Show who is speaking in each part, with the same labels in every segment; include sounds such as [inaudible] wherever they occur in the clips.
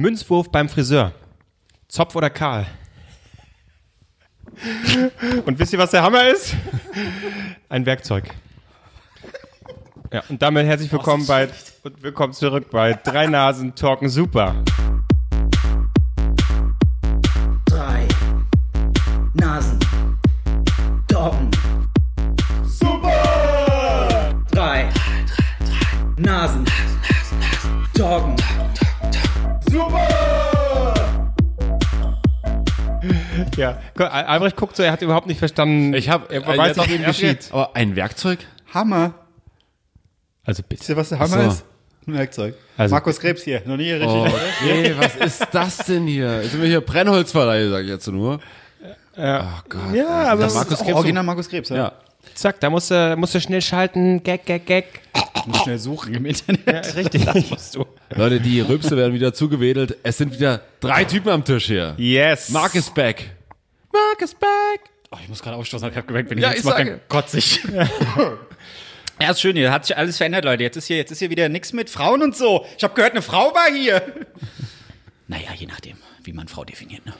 Speaker 1: Münzwurf beim Friseur. Zopf oder Karl? Und wisst ihr, was der Hammer ist? Ein Werkzeug. Ja, und damit herzlich willkommen bei und willkommen zurück bei Drei Nasen Talken Super.
Speaker 2: drei Nasen. Doggen. Super! Drei, Nasen. Doggen.
Speaker 1: Ja, guck, Al- Albrecht guckt so, er hat überhaupt nicht verstanden.
Speaker 3: Ich äh, habe
Speaker 1: er weiß nicht, wie ihm geschieht.
Speaker 3: Aber ein Werkzeug?
Speaker 4: Hammer.
Speaker 1: Also bitte.
Speaker 4: Wisst ihr, was der Hammer
Speaker 3: so.
Speaker 4: ist? Ein Werkzeug.
Speaker 1: Also-
Speaker 4: Markus Krebs hier. Noch nie richtig.
Speaker 3: Oh, nee, was ist das denn hier? Jetzt sind wir hier Brennholzverleih, sag ich jetzt nur. oh Gott.
Speaker 1: Ja, aber
Speaker 4: also Das ist auch original Markus Krebs. Ja.
Speaker 3: Ja.
Speaker 1: zack, da musst du, musst du schnell schalten. Gag, gag, gag.
Speaker 4: Ich muss schnell suchen im Internet.
Speaker 1: richtig. Das musst du.
Speaker 3: Leute, die Rübse werden wieder zugewedelt. Es sind wieder drei Typen am Tisch hier.
Speaker 1: Yes.
Speaker 3: Mark is back. Mark is back.
Speaker 5: [laughs] Oh, ich muss gerade aufstoßen, aber ich habe gemerkt, wenn ich
Speaker 3: Ja,
Speaker 5: jetzt
Speaker 3: ich
Speaker 5: mache,
Speaker 3: sage.
Speaker 5: dann kotze [laughs] ich. Ja, ist schön, hier hat sich alles verändert, Leute. Jetzt ist hier, jetzt ist hier wieder nichts mit Frauen und so. Ich habe gehört, eine Frau war hier. Naja, je nachdem, wie man Frau definiert. Ne?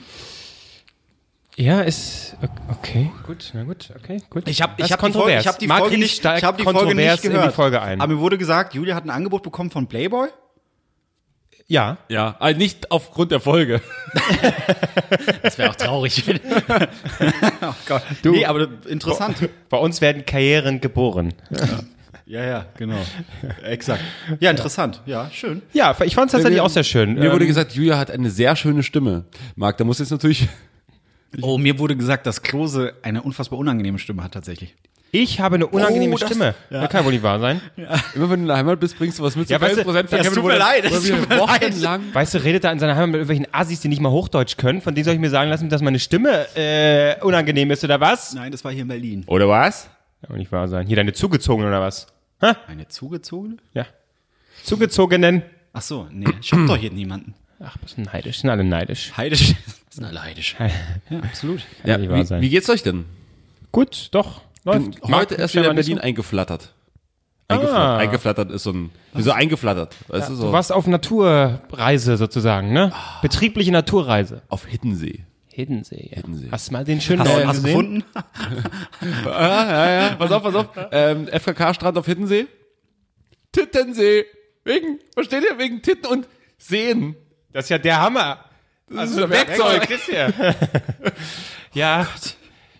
Speaker 1: Ja, ist okay. Gut, na gut, okay, gut.
Speaker 5: Ich hab-
Speaker 1: Das
Speaker 5: ich hab die
Speaker 1: kontrovers.
Speaker 5: Folge- ich hab die
Speaker 1: Marc
Speaker 4: Folge
Speaker 1: Rienig
Speaker 4: nicht-
Speaker 1: steigt
Speaker 4: ich hab die Folge
Speaker 1: kontrovers
Speaker 4: nicht
Speaker 1: in
Speaker 4: gehört.
Speaker 1: die Folge ein.
Speaker 4: Aber mir wurde gesagt, Julia hat ein Angebot bekommen von Playboy.
Speaker 1: ja,
Speaker 3: Ja, ah, nicht aufgrund der Folge.
Speaker 5: Das wäre
Speaker 4: [laughs]
Speaker 5: auch traurig.
Speaker 4: Oh Nee, aber interessant.
Speaker 1: bei uns werden Karrieren geboren.
Speaker 4: ja, ja, genau. [laughs] Exakt. Ja, interessant. Ja, schön.
Speaker 1: Ja, ich fand es tatsächlich auch sehr schön.
Speaker 3: Mir
Speaker 1: Ähm,
Speaker 3: wurde gesagt, Julia hat eine sehr schöne Stimme. Marc, da muss jetzt natürlich. [laughs]
Speaker 5: oh, mir wurde gesagt, dass Klose eine unfassbar unangenehme Stimme hat tatsächlich.
Speaker 1: ich habe eine unangenehme
Speaker 5: Oh, das-
Speaker 1: Stimme. Das kann wohl nicht wahr sein.
Speaker 3: Immer wenn du in der Heimat bist, bringst du was mit.
Speaker 1: Ja, weißt du,
Speaker 3: von
Speaker 1: das
Speaker 3: Kevin
Speaker 1: tut
Speaker 3: wurde-
Speaker 1: mir
Speaker 5: leid, das
Speaker 3: wurde mir
Speaker 5: tut mir leid.
Speaker 3: wochenlang.
Speaker 1: Weißt du, redet da in seiner Heimat mit irgendwelchen Assis, die nicht mal Hochdeutsch können. Von denen soll ich mir sagen lassen, dass meine Stimme äh, unangenehm ist oder was?
Speaker 4: Nein, das war hier in Berlin.
Speaker 3: Oder was?
Speaker 1: Kann wohl nicht wahr sein. Hier deine zugezogenen oder was?
Speaker 4: Eine zugezogene?
Speaker 1: Ja, zugezogenen.
Speaker 4: Ach so, nee, ich hab doch hier niemanden.
Speaker 1: Ach, das sind neidisch. Sind alle neidisch.
Speaker 4: Heidisch. Das sind alle heidisch. Ja, absolut.
Speaker 3: Ja,
Speaker 1: nicht wahr
Speaker 3: wie,
Speaker 1: sein.
Speaker 3: wie geht's euch denn?
Speaker 1: Gut, doch. Läuft.
Speaker 3: Heute erst wieder in Berlin
Speaker 1: ein.
Speaker 3: eingeflattert. Eingeflattert. eingeflattert ist so ein. Wieso eingeflattert? Weißt du, so
Speaker 1: Du warst auf Naturreise sozusagen, ne? Betriebliche Naturreise.
Speaker 3: auf Hittensee.
Speaker 1: Hiddensee. Ja.
Speaker 3: Hiddensee.
Speaker 1: Hast du mal den schönen
Speaker 4: Hast,
Speaker 1: Norden
Speaker 4: hast du
Speaker 1: gesehen?
Speaker 4: gefunden?
Speaker 3: Pass auf, [laughs] pass auf. Ähm, FKK-Strand auf Hittensee. Tittensee. Wegen, versteht ihr? Wegen Titten und Seen.
Speaker 1: Das ist ja der Hammer.
Speaker 3: Das ist ein Werkzeug.
Speaker 1: ist ja. ja.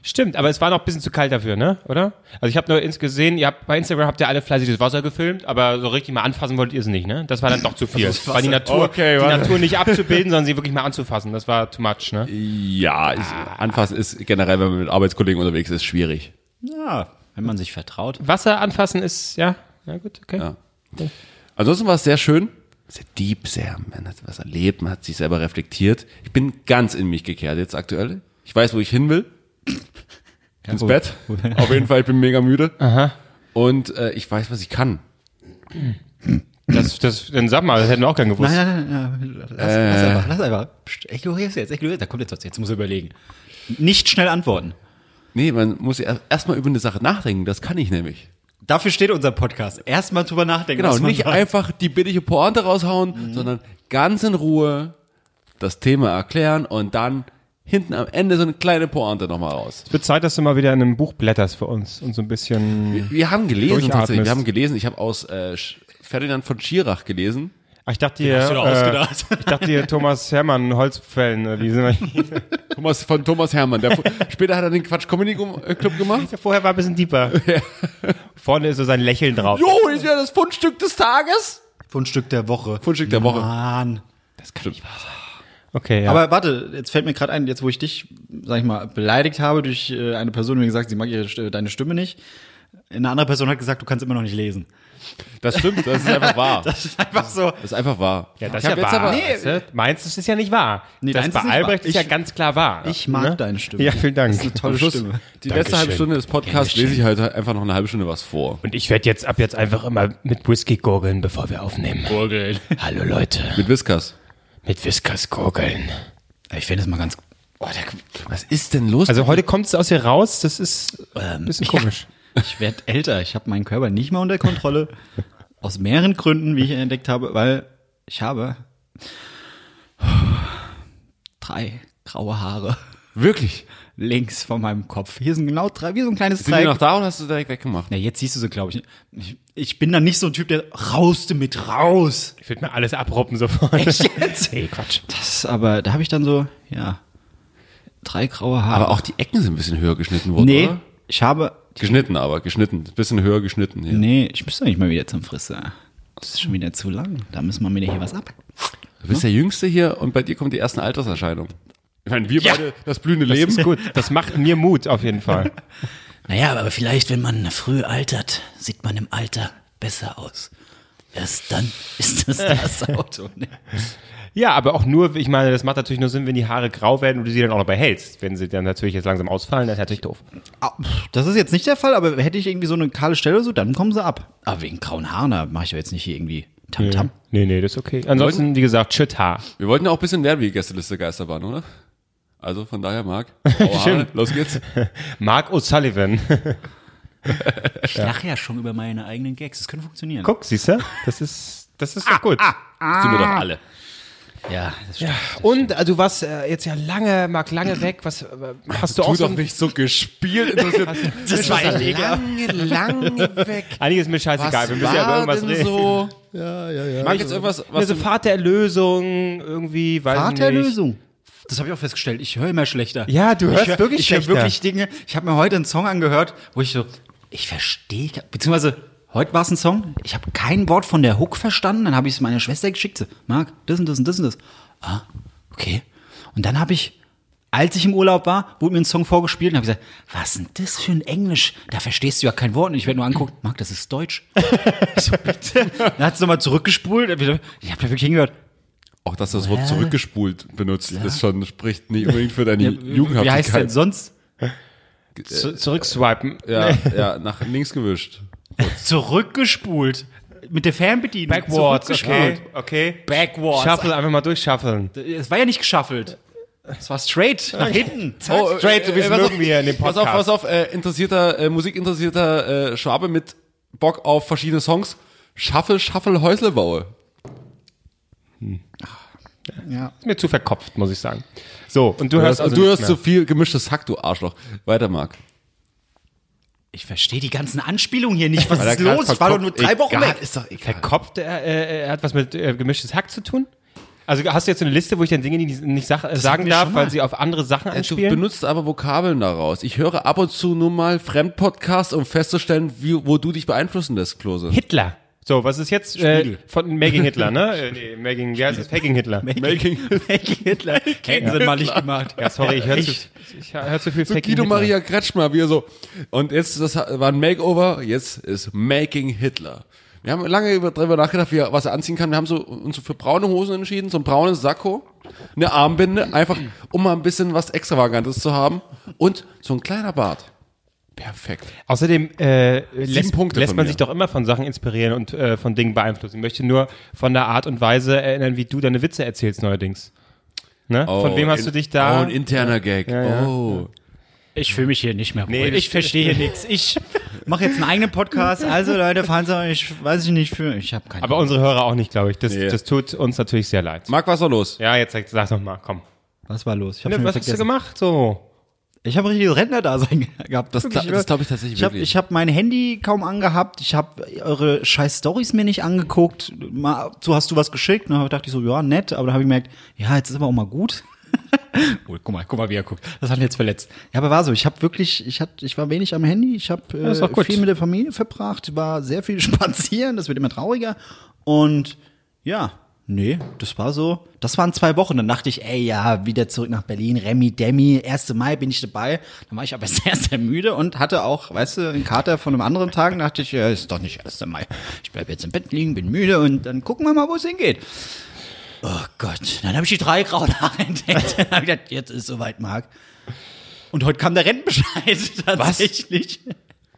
Speaker 1: Stimmt, aber es war noch ein bisschen zu kalt dafür, ne? Oder? Also ich habe nur ins gesehen, ihr habt, bei Instagram habt ihr alle fleißig das Wasser gefilmt, aber so richtig mal anfassen wolltet ihr es nicht, ne? Das war dann doch zu viel. War die Natur,
Speaker 3: Okay,
Speaker 1: die
Speaker 3: warte.
Speaker 1: Natur nicht abzubilden, sondern sie wirklich mal anzufassen. Das war too much, ne?
Speaker 3: Ja, ich, anfassen ist generell, wenn man mit Arbeitskollegen unterwegs ist, schwierig.
Speaker 4: Ja, wenn man sich vertraut.
Speaker 1: Wasser anfassen ist, ja. Na gut, okay.
Speaker 3: Ja. Ansonsten war es sehr schön. Sehr deep, sehr, man hat was erlebt, man hat sich selber reflektiert. Ich bin ganz in mich gekehrt jetzt aktuell. Ich weiß, wo ich hin will. Ins Bett. Auf jeden Fall, ich bin mega müde. Und äh, ich weiß, was ich kann.
Speaker 1: Das, das, dann sag mal, das hätten wir auch gern gewusst.
Speaker 4: [laughs] Nein, nein, nein, nein. Lass, lass einfach, lass einfach. Psst, Ignorier's jetzt, ignorier's. Da kommt jetzt was. Jetzt muss er überlegen. Nicht schnell antworten.
Speaker 3: Nee, man muss ja erstmal über eine Sache nachdenken. Das kann ich nämlich.
Speaker 4: Dafür steht unser Podcast. Erstmal drüber nachdenken.
Speaker 3: Genau,
Speaker 4: was man
Speaker 3: nicht
Speaker 4: sagt.
Speaker 3: einfach die billige Pointe raushauen, sondern ganz in Ruhe das Thema erklären und dann hinten am Ende so eine kleine Pointe nochmal raus.
Speaker 1: Wird Zeit, dass du mal wieder in einem Buch blätterst für uns und so ein bisschen.
Speaker 3: Wir haben gelesen
Speaker 1: Durchatmest.
Speaker 3: tatsächlich, wir haben gelesen, ich habe aus äh, Sch- Ferdinand von Schirach gelesen.
Speaker 1: Ach, Ah, ich dachte dir,
Speaker 5: du dir
Speaker 1: äh,
Speaker 5: ausgedacht.
Speaker 1: ich dachte dir Thomas Hermann Holzpfällen. äh, Wie sind wir hier?
Speaker 3: Thomas, von Thomas Hermann. Der, [laughs] später hat er den Quatsch Comedy äh, Club gemacht.
Speaker 1: [laughs] Vorher war ein bisschen deeper. Vorne ist so sein Lächeln drauf.
Speaker 3: Jo, Oh, ist ja das Fundstück des Tages.
Speaker 4: Fundstück der Woche.
Speaker 3: Fundstück der Woche.
Speaker 4: Mann.
Speaker 1: Okay, ja.
Speaker 4: Aber warte, jetzt fällt mir gerade ein, jetzt wo ich dich, sag ich mal, beleidigt habe durch äh, eine Person, die mir gesagt, hat, sie mag ihre, St- äh, deine Stimme nicht. Eine andere Person hat gesagt, du kannst immer noch nicht lesen.
Speaker 3: Das stimmt, das ist einfach wahr. [laughs] Das
Speaker 4: Das ist einfach so.
Speaker 3: ist einfach wahr.
Speaker 1: ja, das ist
Speaker 3: Ich hab
Speaker 1: ja
Speaker 3: jetzt
Speaker 1: wahr.
Speaker 3: aber-
Speaker 1: weißt du? Meins ist ja nicht wahr.
Speaker 4: Nee,
Speaker 1: das
Speaker 4: deins
Speaker 1: bei
Speaker 4: ist nicht
Speaker 1: Albrecht
Speaker 4: wahr.
Speaker 1: ist ja
Speaker 4: Ich-
Speaker 1: ganz klar wahr.
Speaker 4: Ich mag
Speaker 1: Ne?
Speaker 4: deine Stimme.
Speaker 1: Ja, vielen Dank.
Speaker 4: Das ist eine tolle
Speaker 3: Am Schluss,
Speaker 4: Stimme.
Speaker 3: Die letzte halbe Stunde des Podcasts lese ich halt einfach noch eine halbe Stunde was vor.
Speaker 1: Und ich werde jetzt ab jetzt einfach immer mit Whisky gurgeln, bevor wir aufnehmen.
Speaker 4: Oh.
Speaker 5: Burgel.
Speaker 1: Hallo Leute,
Speaker 3: Mit Whiskers.
Speaker 1: mit Whiskers gurgeln.
Speaker 5: Ich finde das mal ganz. Oh, der,
Speaker 3: Was ist denn los?
Speaker 1: Also heute kommt es aus dir raus, das ist ein
Speaker 4: Ähm,
Speaker 1: bisschen
Speaker 4: ja.
Speaker 1: komisch.
Speaker 4: Ich werde älter. Ich habe meinen Körper nicht mehr unter Kontrolle. Aus mehreren Gründen, wie ich entdeckt habe, weil ich habe drei graue Haare
Speaker 3: Wirklich?
Speaker 4: links von meinem Kopf. Hier sind genau drei, wie so ein kleines
Speaker 3: Sind die
Speaker 4: Dreieck.
Speaker 3: noch da oder hast du direkt weggemacht?
Speaker 4: Na, jetzt siehst du sie, glaube ich. ich. Ich bin dann nicht so ein Typ, der rauste mit raus.
Speaker 1: Ich würde mir alles abroppen sofort.
Speaker 4: Echt
Speaker 1: [laughs]
Speaker 4: jetzt?
Speaker 1: Hey, Quatsch.
Speaker 4: Das, aber da habe ich dann so, ja, drei graue Haare.
Speaker 3: Aber auch die Ecken sind ein bisschen höher geschnitten worden,
Speaker 4: nee,
Speaker 3: oder?
Speaker 4: ich habe,
Speaker 3: Geschnitten aber, geschnitten. Ein bisschen höher geschnitten hier.
Speaker 4: nee, ich müsste eigentlich mal wieder zum Friseur. Das ist schon wieder zu lang. Da müssen wir wieder hier was ab.
Speaker 3: Du bist der Jüngste hier und bei dir kommen die ersten Alterserscheinungen. Ich meine, wir beide, das blühende
Speaker 1: Das
Speaker 3: Leben.
Speaker 1: ist gut. Das macht mir Mut auf jeden Fall.
Speaker 2: Naja, aber vielleicht, wenn man früh altert, sieht man im Alter besser aus. Erst dann [laughs] ist das
Speaker 4: [laughs]
Speaker 2: das Auto.
Speaker 1: [laughs]
Speaker 2: ne?
Speaker 1: Ja, aber auch nur, ich meine, das macht natürlich nur Sinn, wenn die Haare grau werden und du sie dann auch noch behältst. Wenn sie dann natürlich jetzt langsam ausfallen, dann ist natürlich doof.
Speaker 4: Ah, pff, Das ist jetzt nicht der Fall, aber hätte ich irgendwie so eine kahle Stelle oder so, dann kommen sie ab. Aber wegen grauen Haaren, da mache ich ja jetzt nicht hier irgendwie Tamtam.
Speaker 1: Nee, nee, das ist okay. Ansonsten, wie gesagt, Schütthaar.
Speaker 3: Wir wollten ja auch ein bisschen werden wie die Gästeliste Geisterbahn, oder? Also von daher,
Speaker 1: [laughs]
Speaker 3: Marc. graue Haare, Los geht's.
Speaker 1: Mark O'Sullivan.
Speaker 5: Ich lache ja schon über meine eigenen Gags. Das könnte
Speaker 1: [laughs]
Speaker 5: funktionieren.
Speaker 1: Guck, siehst du? Das ist, das ist doch gut.
Speaker 3: Das sind wir doch alle.
Speaker 5: Ja, das stimmt.
Speaker 1: Und äh, du warst äh, jetzt ja lange, Marc, lange weg. Was äh, hast du auch
Speaker 3: Tu
Speaker 1: so
Speaker 3: doch
Speaker 1: ein-
Speaker 3: nicht so gespielt. interessiert.
Speaker 5: Das war echt egal.
Speaker 3: lange weg.
Speaker 1: Eigentlich ist mir scheißegal, wir müssen ja über irgendwas reden.
Speaker 3: so? Ja, ja, ja. Mag jetzt irgendwas,
Speaker 1: Was
Speaker 3: was
Speaker 1: so
Speaker 3: du,
Speaker 1: Fahrt der Erlösung, irgendwie, weiß ich
Speaker 4: Art der
Speaker 1: nicht.
Speaker 4: Lösung. Das habe ich auch festgestellt. Ich höre immer schlechter.
Speaker 1: Ja, du hörst
Speaker 4: ich hör,
Speaker 1: wirklich
Speaker 4: ich hör
Speaker 1: schlechter.
Speaker 4: wirklich Dinge. Ich habe mir heute einen Song angehört, wo ich so, ich verstehe, ke- beziehungsweise heute war es ein Song, ich habe kein Wort von der Hook verstanden. Dann habe ich es meiner Schwester geschickt. So, Marc, das und das und das und das. Ah, okay. Und dann habe ich, als ich im Urlaub war, wurde mir ein Song vorgespielt und habe gesagt, was ist denn das für ein Englisch? Da verstehst du ja kein Wort. Und ich werde nur anguckt, Marc, das
Speaker 1: [laughs]
Speaker 4: ist Deutsch. Ich so, bitte. Dann hat es nochmal zurückgespult. Ich habe da wirklich hingehört.
Speaker 3: auch dass du das Wort zurückgespult benutzt, ist schon, spricht nicht unbedingt für deine
Speaker 4: Wie heißt denn
Speaker 3: Jugendhaftigkeit.
Speaker 4: sonst?
Speaker 1: Z zurückswipen.
Speaker 3: Ja,
Speaker 1: [laughs]
Speaker 3: ja, nach links gewischt.
Speaker 4: Zurückgespult. Mit der Fernbedienung.
Speaker 1: Backwards, okay,
Speaker 4: zurückgespult.
Speaker 1: okay.
Speaker 4: Backwards.
Speaker 1: Shuffle, einfach mal durchschuffeln.
Speaker 4: Es war ja nicht geschaffelt. Es war straight nach hinten.
Speaker 3: Oh,
Speaker 1: Äh, Straight, so wie es
Speaker 3: pass
Speaker 1: mögen
Speaker 3: auf,
Speaker 1: wir in dem
Speaker 3: Pass auf,
Speaker 1: Podcast.
Speaker 3: pass auf, äh, interessierter, äh, musikinteressierter äh, Schwabe mit Bock auf verschiedene Songs. Shuffle, Shuffle, Häuslebaue.
Speaker 4: äh,
Speaker 1: Ist mir zu verkopft, muss ich sagen. So, und du hörst also
Speaker 3: du
Speaker 1: nicht
Speaker 3: hörst
Speaker 1: mehr.
Speaker 3: zu viel gemischtes Hack, du Arschloch. Weiter, Marc.
Speaker 4: Ich verstehe die ganzen Anspielungen hier nicht. Was
Speaker 3: Weil
Speaker 4: ist
Speaker 3: er grad
Speaker 4: los? Ich war doch nur
Speaker 3: verkopft-
Speaker 4: drei Wochen
Speaker 3: Egal,
Speaker 4: weg.
Speaker 3: Ist doch egal.
Speaker 1: Verkopft, äh, äh, hat was mit äh, gemischtes Hack zu tun? Also hast du jetzt so eine Liste, wo ich dann Dinge nicht, nicht sag, äh, sagen
Speaker 4: wir
Speaker 1: darf,
Speaker 4: schon mal.
Speaker 1: weil sie auf andere Sachen
Speaker 3: Du
Speaker 1: anspielen?
Speaker 3: benutzt aber Vokabeln daraus. Ich höre ab und zu nur mal Fremdpodcasts, um festzustellen, wie, wo du dich beeinflussen lässt, Klose.
Speaker 1: Hitler. So, was ist jetzt äh, von Magging Hitler, ne? Äh, nee, Magging, wie heißt das? Hacking Hitler.
Speaker 4: [laughs]
Speaker 3: Making
Speaker 4: Hitler. Ketten sind mal nicht gemacht.
Speaker 1: Ja, sorry, ich höre zu, ich hör zu viel
Speaker 3: so
Speaker 1: Faking
Speaker 3: Guido
Speaker 1: Hitler.
Speaker 3: Maria Kretschmer, wie er so. Und jetzt, das war ein Makeover, jetzt ist Making Hitler. Wir haben lange über- darüber nachgedacht, wie er, was er anziehen kann. Wir haben so, uns so für braune Hosen entschieden, so ein braunes Sakko, eine Armbinde, einfach um mal ein bisschen was Extravagantes zu haben und so ein kleiner Bart. Perfekt.
Speaker 1: Außerdem äh, lässt,
Speaker 3: Punkte
Speaker 1: lässt
Speaker 3: von
Speaker 1: man
Speaker 3: mir.
Speaker 1: sich doch immer von Sachen inspirieren und äh, von Dingen beeinflussen. Ich möchte nur von der Art und Weise erinnern, wie du deine Witze erzählst neuerdings. Ne? von wem hast
Speaker 3: in-
Speaker 1: du dich da?
Speaker 3: Oh, ein interner Gag. Oh.
Speaker 5: Ich fühle mich hier nicht mehr wohl.
Speaker 1: Nee, das-
Speaker 5: ich verstehe hier nichts. Ich
Speaker 4: Mache jetzt einen eigenen Podcast. Also Leute, fahren Sie euch, weiß ich nicht für. Ich habe keine
Speaker 1: Aber unsere Hörer auch nicht, glaube ich. Das,
Speaker 3: Nee.
Speaker 1: das tut uns natürlich sehr leid.
Speaker 3: Marc, was war los?
Speaker 1: Ja, jetzt sag- sag's nochmal, komm.
Speaker 4: Was war los? Ich habe
Speaker 1: Ne, was hast du gemacht? So.
Speaker 4: Ich habe
Speaker 3: [laughs]
Speaker 4: richtiges Rentnerdasein gehabt.
Speaker 3: Das
Speaker 4: Wirklich,
Speaker 3: gla- das glaub ich tatsächlich
Speaker 4: Ich habe
Speaker 3: wirklich.
Speaker 4: hab mein Handy kaum angehabt. Ich habe eure scheiß Stories mir nicht angeguckt. Mal, so hast du was geschickt. Und dann dachte ich so, ja, nett. Aber dann habe ich gemerkt, ja, jetzt ist aber auch mal gut. oh, guck mal, guck mal, wie er guckt. Das hat ihn jetzt verletzt. Ja, aber war so. Ich habe wirklich, ich, hat, ich war wenig am Handy. Ich habe
Speaker 1: ist doch
Speaker 4: äh,
Speaker 1: gut.
Speaker 4: viel mit der Familie verbracht. War sehr viel [laughs] spazieren. Das wird immer trauriger. Und ja, nee, das war so. Das waren zwei Wochen. Dann dachte ich, ey, ja, wieder zurück nach Berlin. Remi, Demi, 1. Mai bin ich dabei. Dann war ich aber [laughs] sehr, sehr müde und hatte auch, weißt du, einen Kater von einem anderen Tag. Und dachte ich, ja, ist doch nicht 1. Mai. Ich bleib jetzt im Bett liegen, bin müde und dann gucken wir mal, wo es hingeht. Oh Gott, dann habe ich die drei grauen [laughs] Haare entdeckt. Dann habe ich gedacht, jetzt ist soweit, Marc. Und heute kam der [laughs] Rentenbescheid tatsächlich.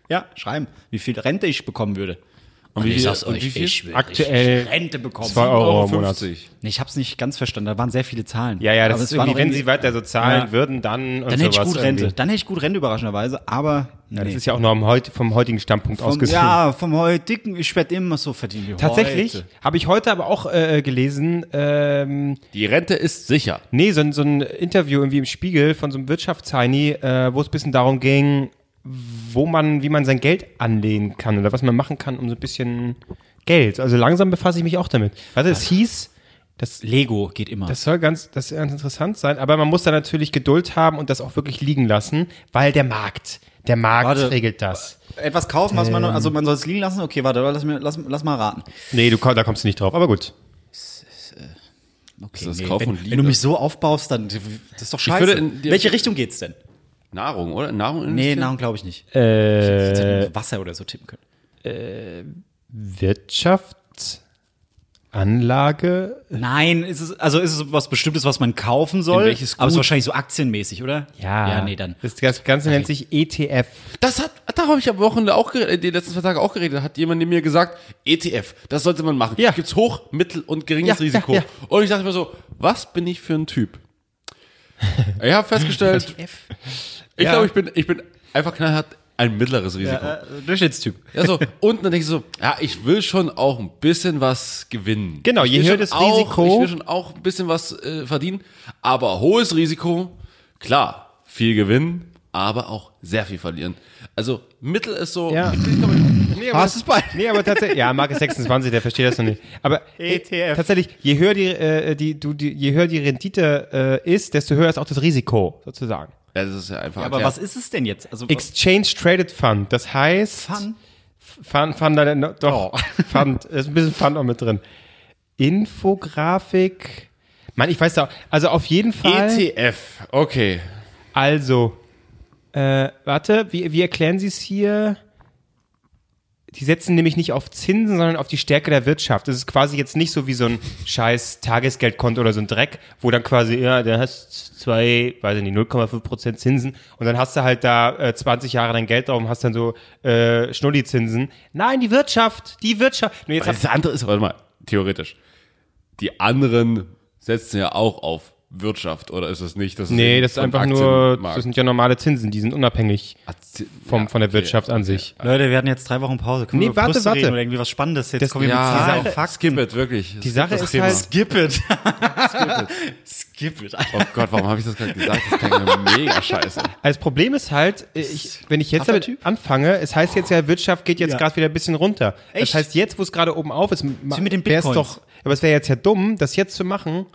Speaker 4: Ja, schreiben, wie viel Rente ich bekommen würde.
Speaker 3: Und
Speaker 2: Und ich
Speaker 3: viel-
Speaker 2: sag's
Speaker 3: und wie
Speaker 2: euch,
Speaker 3: viel?
Speaker 2: ich will
Speaker 1: Aktuell
Speaker 5: Rente bekommen.
Speaker 1: 2 Euro im Oh, Monat.
Speaker 3: 50.
Speaker 4: Nee, ich hab's nicht ganz verstanden. Da waren sehr viele Zahlen.
Speaker 1: Ja, ja, das
Speaker 4: Aber
Speaker 1: ist
Speaker 4: es waren
Speaker 1: irgendwie,
Speaker 4: auch
Speaker 1: wenn sie weiter so zahlen würden, dann und
Speaker 4: Dann hätte ich
Speaker 1: sowas
Speaker 4: gut Rente.
Speaker 1: irgendwie.
Speaker 4: Dann hätte ich gut Rente, überraschenderweise. Aber
Speaker 1: Ja, das
Speaker 4: nee.
Speaker 1: ist ja auch noch am heut, vom heutigen Standpunkt
Speaker 4: vom,
Speaker 1: ausgesehen.
Speaker 4: ja, vom heutigen, ich werde immer so verdienen wie
Speaker 1: Tatsächlich
Speaker 4: heute.
Speaker 1: habe ich heute aber auch äh, gelesen, ähm,
Speaker 3: Die Rente ist sicher.
Speaker 1: nee, so, ein- so ein Interview irgendwie im Spiegel von so einem Wirtschaftsheini, äh, wo es ein bisschen darum ging, wo man, wie man sein Geld anlehnen kann oder was man machen kann, um so ein bisschen Geld. Also langsam befasse ich mich auch damit. Also es hieß, das,
Speaker 4: Lego geht immer.
Speaker 1: das soll ganz, das soll ganz interessant sein, aber man muss da natürlich Geduld haben und das auch wirklich liegen lassen, weil der Markt, der Markt
Speaker 4: Warte.
Speaker 1: regelt das.
Speaker 4: Etwas kaufen, was
Speaker 1: Ähm.
Speaker 4: man, also man soll es liegen lassen. Okay, warte, lass, mir, lass, lass mal raten.
Speaker 1: Nee, du, komm- da kommst du nicht drauf, aber gut.
Speaker 3: Das ist das Kaufen und
Speaker 4: Wenn du
Speaker 3: Liebe.
Speaker 4: mich so aufbaust, dann, das ist doch scheiße.
Speaker 3: würde in-
Speaker 4: Welche Richtung geht's denn?
Speaker 3: Nahrung, oder? Nahrung
Speaker 4: Nee,
Speaker 3: investieren?
Speaker 4: Nahrung glaube ich nicht.
Speaker 1: Äh,
Speaker 4: Ich hätte Wasser oder so tippen können.
Speaker 1: Wirtschaft, Anlage,
Speaker 4: Nein, ist es, also ist es was Bestimmtes, was man kaufen soll?
Speaker 3: In welches
Speaker 4: Aber es ist
Speaker 3: Gut?
Speaker 4: wahrscheinlich so aktienmäßig, oder?
Speaker 1: Ja.
Speaker 4: Ja, nee, dann.
Speaker 1: Das das Ganze nennt sich E ETF.
Speaker 3: Das hat, da habe ich am Wochenende auch geredet, die letzten zwei Tage auch geredet, hat jemand neben mir gesagt, ETF, das sollte man machen.
Speaker 1: Ja.
Speaker 3: Gibt's hoch, mittel und geringes
Speaker 1: Ja,
Speaker 3: Risiko.
Speaker 1: ja, ja.
Speaker 3: Und ich dachte mir so, was bin ich für ein Typ? Ich habe festgestellt, ich
Speaker 1: Ja.
Speaker 3: glaube, ich bin, ich bin einfach knallhart ein mittleres Risiko. Ja,
Speaker 4: Äh, Durchschnittstyp.
Speaker 3: so, und dann denke ich so, ja, ich will schon auch ein bisschen was gewinnen.
Speaker 1: Genau,
Speaker 3: ich
Speaker 1: je
Speaker 3: will
Speaker 1: höher
Speaker 3: schon
Speaker 1: das
Speaker 3: auch,
Speaker 1: Risiko-
Speaker 3: Ich will schon auch ein bisschen was äh, verdienen, aber hohes Risiko, klar, viel gewinnen, aber auch sehr viel verlieren. Also Mittel ist so,
Speaker 1: Ja.
Speaker 3: ich bin, glaub ich, nee, aber
Speaker 1: Hast es bei? Nee, aber tatsächlich. Ja, Marc ist 26, der versteht das noch nicht. Aber äh,
Speaker 4: ETF.
Speaker 1: tatsächlich, je höher die, äh, die, du, die, je höher die Rendite äh, ist, desto höher ist auch das Risiko, sozusagen.
Speaker 3: Ja, das ist ja einfach.
Speaker 4: Aber
Speaker 3: erklärt.
Speaker 4: was ist es denn jetzt? Also,
Speaker 1: Exchange Traded Fund. Das heißt.
Speaker 4: Fun?
Speaker 1: Fund, Fund, äh, no, doch. Fund, ist ein bisschen Fund auch mit drin. Infografik. Mann, ich weiß da. Also auf jeden Fall.
Speaker 3: E ETF, okay.
Speaker 1: Also, äh, warte, wie, wie erklären Sie es hier? Die setzen nämlich nicht auf Zinsen, sondern auf die Stärke der Wirtschaft. Das ist quasi jetzt nicht so wie so ein scheiß Tagesgeldkonto oder so ein Dreck, wo dann quasi, ja, da hast zwei, weiß ich nicht, 0,5% Zinsen und dann hast du halt da äh, 20 Jahre dein Geld drauf und hast dann so äh, Schnulli-Zinsen. Nein, die Wirtschaft, die Wirtschaft. Nee, jetzt hab,
Speaker 3: Das andere ist, warte mal, theoretisch. Die anderen setzen ja auch auf Wirtschaft, oder ist das nicht? Das
Speaker 1: nee,
Speaker 3: eben
Speaker 1: das ist
Speaker 3: vom
Speaker 1: einfach nur,
Speaker 3: Aktienmarkt.
Speaker 1: das sind ja normale Zinsen, die sind unabhängig
Speaker 3: Aktien-
Speaker 1: vom,
Speaker 3: ja,
Speaker 1: von der
Speaker 3: okay.
Speaker 1: Wirtschaft an sich.
Speaker 4: Leute, wir hatten jetzt drei Wochen Pause. Können
Speaker 1: Nee,
Speaker 4: über
Speaker 1: warte,
Speaker 4: Brüste
Speaker 1: warte.
Speaker 4: Reden oder irgendwie was Spannendes. Jetzt
Speaker 1: Das-
Speaker 4: kommen wir
Speaker 3: Ja,
Speaker 4: mit Zahlen, Fakten.
Speaker 3: skip it, wirklich.
Speaker 1: Die Sache ist halt,
Speaker 4: Skip [laughs] it. Skip it.
Speaker 3: Oh Gott, warum habe ich das gerade gesagt? Das klingt ja mega scheiße.
Speaker 1: Also das Problem ist halt, äh, ich, wenn ich jetzt damit anfange, es heißt jetzt ja, Wirtschaft geht jetzt
Speaker 4: Ja.
Speaker 1: gerade wieder ein bisschen runter.
Speaker 4: Echt?
Speaker 1: Das heißt, jetzt, wo es gerade oben auf ist, ma-
Speaker 4: So mit den
Speaker 1: wär's
Speaker 4: Bitcoins.
Speaker 1: doch, aber es wäre jetzt ja dumm, das jetzt zu machen,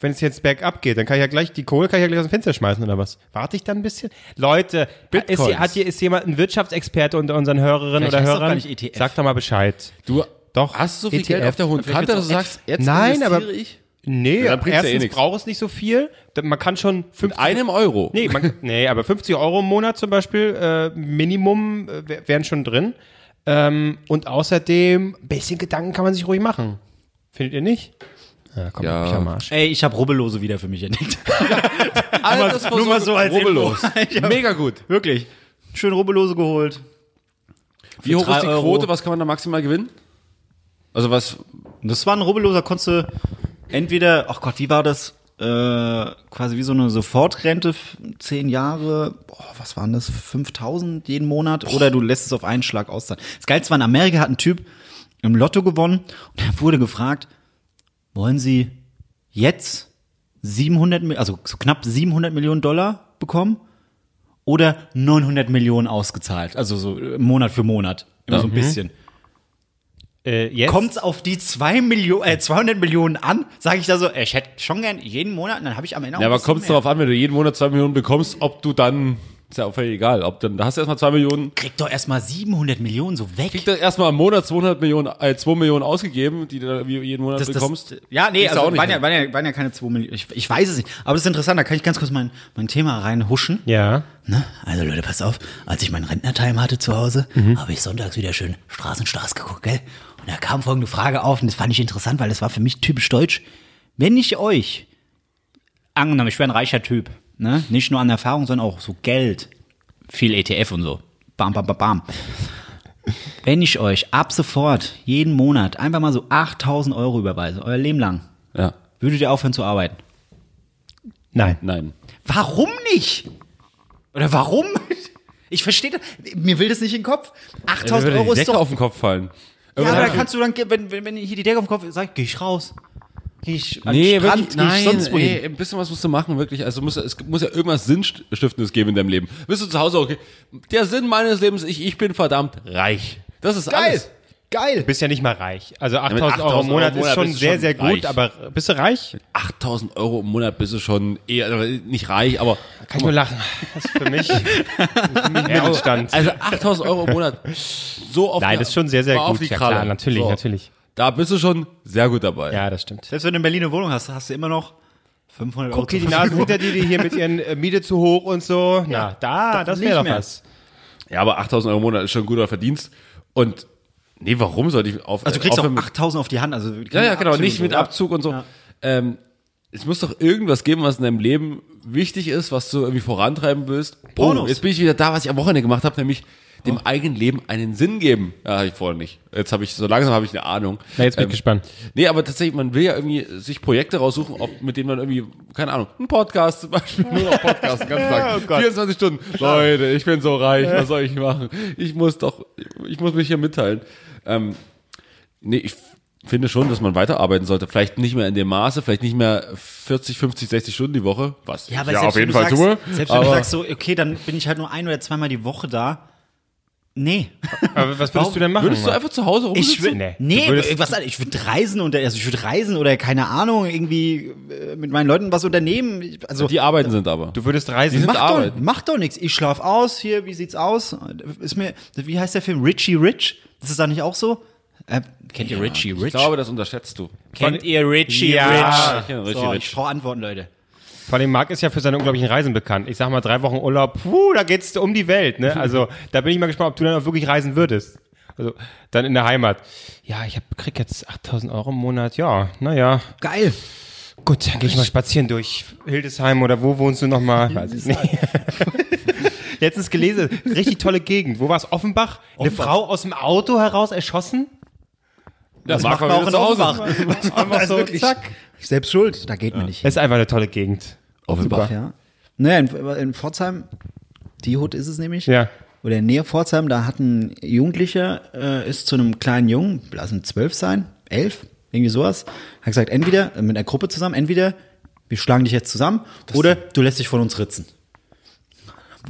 Speaker 1: wenn es jetzt bergab geht. Dann kann ich ja gleich, die Kohle kann ich ja gleich aus dem Fenster schmeißen oder was? Warte ich dann ein bisschen? Leute, äh,
Speaker 3: Bitcoins.
Speaker 1: ist, hier- hat hier, ist jemand ein Wirtschaftsexperte unter unseren Hörerinnen
Speaker 4: Vielleicht heißt
Speaker 1: oder
Speaker 4: es doch gar
Speaker 1: Hörern?
Speaker 4: nicht E ETF.
Speaker 1: Sag doch mal Bescheid.
Speaker 3: [laughs] Du E
Speaker 1: Doch,
Speaker 3: hast so viel
Speaker 1: ETF.
Speaker 3: Geld auf der hohen
Speaker 1: Vielleicht
Speaker 3: Kante,
Speaker 1: wird's
Speaker 3: dass du
Speaker 1: auch
Speaker 3: sagst, jetzt
Speaker 1: Nein, aber-
Speaker 3: investiere ich
Speaker 1: Nee,
Speaker 3: dann bringt's ja eh
Speaker 1: erstens
Speaker 3: nix.
Speaker 1: braucht es nicht so viel. Da- Man kann schon
Speaker 3: mit
Speaker 1: 50
Speaker 3: einem Euro.
Speaker 1: Nee, [laughs] man, nee, aber 50 Euro im Monat zum Beispiel, äh, Minimum, äh, wär- wären schon drin. Ähm, und außerdem, ein bisschen Gedanken kann man sich ruhig machen. Findet ihr nicht? Ja, komm,
Speaker 3: Ja.
Speaker 1: ja. ich am Arsch.
Speaker 4: Ey, ich habe Rubbellose wieder für mich [laughs] entdeckt.
Speaker 3: Alles nur,
Speaker 4: nur mal so als
Speaker 3: rubbellos.
Speaker 4: [laughs]
Speaker 3: Mega gut.
Speaker 4: Wirklich. Schön Rubbellose geholt.
Speaker 3: Wie hoch
Speaker 4: drei
Speaker 3: ist die
Speaker 4: Euro.
Speaker 3: Quote? Was kann man da maximal gewinnen? Also was?
Speaker 4: Und das war ein Rubbelloser, konntest du entweder, ach Gott, wie war das? Äh, quasi wie so eine Sofortrente, f- zehn Jahre, boah, was waren das, 5000 jeden Monat? Oder du lässt es auf einen Schlag auszahlen. Das Geilste war, in Amerika hat ein Typ im Lotto gewonnen und er wurde gefragt, wollen Sie jetzt 700, Mi- also so knapp 700 Millionen Dollar bekommen oder 900 Millionen ausgezahlt? Also so äh, Monat für Monat, immer so ein bisschen.
Speaker 1: Äh, jetzt?
Speaker 4: Kommt's auf die zwei Millio äh, 200 Millionen an? Sage ich da so, äh, ich hätte schon gern jeden Monat, und dann habe ich am Ende auch
Speaker 3: Ja,
Speaker 4: ein
Speaker 3: aber
Speaker 4: bisschen
Speaker 3: kommt es
Speaker 4: mehr.
Speaker 3: darauf an, wenn du jeden Monat zwei Millionen bekommst, ob du dann ist ja auch völlig egal, ob dann da hast du erstmal zwei Millionen.
Speaker 4: Krieg doch erstmal 700 Millionen so weg.
Speaker 3: Kriegst du erstmal im Monat 200 Millionen, äh, 2 Millionen ausgegeben, die du dann irgendwie jeden Monat
Speaker 4: Das- das-
Speaker 3: bekommst.
Speaker 4: ja, nee,
Speaker 3: Kriegst du
Speaker 4: also
Speaker 3: auch nicht
Speaker 4: waren, ja,
Speaker 3: hin.
Speaker 4: waren, ja, waren ja keine 2 Millionen. Ich, ich weiß es nicht. Aber das ist interessant, da kann ich ganz kurz mein, mein Thema reinhuschen.
Speaker 1: Ja.
Speaker 2: Ne? Also Leute, passt auf, als ich meinen Rentnertime hatte zu Hause, habe ich sonntags wieder schön Straßenstraß geguckt, gell? Und da kam folgende Frage auf und das fand ich interessant, weil das war für mich typisch deutsch.
Speaker 4: Wenn ich euch, angenommen, ich wäre ein reicher Typ, ne? nicht nur an
Speaker 2: E
Speaker 4: Erfahrung, sondern auch so Geld, viel ETF und so, bam, bam, bam, bam. Wenn ich euch ab sofort jeden Monat einfach mal so 8000 Euro überweise, euer Leben lang,
Speaker 3: Ja.
Speaker 4: würdet ihr aufhören zu arbeiten?
Speaker 1: Nein.
Speaker 3: Nein.
Speaker 4: Warum nicht? Oder warum? Ich verstehe das. Mir will das nicht in den Kopf. 8000
Speaker 3: Würde
Speaker 4: Euro
Speaker 3: die
Speaker 4: ist
Speaker 3: Decke
Speaker 4: doch.
Speaker 3: auf den Kopf fallen.
Speaker 4: Ja,
Speaker 3: Irgendwann
Speaker 4: aber da
Speaker 3: hab ich-
Speaker 4: kannst du dann, wenn, wenn, wenn hier die Decke auf den Kopf ist, sag, geh ich raus. Geh ich an
Speaker 3: Nee,
Speaker 4: den Strand,
Speaker 3: wirklich,
Speaker 4: geh
Speaker 3: nein,
Speaker 4: ich sonst wohin.
Speaker 3: ey, ein bisschen was musst du machen, wirklich. Also muss, es muss ja irgendwas Sinnstiftendes geben in deinem Leben. Bist du zu Hause, okay, der Sinn meines Lebens, ich, ich bin verdammt reich. Das ist
Speaker 4: Geil.
Speaker 3: alles.
Speaker 1: Du
Speaker 4: Geil.
Speaker 1: bist ja nicht mal reich. Also 8000,
Speaker 3: 8000
Speaker 1: Euro im Monat,
Speaker 3: Euro im Monat
Speaker 1: ist schon
Speaker 3: bist du
Speaker 1: sehr,
Speaker 3: schon
Speaker 1: sehr gut,
Speaker 3: reich.
Speaker 1: aber bist du reich?
Speaker 3: 8000 Euro im Monat bist du schon eher, also nicht reich, aber
Speaker 1: Kann ich nur lachen. Das ist für [laughs] mich, für mich Mittelstand.
Speaker 3: also 8000 Euro im Monat, so auf
Speaker 1: Nein,
Speaker 3: der-
Speaker 1: das ist schon sehr, sehr
Speaker 3: mal auf
Speaker 1: gut.
Speaker 3: die
Speaker 1: Ja,
Speaker 3: Kralle.
Speaker 1: klar, natürlich,
Speaker 3: So.
Speaker 1: natürlich.
Speaker 3: Da bist du schon sehr gut dabei.
Speaker 1: Ja, das stimmt.
Speaker 4: Selbst wenn du in Berlin eine Wohnung hast, hast du immer noch 500 Euro.
Speaker 1: Guck dir
Speaker 4: zur
Speaker 1: die Nasen hinter dir, die hier mit ihren äh, Miete zu hoch und so. Na, da, das
Speaker 4: nicht
Speaker 1: wäre doch
Speaker 4: mehr.
Speaker 1: was.
Speaker 3: ja, aber 8000 Euro im Monat ist schon ein guter Verdienst. Und nee, warum sollte ich auf
Speaker 4: Also du kriegst
Speaker 3: aufhören
Speaker 4: auch
Speaker 3: mit-
Speaker 4: 8000 auf die Hand. Also
Speaker 3: Ja, ja, genau, nicht mit
Speaker 4: so, ja.
Speaker 3: Abzug und so. Ähm, es muss doch irgendwas geben, was in deinem Leben wichtig ist, was du irgendwie vorantreiben willst. Oh,
Speaker 4: Pornos.
Speaker 3: jetzt bin ich wieder da, was ich am Wochenende gemacht habe, nämlich dem eigenen Leben einen Sinn geben. Ja, habe ich vorher nicht. Jetzt habe ich, so langsam habe ich eine Ahnung. Ähm,
Speaker 1: Na, jetzt bin ich gespannt.
Speaker 3: Nee, aber tatsächlich, man will ja irgendwie sich Projekte raussuchen, ob, mit denen man irgendwie, keine Ahnung, einen Podcast zum Beispiel, Oh nur noch Podcast, den ganzen [laughs] Tag. 24 Stunden. Leute, ich bin so reich, was soll ich machen? Ich muss doch, ich muss mich hier mitteilen. Ähm, nee, ich finde schon, dass man weiterarbeiten sollte. Vielleicht nicht mehr in dem Maße, vielleicht nicht mehr 40, 50, 60 Stunden die Woche, was
Speaker 4: Ja, aber
Speaker 3: ich ja
Speaker 4: selbst
Speaker 3: auf jeden
Speaker 4: wenn
Speaker 3: Fall
Speaker 4: du
Speaker 3: tue.
Speaker 4: sagst, Selbst wenn
Speaker 3: aber
Speaker 4: du sagst so, okay, dann bin ich halt nur ein oder zweimal die Woche da. Nee.
Speaker 1: Aber was würdest du denn machen?
Speaker 3: würdest du einfach zu Hause rumsitzen?
Speaker 4: Ich will,
Speaker 1: Nee.
Speaker 4: nee,
Speaker 1: Du würdest-
Speaker 4: was, ich würde reisen und also ich würde reisen oder keine Ahnung, irgendwie äh, mit meinen Leuten was unternehmen. Ich- Also
Speaker 3: die arbeiten sind aber.
Speaker 1: du würdest reisen.
Speaker 3: sind
Speaker 4: mach, doch,
Speaker 3: arbeiten.
Speaker 4: mach doch nichts. Ich schlaf aus, hier, wie sieht's aus? Ist mir, wie heißt der Film? Richie Rich? Ist es da nicht auch so? Äh, kennt ihr Richie
Speaker 3: ich
Speaker 4: Rich?
Speaker 3: glaube, das unterschätzt du.
Speaker 5: Kennt ihr Richie
Speaker 1: Ja.
Speaker 5: ja. Rich?
Speaker 3: Ich kenne
Speaker 4: so, ich brauche Antworten, Leute.
Speaker 1: Vor allem Marc ist ja für seine unglaublichen Reisen bekannt. Ich sag mal, drei Wochen Urlaub, puh, da geht's um die Welt, ne? Also, da bin ich mal gespannt, ob du dann auch wirklich reisen würdest. Also, dann in der Heimat. Ja, ich hab, krieg jetzt 8000 Euro im Monat, ja, naja.
Speaker 4: Geil.
Speaker 1: Gut, dann gehe ich mal spazieren durch Hildesheim oder wo wohnst du nochmal? Weiß ich nicht. [laughs] Letztens gelesen, richtig tolle Gegend. Wo war es? Offenbach? Eine Frau aus dem Auto heraus erschossen?
Speaker 3: Das macht
Speaker 4: man auch in Offenbach. Also
Speaker 1: Einfach so, zack.
Speaker 4: Selbst schuld, da geht mir nicht.
Speaker 1: Das Also, ist einfach eine tolle Gegend.
Speaker 3: Offenbach.
Speaker 4: Ja. Naja, in, in Pforzheim, die Hut ist es nämlich.
Speaker 1: Ja.
Speaker 4: Oder in Nähe Pforzheim, da hat ein Jugendlicher, äh, ist zu einem kleinen Jungen, lass ihn zwölf sein, elf, irgendwie sowas, hat gesagt, entweder äh, mit einer Gruppe zusammen, entweder wir schlagen dich jetzt zusammen oder du lässt dich von uns ritzen.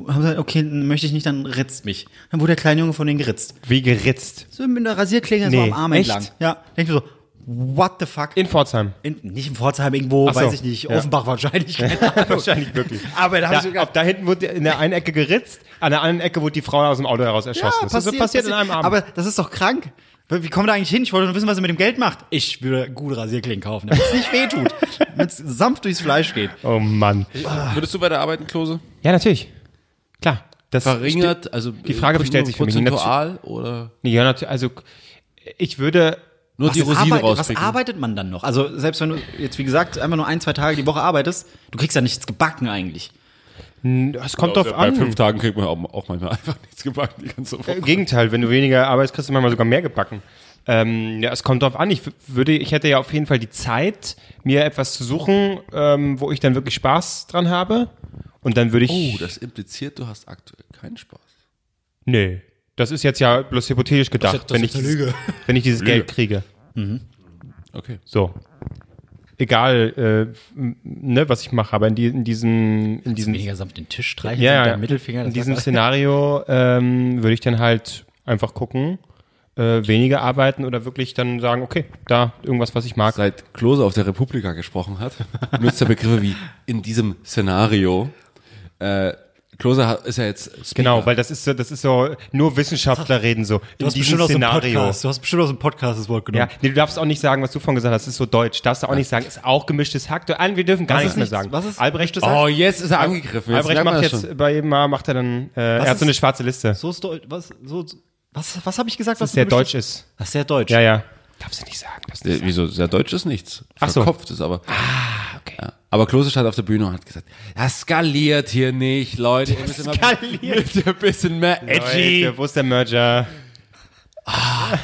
Speaker 4: Haben gesagt, okay, möchte ich nicht, dann ritzt mich. Dann wurde der kleine Junge von denen geritzt.
Speaker 1: Wie geritzt.
Speaker 4: So mit einer Rasierklinge so
Speaker 1: Nee,
Speaker 4: am Arm
Speaker 1: echt?
Speaker 4: entlang. Ja, denk ich mir so, what the fuck?
Speaker 1: In [laughs] Pforzheim.
Speaker 4: In, nicht in Pforzheim, irgendwo,
Speaker 1: Ach so,
Speaker 4: weiß ich nicht,
Speaker 1: ja.
Speaker 4: Offenbach wahrscheinlich.
Speaker 1: [laughs]
Speaker 4: Keine Ahnung.
Speaker 1: Wahrscheinlich wirklich.
Speaker 4: Aber da hab
Speaker 1: Da,
Speaker 4: ich so
Speaker 1: auf, da hinten wurde in der einen Ecke geritzt, an der anderen Ecke wurde die Frau aus dem Auto heraus erschossen.
Speaker 4: Ja,
Speaker 1: das ist so passiert in einem Abend.
Speaker 4: Aber das ist doch krank. Wie kommen wir da eigentlich hin? Ich wollte nur wissen, was er mit dem Geld macht. Ich würde gute Rasierklingen kaufen, damit es [laughs] nicht wehtut. damit es sanft durchs Fleisch geht.
Speaker 1: oh Mann.
Speaker 3: Würdest du weiterarbeiten, Klose?
Speaker 1: Ja, natürlich. Klar. Das
Speaker 3: verringert, also
Speaker 1: die Frage bestellt sich für mich.
Speaker 3: prozentual oder
Speaker 1: Nee, Ja, natürlich. Also, ich würde
Speaker 3: nur die Rosinen
Speaker 4: arbeit- was
Speaker 3: rauspicken.
Speaker 4: arbeitet man dann noch? Also selbst wenn du jetzt, wie gesagt, einfach nur ein, zwei Tage die Woche arbeitest, du kriegst ja nichts gebacken eigentlich.
Speaker 1: Es kommt drauf an. Äh,
Speaker 3: also Bei fünf Tagen kriegt man auch, auch manchmal [laughs] einfach nichts gebacken die ganze Woche.
Speaker 1: Im Gegenteil, wenn du weniger arbeitest, kriegst du manchmal sogar mehr gebacken. Ähm, ja, es kommt drauf an. Ich w- würde, ich hätte ja auf jeden Fall die Zeit, mir etwas zu suchen, ähm, wo ich dann wirklich Spaß dran habe. Und dann würde ich.
Speaker 3: Oh, das impliziert, du hast aktuell keinen Spaß.
Speaker 1: nee. Das ist jetzt ja bloß hypothetisch gedacht,
Speaker 4: das
Speaker 1: wenn, ich
Speaker 4: ist eine
Speaker 1: dieses- wenn ich dieses Geld kriege.
Speaker 3: Okay.
Speaker 1: So. Egal, äh, m- ne, was ich mache, aber in, die, in diesem, in diesem
Speaker 4: Weniger samt den Tisch streichen,
Speaker 1: ja,
Speaker 4: mit
Speaker 1: ja.
Speaker 4: deinem Mittelfinger.
Speaker 1: In
Speaker 4: das
Speaker 1: diesem
Speaker 4: sagt-
Speaker 1: Szenario ähm, würde ich dann halt einfach gucken, äh, weniger arbeiten oder wirklich dann sagen, okay, da irgendwas, was ich mag.
Speaker 3: Seit Klose auf der Republika gesprochen hat, benutzt er Begriffe wie in diesem Szenario. Äh, Klose hat- ist ja jetzt Speaker.
Speaker 1: Genau, weil das ist so, das ist so, nur Wissenschaftler reden so in diesem
Speaker 4: aus dem
Speaker 1: Szenario.
Speaker 4: Podcast- du hast bestimmt aus dem Podcast das Wort
Speaker 1: Ja, nee, du darfst auch nicht sagen, was du vorhin gesagt hast, das ist so deutsch. Darfst du auch nicht sagen, ist auch gemischtes Hack. Du- Nein, wir dürfen gar
Speaker 4: Was
Speaker 1: nichts
Speaker 4: ist
Speaker 1: mehr sagen.
Speaker 4: nichts? Was ist-
Speaker 1: Albrecht,
Speaker 3: Oh, jetzt ist er angegriffen. Jetzt
Speaker 1: Albrecht
Speaker 3: merkt man
Speaker 1: macht
Speaker 3: das
Speaker 1: jetzt bei jedem Mal macht er dann, äh, er hat so
Speaker 4: ist-
Speaker 1: eine schwarze Liste,
Speaker 4: So ist Deutsch, was, so, was, was habe ich gesagt? was
Speaker 1: dass der
Speaker 4: du
Speaker 1: deutsch
Speaker 4: bestimmt-
Speaker 1: ist.
Speaker 4: Das ist sehr deutsch.
Speaker 1: Ja, ja. Darfst du nicht sagen. Darfst du
Speaker 3: Äh,
Speaker 1: nicht
Speaker 3: Wieso? Sehr deutsch ist nichts.
Speaker 1: Ach so.
Speaker 3: Verkopft ist aber. Ah, okay. Ja. Aber Klose stand auf der Bühne und hat gesagt, das skaliert hier nicht, Leute. Ihr müsst immer
Speaker 1: Skaliert.
Speaker 3: ein bisschen mehr
Speaker 1: sagen. Leute,
Speaker 3: edgy.
Speaker 1: Wo ist der Merger?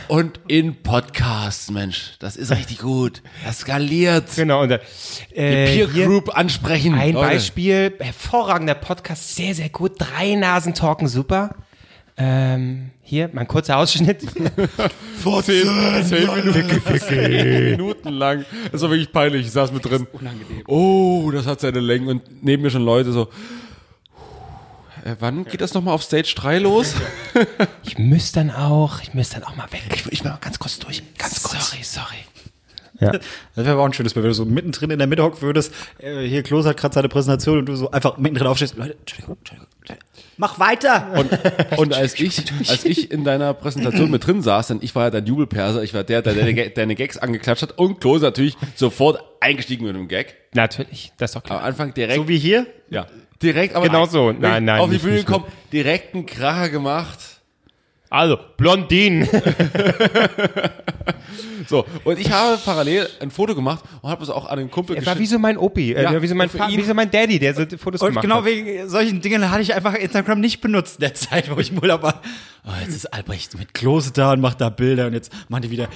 Speaker 3: Und in Podcasts, Mensch, das ist richtig gut. Das skaliert.
Speaker 1: Genau, und da, äh,
Speaker 3: Peer
Speaker 1: hier
Speaker 3: Group ansprechen.
Speaker 1: ein
Speaker 3: Leute.
Speaker 1: Beispiel, hervorragender Podcast, sehr, sehr gut. Drei Nasen talken super. Ähm, hier, mein kurzer
Speaker 3: [laughs]
Speaker 1: Ausschnitt.
Speaker 3: Zehn, zehn Minuten, zehn Minuten lang. Das war wirklich peinlich. Ich saß mit drin. Oh, das hat seine Längen. Und neben mir schon Leute so. Äh, wann geht das nochmal auf Stage 3 los?
Speaker 1: Ich müsste dann auch, ich müsste dann auch mal weg.
Speaker 3: Ich bin mal ganz kurz durch. Ganz kurz. Sorry, sorry.
Speaker 4: Das wäre aber auch ein schönes Bild, wenn du so mittendrin in der Mitte hocken würdest. Äh, hier, Klos hat gerade seine Präsentation und du so einfach mittendrin aufstehst. Leute, Entschuldigung, Entschuldigung, Entschuldigung. Mach weiter!
Speaker 3: Und, [laughs] und als, ich, als ich in deiner Präsentation mit drin saß, denn ich war ja dein Jubelperser, ich war der, der deine, Ga- deine Gags angeklatscht hat und Klose natürlich sofort eingestiegen mit einem Gag.
Speaker 1: Natürlich, das ist doch
Speaker 3: Am
Speaker 1: klar.
Speaker 3: Anfang direkt.
Speaker 4: so wie hier.
Speaker 3: ja. Direkt, aber
Speaker 1: Genau so. Nein, nein,
Speaker 3: Auf die
Speaker 1: nicht,
Speaker 3: Bühne
Speaker 1: nicht
Speaker 3: gekommen, direkt einen Kracher gemacht.
Speaker 1: Also, Blondinen.
Speaker 3: So, und ich habe parallel ein Foto gemacht und habe es auch an den Kumpel
Speaker 1: Er war
Speaker 3: geschickt.
Speaker 1: wie so mein Opi, äh,
Speaker 3: Ja,
Speaker 1: wie, so mein
Speaker 3: für
Speaker 1: Fa-
Speaker 3: ihn-
Speaker 1: wie so mein Daddy, der so Fotos
Speaker 4: Und
Speaker 1: gemacht
Speaker 4: genau
Speaker 1: hat.
Speaker 4: wegen solchen Dingen hatte ich einfach Instagram nicht benutzt in der Zeit, wo ich im Urlaub war. Oh, jetzt ist Albrecht mit Klose da und macht da Bilder und jetzt macht ihr wieder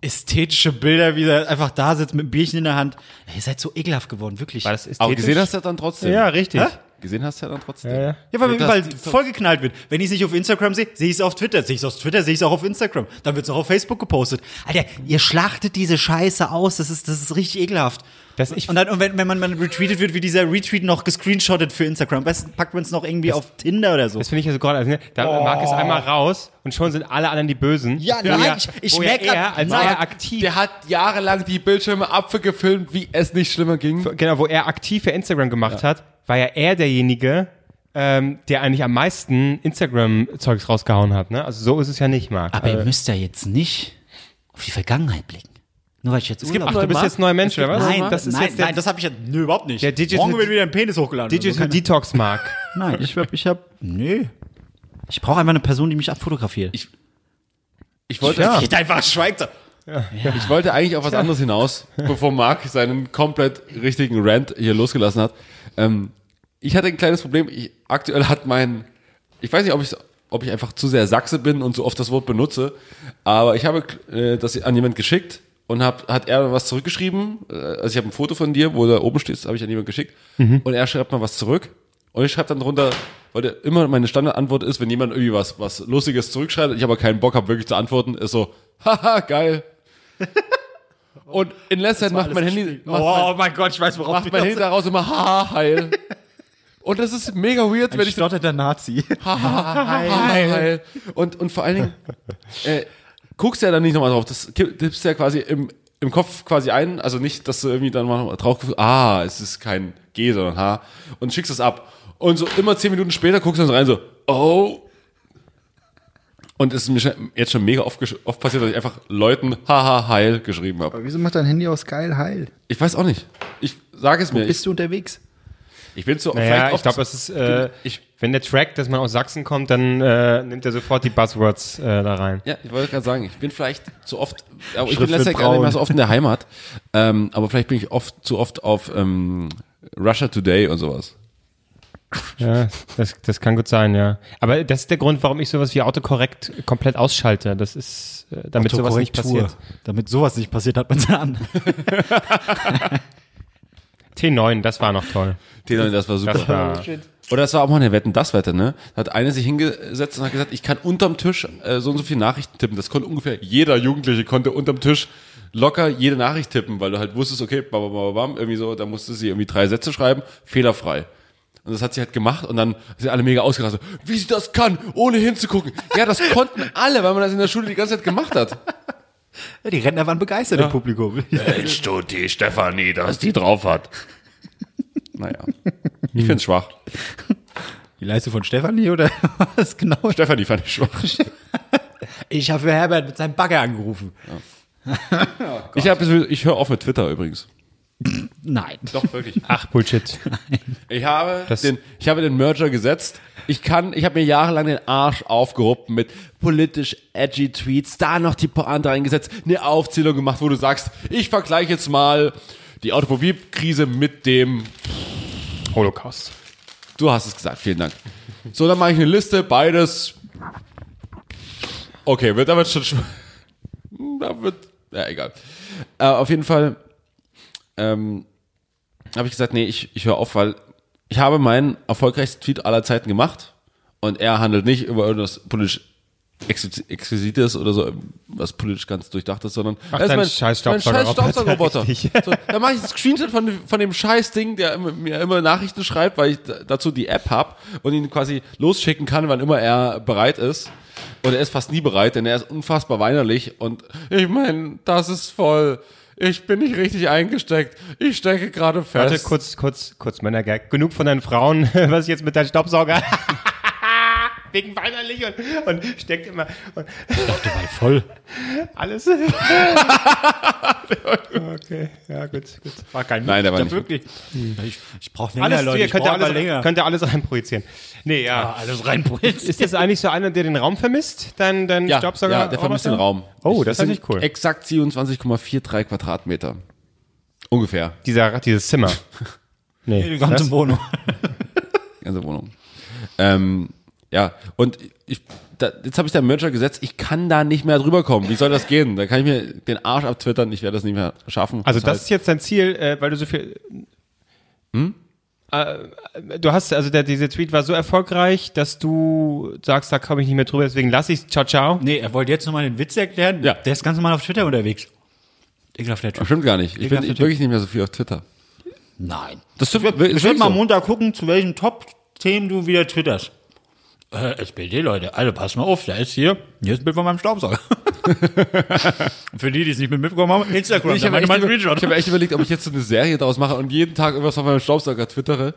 Speaker 4: ästhetische Bilder, wie er einfach da sitzt mit einem Bierchen in der Hand. Ey, Ihr seid so ekelhaft geworden, wirklich.
Speaker 1: War das ästhetisch?
Speaker 3: Aber gesehen hast du ja dann trotzdem.
Speaker 1: Ja, richtig.
Speaker 4: Hä?
Speaker 3: Gesehen hast du ja dann trotzdem.
Speaker 1: Ja, ja.
Speaker 4: Ja, weil mir
Speaker 3: Das-
Speaker 4: überall vollgeknallt wird. Wenn ich es nicht auf Instagram sehe, sehe ich es auf Twitter. Sehe ich es auf Twitter, sehe ich es auch auf Instagram. Dann wird es auch auf Facebook gepostet. Alter, ihr schlachtet diese Scheiße aus. Das ist, das ist richtig ekelhaft.
Speaker 1: Das- ich-
Speaker 4: und dann, und wenn, wenn man, man retweetet wird, wie dieser Retweet noch gescreenshottet für Instagram. Am besten packt man es noch irgendwie auf Tinder oder so.
Speaker 1: Das finde ich ja so gerade. Also, ne? Da mag es einmal raus und schon sind alle anderen die Bösen.
Speaker 4: Oh. Ja,
Speaker 1: Wo
Speaker 4: nein, ich- ich
Speaker 1: wo
Speaker 4: merk grad-
Speaker 1: er, als
Speaker 4: nein.
Speaker 1: er aktiv.
Speaker 3: Der hat jahrelang die Bildschirme abgefilmt, wie es nicht schlimmer ging.
Speaker 1: genau, wo er aktiv für Instagram gemacht hat, war ja er derjenige, ähm, der eigentlich am meisten Instagram-Zeugs rausgehauen hat. Ne? Also so ist es ja nicht, Marc.
Speaker 2: Aber ihr
Speaker 1: also,
Speaker 2: müsst ja jetzt nicht auf die Vergangenheit blicken. Nur weil ich jetzt
Speaker 1: ach, du bist jetzt neuer Mensch, oder was?
Speaker 4: nein,
Speaker 1: das ist
Speaker 4: nein,
Speaker 1: jetzt der
Speaker 4: nein, das habe ich ja, nö, überhaupt nicht.
Speaker 1: Der Digital-
Speaker 4: Morgen wird wieder ein Penis hochgeladen.
Speaker 1: Digital
Speaker 4: oder so.
Speaker 1: Detox, Marc.
Speaker 3: [laughs]
Speaker 4: Keine- Nein, ich hab, ich hab, nö. Ich brauche einfach eine Person, die mich abfotografiert. Ich,
Speaker 3: Ich wollte,
Speaker 4: ja. ich einfach schweigt. so.
Speaker 3: ich wollte eigentlich auf was anderes hinaus, bevor Marc seinen komplett richtigen Rant hier losgelassen hat. Ähm, ich hatte ein kleines Problem. Ich, aktuell hat mein, ich weiß nicht, ob ich, ob ich einfach zu sehr Sachse bin und so oft das Wort benutze, aber ich habe äh, das an jemand geschickt und hab, hat er was zurückgeschrieben. Äh, Also ich habe ein Foto von dir, wo du da oben stehst, habe ich an jemand geschickt und er schreibt mal was zurück und ich schreibe dann drunter, weil der- immer meine Standardantwort ist, wenn jemand irgendwie was, was Lustiges zurückschreibt und ich aber keinen Bock habe, wirklich zu antworten, ist so, [laughs] haha, geil. Und in letzter Zeit macht mein Handy, macht mein,
Speaker 4: Oh mein Gott, ich weiß, worauf
Speaker 3: macht mein Handy daraus immer haha heil. Und das ist mega weird, wenn ich so
Speaker 4: der [laughs] Nazi.
Speaker 3: haha heil. Und, und vor
Speaker 1: [laughs]
Speaker 3: allen Dingen, äh, guckst ja dann nicht nochmal drauf. Das kipp- tippst ja quasi im, im Kopf quasi ein. Also nicht, dass du irgendwie dann mal noch drauf, guckst, ah, es ist kein G, sondern H. Und schickst es ab. Und so immer zehn Minuten später guckst du dann so rein, so, oh. Und es ist mir schon, jetzt schon mega oft, gesch- oft passiert, dass ich einfach Leuten haha heil geschrieben habe.
Speaker 6: Aber wieso macht dein Handy aus geil heil?
Speaker 3: Ich weiß auch nicht. Ich sage es mir. Ich,
Speaker 6: Bist du unterwegs?
Speaker 3: ich bin so
Speaker 1: Naja,
Speaker 3: vielleicht
Speaker 1: ich
Speaker 3: oft-
Speaker 1: glaube, es ist, äh,
Speaker 3: ich-
Speaker 1: wenn der Track, dass man aus Sachsen kommt, dann äh, nimmt er sofort die Buzzwords äh, da rein.
Speaker 3: Ja, ich wollte gerade sagen, ich bin vielleicht zu oft, aber ich bin letztes Jahr
Speaker 4: wird
Speaker 3: gar nicht
Speaker 4: braun.
Speaker 3: mehr so oft in der Heimat, ähm, aber vielleicht bin ich oft zu oft auf ähm, Russia Today und sowas.
Speaker 1: Ja, das, das kann gut sein, ja. Aber das ist der Grund, warum ich sowas wie autokorrekt komplett ausschalte. Das ist, äh, damit sowas nicht passiert.
Speaker 4: Damit sowas nicht passiert, hat man es an. [laughs]
Speaker 1: T9, das war noch toll.
Speaker 3: T9, das war super.
Speaker 1: Das war,
Speaker 3: Oder das war auch mal eine Wetten, das Wette, ne? Da hat eine sich hingesetzt und hat gesagt, ich kann unterm Tisch äh, so und so viele Nachrichten tippen. Das konnte ungefähr jeder Jugendliche konnte unterm Tisch locker jede Nachricht tippen, weil du halt wusstest, okay, bam, bam, bam, bam, irgendwie so, da musste sie irgendwie drei Sätze schreiben, fehlerfrei. Und das hat sie halt gemacht und dann sind alle mega ausgerastet. Wie sie das kann, ohne hinzugucken. Ja, das konnten alle, weil man das in der Schule die ganze Zeit gemacht hat.
Speaker 4: Die Rentner waren begeistert im Publikum.
Speaker 3: Mensch, du, die Stefanie, dass die drauf hat. Naja, ich find's schwach.
Speaker 4: Die Leiste von Stefanie oder [laughs] was genau?
Speaker 3: Stefanie fand ich schwach.
Speaker 4: Ich habe für Herbert mit seinem Bagger angerufen.
Speaker 3: Ich, hab- ich höre auf mit Twitter übrigens.
Speaker 4: Nein.
Speaker 3: Doch, wirklich.
Speaker 1: ach, Bullshit.
Speaker 3: Ich habe,
Speaker 1: Das-
Speaker 3: den, ich habe den Merger gesetzt. Ich kann, ich habe mir jahrelang den Arsch aufgeruppt mit politisch edgy Tweets, da noch die Pointe reingesetzt, eine Aufzählung gemacht, wo du sagst, ich vergleiche jetzt mal die Automobilkrise mit dem,
Speaker 1: [laughs] Holocaust.
Speaker 3: du hast es gesagt, vielen Dank. So, dann mache ich eine Liste, beides. Okay, wird aber schon. schw- [laughs] Da wird. Ja, egal. Äh, auf jeden Fall ähm, habe ich gesagt, nee, ich, ich höre auf, weil ich habe meinen erfolgreichsten Tweet aller Zeiten gemacht und er handelt nicht über irgendwas politisch Exqui- Exquisites oder so, was politisch ganz durchdachtes, sondern
Speaker 1: Ach,
Speaker 3: er ist
Speaker 1: dein scheiß Staubsaugerroboter.
Speaker 3: scheiß
Speaker 1: [laughs]
Speaker 3: Staubsaugerroboter.
Speaker 1: Richtig.
Speaker 3: So, da mache ich einen Screenshot von, dem- von dem Scheißding, der immer- mir immer Nachrichten schreibt, weil ich d- dazu die App habe und ihn quasi losschicken kann, wann immer er bereit ist. Und er ist fast nie bereit, denn er ist unfassbar weinerlich und ich meine, das ist voll. Ich bin nicht richtig eingesteckt. Ich stecke gerade fest.
Speaker 1: Warte, kurz, kurz, kurz, Männergag. Genug von deinen Frauen, [laughs] was ist jetzt mit deinem Staubsauger? [laughs] Wegen weinerlich und, und steckt immer. Und [laughs] ich dachte, war voll. Alles. [laughs] okay, ja, gut, gut. War kein
Speaker 3: Nein, der war nicht.
Speaker 1: Wirklich.
Speaker 4: Ich brauche
Speaker 1: Alles, ihr könnt ja
Speaker 4: brauch aber
Speaker 1: alles, könnt ihr alles reinprojizieren. Nee, ja.
Speaker 4: Alles reinbrüllen.
Speaker 1: Ist das eigentlich so einer, der den Raum vermisst? Dein, dein
Speaker 3: Ja,
Speaker 1: Staubsauger?
Speaker 3: ja, der vermisst den Raum.
Speaker 1: Oh, das ist
Speaker 3: sind
Speaker 1: nicht cool.
Speaker 3: Exakt 27,43 Quadratmeter. Ungefähr.
Speaker 1: Dieser, dieses
Speaker 3: [laughs]
Speaker 1: Zimmer. Nee,
Speaker 4: Die ganze Wohnung.
Speaker 3: Die ganze Wohnung. Ähm, ja, und ich, da, jetzt habe ich da Merger gesetzt. Ich kann da nicht mehr drüber kommen. Wie soll das gehen? Da kann ich mir den Arsch abtwittern. Ich werde das nicht mehr schaffen.
Speaker 1: Also das ist jetzt dein Ziel, äh, weil du so viel. Hm? Äh, du hast, also der, dieser Tweet war so erfolgreich, dass du sagst, da komme ich nicht mehr drüber, deswegen lass ich Ciao, ciao.
Speaker 4: Nee, er wollte jetzt nochmal den Witz erklären.
Speaker 3: Ja.
Speaker 4: Der ist ganz normal auf Twitter unterwegs. Ekelhafter Typ.
Speaker 3: Stimmt gar nicht. Ich bin
Speaker 4: Ekelhafter Typ.
Speaker 3: wirklich nicht mehr so viel auf Twitter.
Speaker 4: Nein.
Speaker 3: Das stimmt, wirklich-
Speaker 4: Ich
Speaker 3: ist
Speaker 4: würde
Speaker 3: wirklich
Speaker 4: mal
Speaker 3: so.
Speaker 4: am Montag gucken, zu welchen Top-Themen du wieder twitterst. Äh, SPD, Leute, also pass mal auf, da ist hier, hier ist ein Bild von meinem Staubsauger. [laughs] Für die, die es nicht mit mitbekommen haben, Instagram,
Speaker 3: Ich habe
Speaker 4: meine
Speaker 3: echt,
Speaker 4: mein
Speaker 3: über- ich
Speaker 4: Screenshot.
Speaker 3: hab echt überlegt, ob ich jetzt so eine Serie daraus mache und jeden Tag irgendwas von meinem Staubsauger twittere.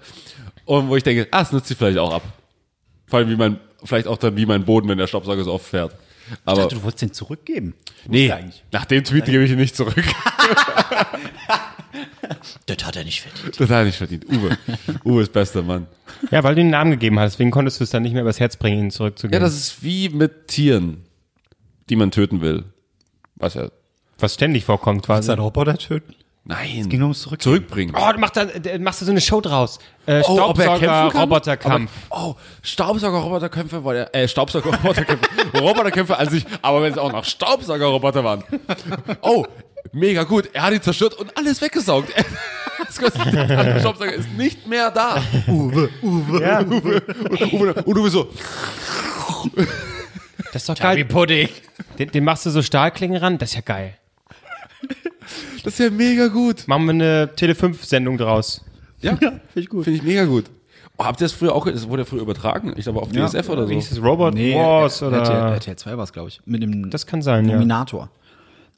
Speaker 3: Und wo ich denke, ah, das nutzt sie vielleicht auch ab. Vor allem wie mein, vielleicht auch dann wie mein Boden, wenn der Staubsauger so oft fährt. Aber
Speaker 4: Du wolltest den zurückgeben.
Speaker 3: nee,
Speaker 4: eigentlich.
Speaker 3: nach dem Tweet gebe ich ihn nicht zurück.
Speaker 2: Das hat er nicht verdient.
Speaker 3: Das hat er nicht verdient. Uwe. Uwe ist bester Mann.
Speaker 1: Ja, weil du den Namen gegeben hast, deswegen konntest du es dann nicht mehr übers Herz bringen, ihn
Speaker 3: Ja,
Speaker 1: zurückzugeben.
Speaker 3: das ist wie mit Tieren, die man töten will. Was ja.
Speaker 1: was ständig vorkommt quasi.
Speaker 4: Sein Roboter töten.
Speaker 3: Nein. Es
Speaker 4: ging nur ums Zurückbringen.
Speaker 3: Zurückbringen.
Speaker 1: Oh, du machst da, äh, machst da so eine Show draus. Äh,
Speaker 3: Oh, ob er kämpfen kann?
Speaker 1: Staubsauger-Roboterkampf.
Speaker 3: Aber- Oh, Staubsauger-Roboterkämpfe war der, äh, Staubsauger-Roboterkämpfe, [laughs] Roboterkämpfe an sich, aber wenn es auch noch Staubsauger-Roboter waren. Oh, mega gut, er hat ihn zerstört und alles weggesaugt. [laughs] Das ist quasi- Der Staubsauger ist nicht mehr da. Uwe, Uwe, Uwe. Und Uwe, und Uwe so,
Speaker 1: Das ist doch geil.
Speaker 5: Pudding.
Speaker 1: Den, den machst du so Stahlklingen ran, das ist ja geil.
Speaker 3: das ist ja mega gut.
Speaker 1: Machen wir eine Tele5-Sendung draus.
Speaker 3: Ja, finde ich gut. Finde ich mega gut. Oh, habt ihr das früher auch, das wurde ja früher übertragen, ich glaube auf DSF oder
Speaker 1: Wie
Speaker 3: so.
Speaker 1: hieß das? Robot Wars oder...
Speaker 4: RTL, 2 war es, glaube ich. Mit dem
Speaker 1: Das kann sein, ja.
Speaker 4: Nominator.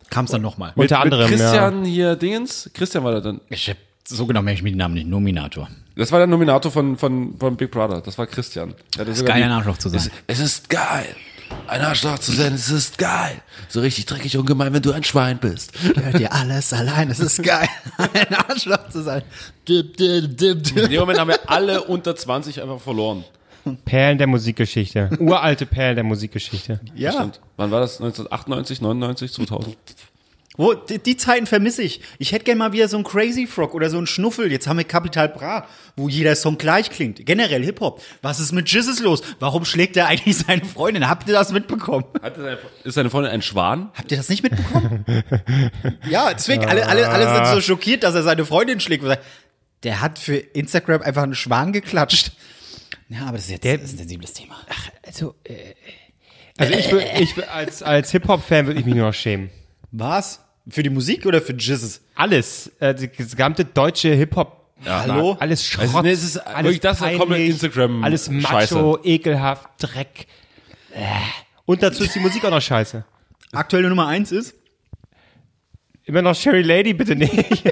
Speaker 4: Kam es dann nochmal.
Speaker 1: Unter anderem, ja.
Speaker 3: Christian hier Dingens, Christian war da dann.
Speaker 4: Ich hab, so genau merke ich mir den Namen nicht. Nominator.
Speaker 3: Das war der Nominator von, von, von Big Brother. Das war Christian. Der das
Speaker 4: Geiler Nachschlag zu sein.
Speaker 3: Es ist geil. Ein Arschloch zu sein, es ist geil. So richtig dreckig und gemein, wenn du ein Schwein bist. [laughs]
Speaker 2: Hört ihr alles allein? Es ist
Speaker 5: [laughs]
Speaker 2: geil, ein Arschloch zu sein. Dip, dip, dip, dip.
Speaker 3: In dem Moment haben wir alle unter 20 einfach verloren.
Speaker 1: Perlen der
Speaker 3: [laughs]
Speaker 1: Musikgeschichte. Uralte Perlen der Musikgeschichte.
Speaker 3: Ja. Stimmt. Wann war das? 1998, 99, 2000?
Speaker 5: Wo, die, die Zeiten vermisse ich. Ich hätte gerne mal wieder so einen Crazy Frog oder so einen Schnuffel. Jetzt haben wir Capital Bra, wo jeder Song gleich klingt. Generell Hip-Hop. Was ist mit Jizzes los? Warum schlägt er eigentlich [laughs] seine Freundin? Habt ihr das mitbekommen?
Speaker 3: Hatte seine, ist seine Freundin ein Schwan?
Speaker 5: Habt ihr das
Speaker 3: [laughs]
Speaker 5: nicht mitbekommen? ja, deswegen, alle, alle, alle sind so schockiert, dass er seine Freundin schlägt. Und sagt, Der hat für Instagram einfach einen Schwan geklatscht.
Speaker 2: Ja, aber das ist jetzt das ist ein sensibles Thema.
Speaker 1: Also, äh, also ich, wür- ich wür- als, als Hip-Hop-Fan würde ich mich nur noch schämen.
Speaker 5: Was? Für die Musik oder für Jizzes?
Speaker 1: Alles, äh, die gesamte deutsche Hip-Hop,
Speaker 5: Hallo?
Speaker 1: alles Schrott,
Speaker 3: Also, nee, es ist wirklich das, da kommt mit Instagram
Speaker 1: alles macho, ekelhaft, Dreck. Äh. Und dazu ist die Musik auch noch scheiße.
Speaker 5: Aktuelle Nummer eins ist?
Speaker 1: Immer noch Sherry Lady, bitte nicht.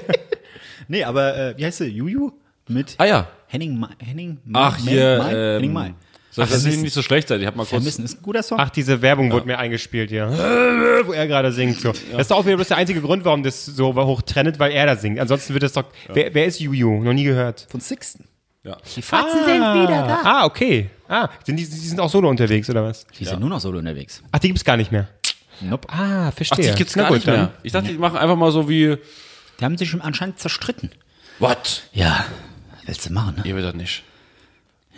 Speaker 5: Nee, aber äh, wie heißt sie? Juju? Mit
Speaker 3: Ah ja.
Speaker 5: Henning Ma Henning Ma
Speaker 3: Ach, hier.
Speaker 5: Ma
Speaker 3: ähm,
Speaker 5: Henning Mai.
Speaker 3: Soll das nicht nicht so schlecht sein? Ich hab mal kurz.
Speaker 5: Vermissen ist ein guter Song.
Speaker 1: Ach, diese Werbung wurde mir eingespielt hier. [laughs] Wo er gerade singt. So. Das ist doch auch wieder bloß der einzige Grund, warum das so hoch trennt, weil er da singt. Ansonsten wird das doch. Wer, wer ist Juju? Noch nie gehört.
Speaker 5: Von Sixten.
Speaker 3: Ja.
Speaker 1: Ah, okay. Ah, sind die, die sind auch solo unterwegs, oder was?
Speaker 4: Die sind nur noch solo unterwegs.
Speaker 1: Ach, die gibt's gar nicht mehr.
Speaker 4: Nope.
Speaker 1: Ah, verstehe.
Speaker 3: Ach, die gibt's
Speaker 1: Na
Speaker 3: gar
Speaker 1: gut,
Speaker 3: nicht mehr.
Speaker 1: dann-
Speaker 3: Ich dachte, die machen einfach mal so wie.
Speaker 4: Die haben sich schon anscheinend zerstritten.
Speaker 3: What?
Speaker 2: Ja, willst du machen, ne?
Speaker 3: Ihr wird das nicht.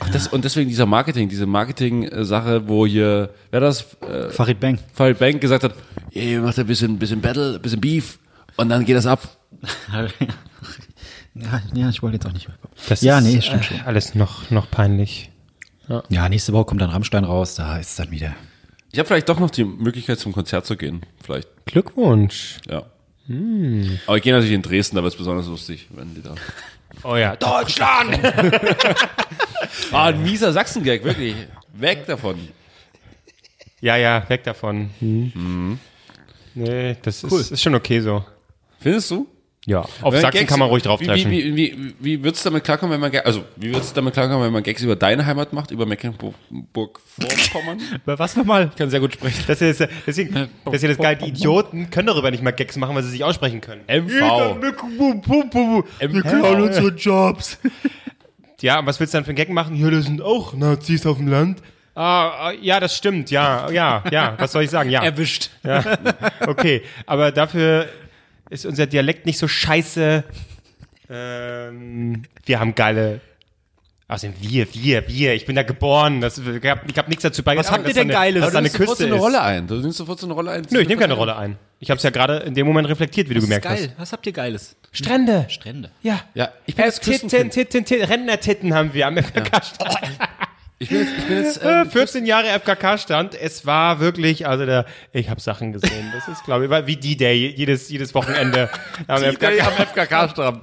Speaker 3: Ach, das, und deswegen dieser Marketing, diese Marketing-Sache, wo hier, wer das, äh,
Speaker 5: Farid Bang.
Speaker 3: Farid Bank gesagt hat, ey, ihr macht ein bisschen, bisschen Battle, ein bisschen Beef und dann geht das ab.
Speaker 5: [laughs]
Speaker 4: ja, ja, ich wollte jetzt auch nicht mehr.
Speaker 1: Das
Speaker 4: ja,
Speaker 1: ist
Speaker 4: nee, stimmt schon.
Speaker 1: äh, alles noch, noch peinlich.
Speaker 4: äh, Ja, nächste Woche kommt dann Rammstein raus, da ist es dann wieder.
Speaker 3: Ich habe vielleicht doch noch die Möglichkeit, zum Konzert zu gehen. Vielleicht,
Speaker 1: Glückwunsch.
Speaker 3: ja. Aber ich gehe natürlich in Dresden, da wird es besonders lustig, wenn die da.
Speaker 1: Oh ja.
Speaker 3: Deutschland! ah, ein mieser Sachsen-Gag, wirklich. [laughs] Weg davon.
Speaker 1: Ja, ja, weg davon.
Speaker 3: Mhm.
Speaker 1: Mhm. Nee, das ist, ist schon okay so.
Speaker 3: Findest du?
Speaker 1: Ja. Auf
Speaker 3: Wenn
Speaker 1: Sachsen
Speaker 3: Äh, Gags-
Speaker 1: kann man ruhig drauf
Speaker 3: wie,
Speaker 1: dreschen.
Speaker 3: Wie, wie, wie, wie würdest du damit klarkommen, wenn man Gags, also wie würdest du damit klarkommen, wenn man Gags über deine Heimat macht, über Mecklenburg-Vorpommern?
Speaker 1: [laughs] Über was nochmal? Ich kann sehr gut sprechen. Das hier ist, deswegen,
Speaker 5: Ne,
Speaker 1: das hier ist geil. Die Idioten können darüber nicht mal Gags machen, weil sie sich aussprechen können.
Speaker 3: MV. MV.
Speaker 4: Äh.
Speaker 1: Ja, und was willst du dann für einen Gag machen? Ja, das sind auch Nazis auf dem Land. Ah, ah, ja, das stimmt, ja, ja, ja. Was soll ich sagen? Ja.
Speaker 5: [laughs] Erwischt.
Speaker 1: Okay, aber dafür ist unser Dialekt nicht so scheiße. Ähm, wir haben geile. Also wir, wir, wir. Ich bin da geboren. Das, ich habe ich hab nichts dazu beigetragen.
Speaker 5: habt
Speaker 1: dass
Speaker 5: ihr
Speaker 1: da
Speaker 5: denn
Speaker 1: eine-
Speaker 5: Geiles?
Speaker 1: Dass da eine
Speaker 3: sofort so
Speaker 1: Küste
Speaker 3: eine
Speaker 1: ist.
Speaker 3: Rolle ein. Du nimmst sofort so eine Rolle ein.
Speaker 1: Nö, ich nehme keine Rolle ein. Ich habe es ja gerade in dem Moment reflektiert, wie du gemerkt hast.
Speaker 5: Was habt ihr Geiles?
Speaker 1: Strände.
Speaker 5: Strände.
Speaker 1: Ja. Äh,
Speaker 3: Ja, ich bin jetzt
Speaker 1: Titten,
Speaker 3: Küstenkind.
Speaker 1: Titten, Titten, Rentnertitten haben wir am FKK-Stand.
Speaker 3: Ich bin jetzt, ich bin
Speaker 1: [laughs]
Speaker 3: jetzt äh,
Speaker 1: 14 Jahre FKK-Stand. Es war wirklich, also der, ich habe Sachen gesehen. Das ist, glaube ich, war wie D-Day, jedes, jedes Wochenende am
Speaker 3: [laughs] D-Day
Speaker 1: FKK.
Speaker 3: am FKK-Strand.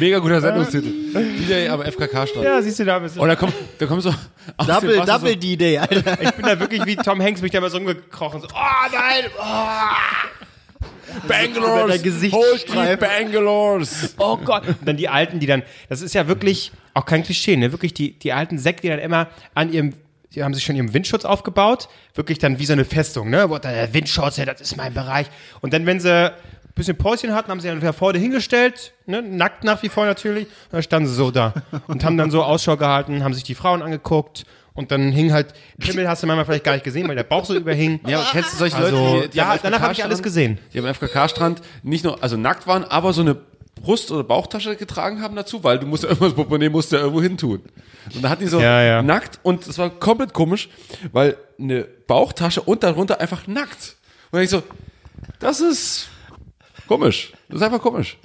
Speaker 3: Mega guter Sendungstitel. D-Day am FKK-Strand.
Speaker 1: Ja, siehst du, da bist du.
Speaker 3: Und da kommt, da kommt so aus
Speaker 4: Double,
Speaker 3: dem Wasser
Speaker 4: double D-Day, Alter.
Speaker 1: Ich bin da wirklich wie Tom Hanks, mich da mal so umgekrochen. So, oh nein! Oh,
Speaker 3: so Bangalore,
Speaker 4: dein Gesicht
Speaker 3: holt die
Speaker 4: streifen.
Speaker 3: Bangalores.
Speaker 1: oh Gott! Und dann die Alten, die dann, das ist ja wirklich auch kein Klischee, ne? Wirklich die, die alten Säcke, die dann immer an ihrem, die haben sich schon ihren Windschutz aufgebaut, wirklich dann wie so eine Festung, ne? What, der Windschutz, ja, das ist mein Bereich. Und dann, wenn sie ein bisschen Päuschen hatten, haben sie dann wieder vorne hingestellt, ne? nackt nach wie vor natürlich, und dann standen sie so da und haben dann so Ausschau gehalten, haben sich die Frauen angeguckt und dann hing halt, Pimmel hast du manchmal vielleicht gar nicht gesehen, weil der Bauch so überhing.
Speaker 3: Ja, aber kennst du solche
Speaker 1: Also,
Speaker 3: Leute, die, die
Speaker 1: ja,
Speaker 3: am
Speaker 1: danach habe ich
Speaker 3: FKK-Strand
Speaker 1: alles gesehen.
Speaker 3: Die am FKK-Strand nicht nur, also nackt waren, aber so eine Brust- oder Bauchtasche getragen haben dazu, weil du musst ja irgendwas Portemonnaie musst du ja irgendwo hin tun. Und da hatten die so
Speaker 1: Ja, ja.
Speaker 3: nackt und es war komplett komisch, weil eine Bauchtasche und darunter einfach nackt. Und ich so, das ist komisch. Das ist einfach komisch.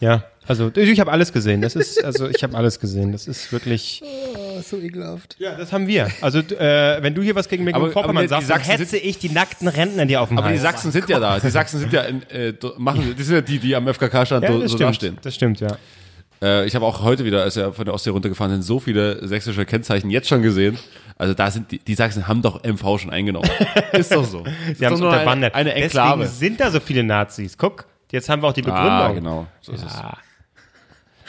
Speaker 1: Ja, also ich, ich habe alles gesehen. Das ist, also ich habe alles gesehen. Das ist wirklich.
Speaker 6: Oh, so ekelhaft.
Speaker 1: Ja, das haben wir. Also d- äh, wenn du hier was gegen
Speaker 3: aber die
Speaker 1: Mecklenburg-Vorpommern sagst, dann
Speaker 3: Sachsen
Speaker 1: hetze ich die nackten Rentner dir auf den
Speaker 3: Aber die
Speaker 1: Hals.
Speaker 3: Sachsen sind ja da. Die Sachsen sind ja in, äh, do- machen, die sind ja die, die am FKK-Stand
Speaker 1: ja,
Speaker 3: so,
Speaker 1: das
Speaker 3: so dastehen.
Speaker 1: stimmt. Das stimmt, ja.
Speaker 3: Äh, ich habe auch heute wieder, als wir von der Ostsee runtergefahren sind, so viele sächsische Kennzeichen jetzt schon gesehen. Also da sind die, die Sachsen haben doch MV
Speaker 1: [laughs]
Speaker 3: schon eingenommen. Ist doch so.
Speaker 1: Sie haben es unterwandert.
Speaker 3: Eine, eine Enklave.
Speaker 1: Deswegen sind da so viele Nazis. Guck, jetzt haben wir auch die Begründung. Ah.
Speaker 3: ah, genau. So ist es.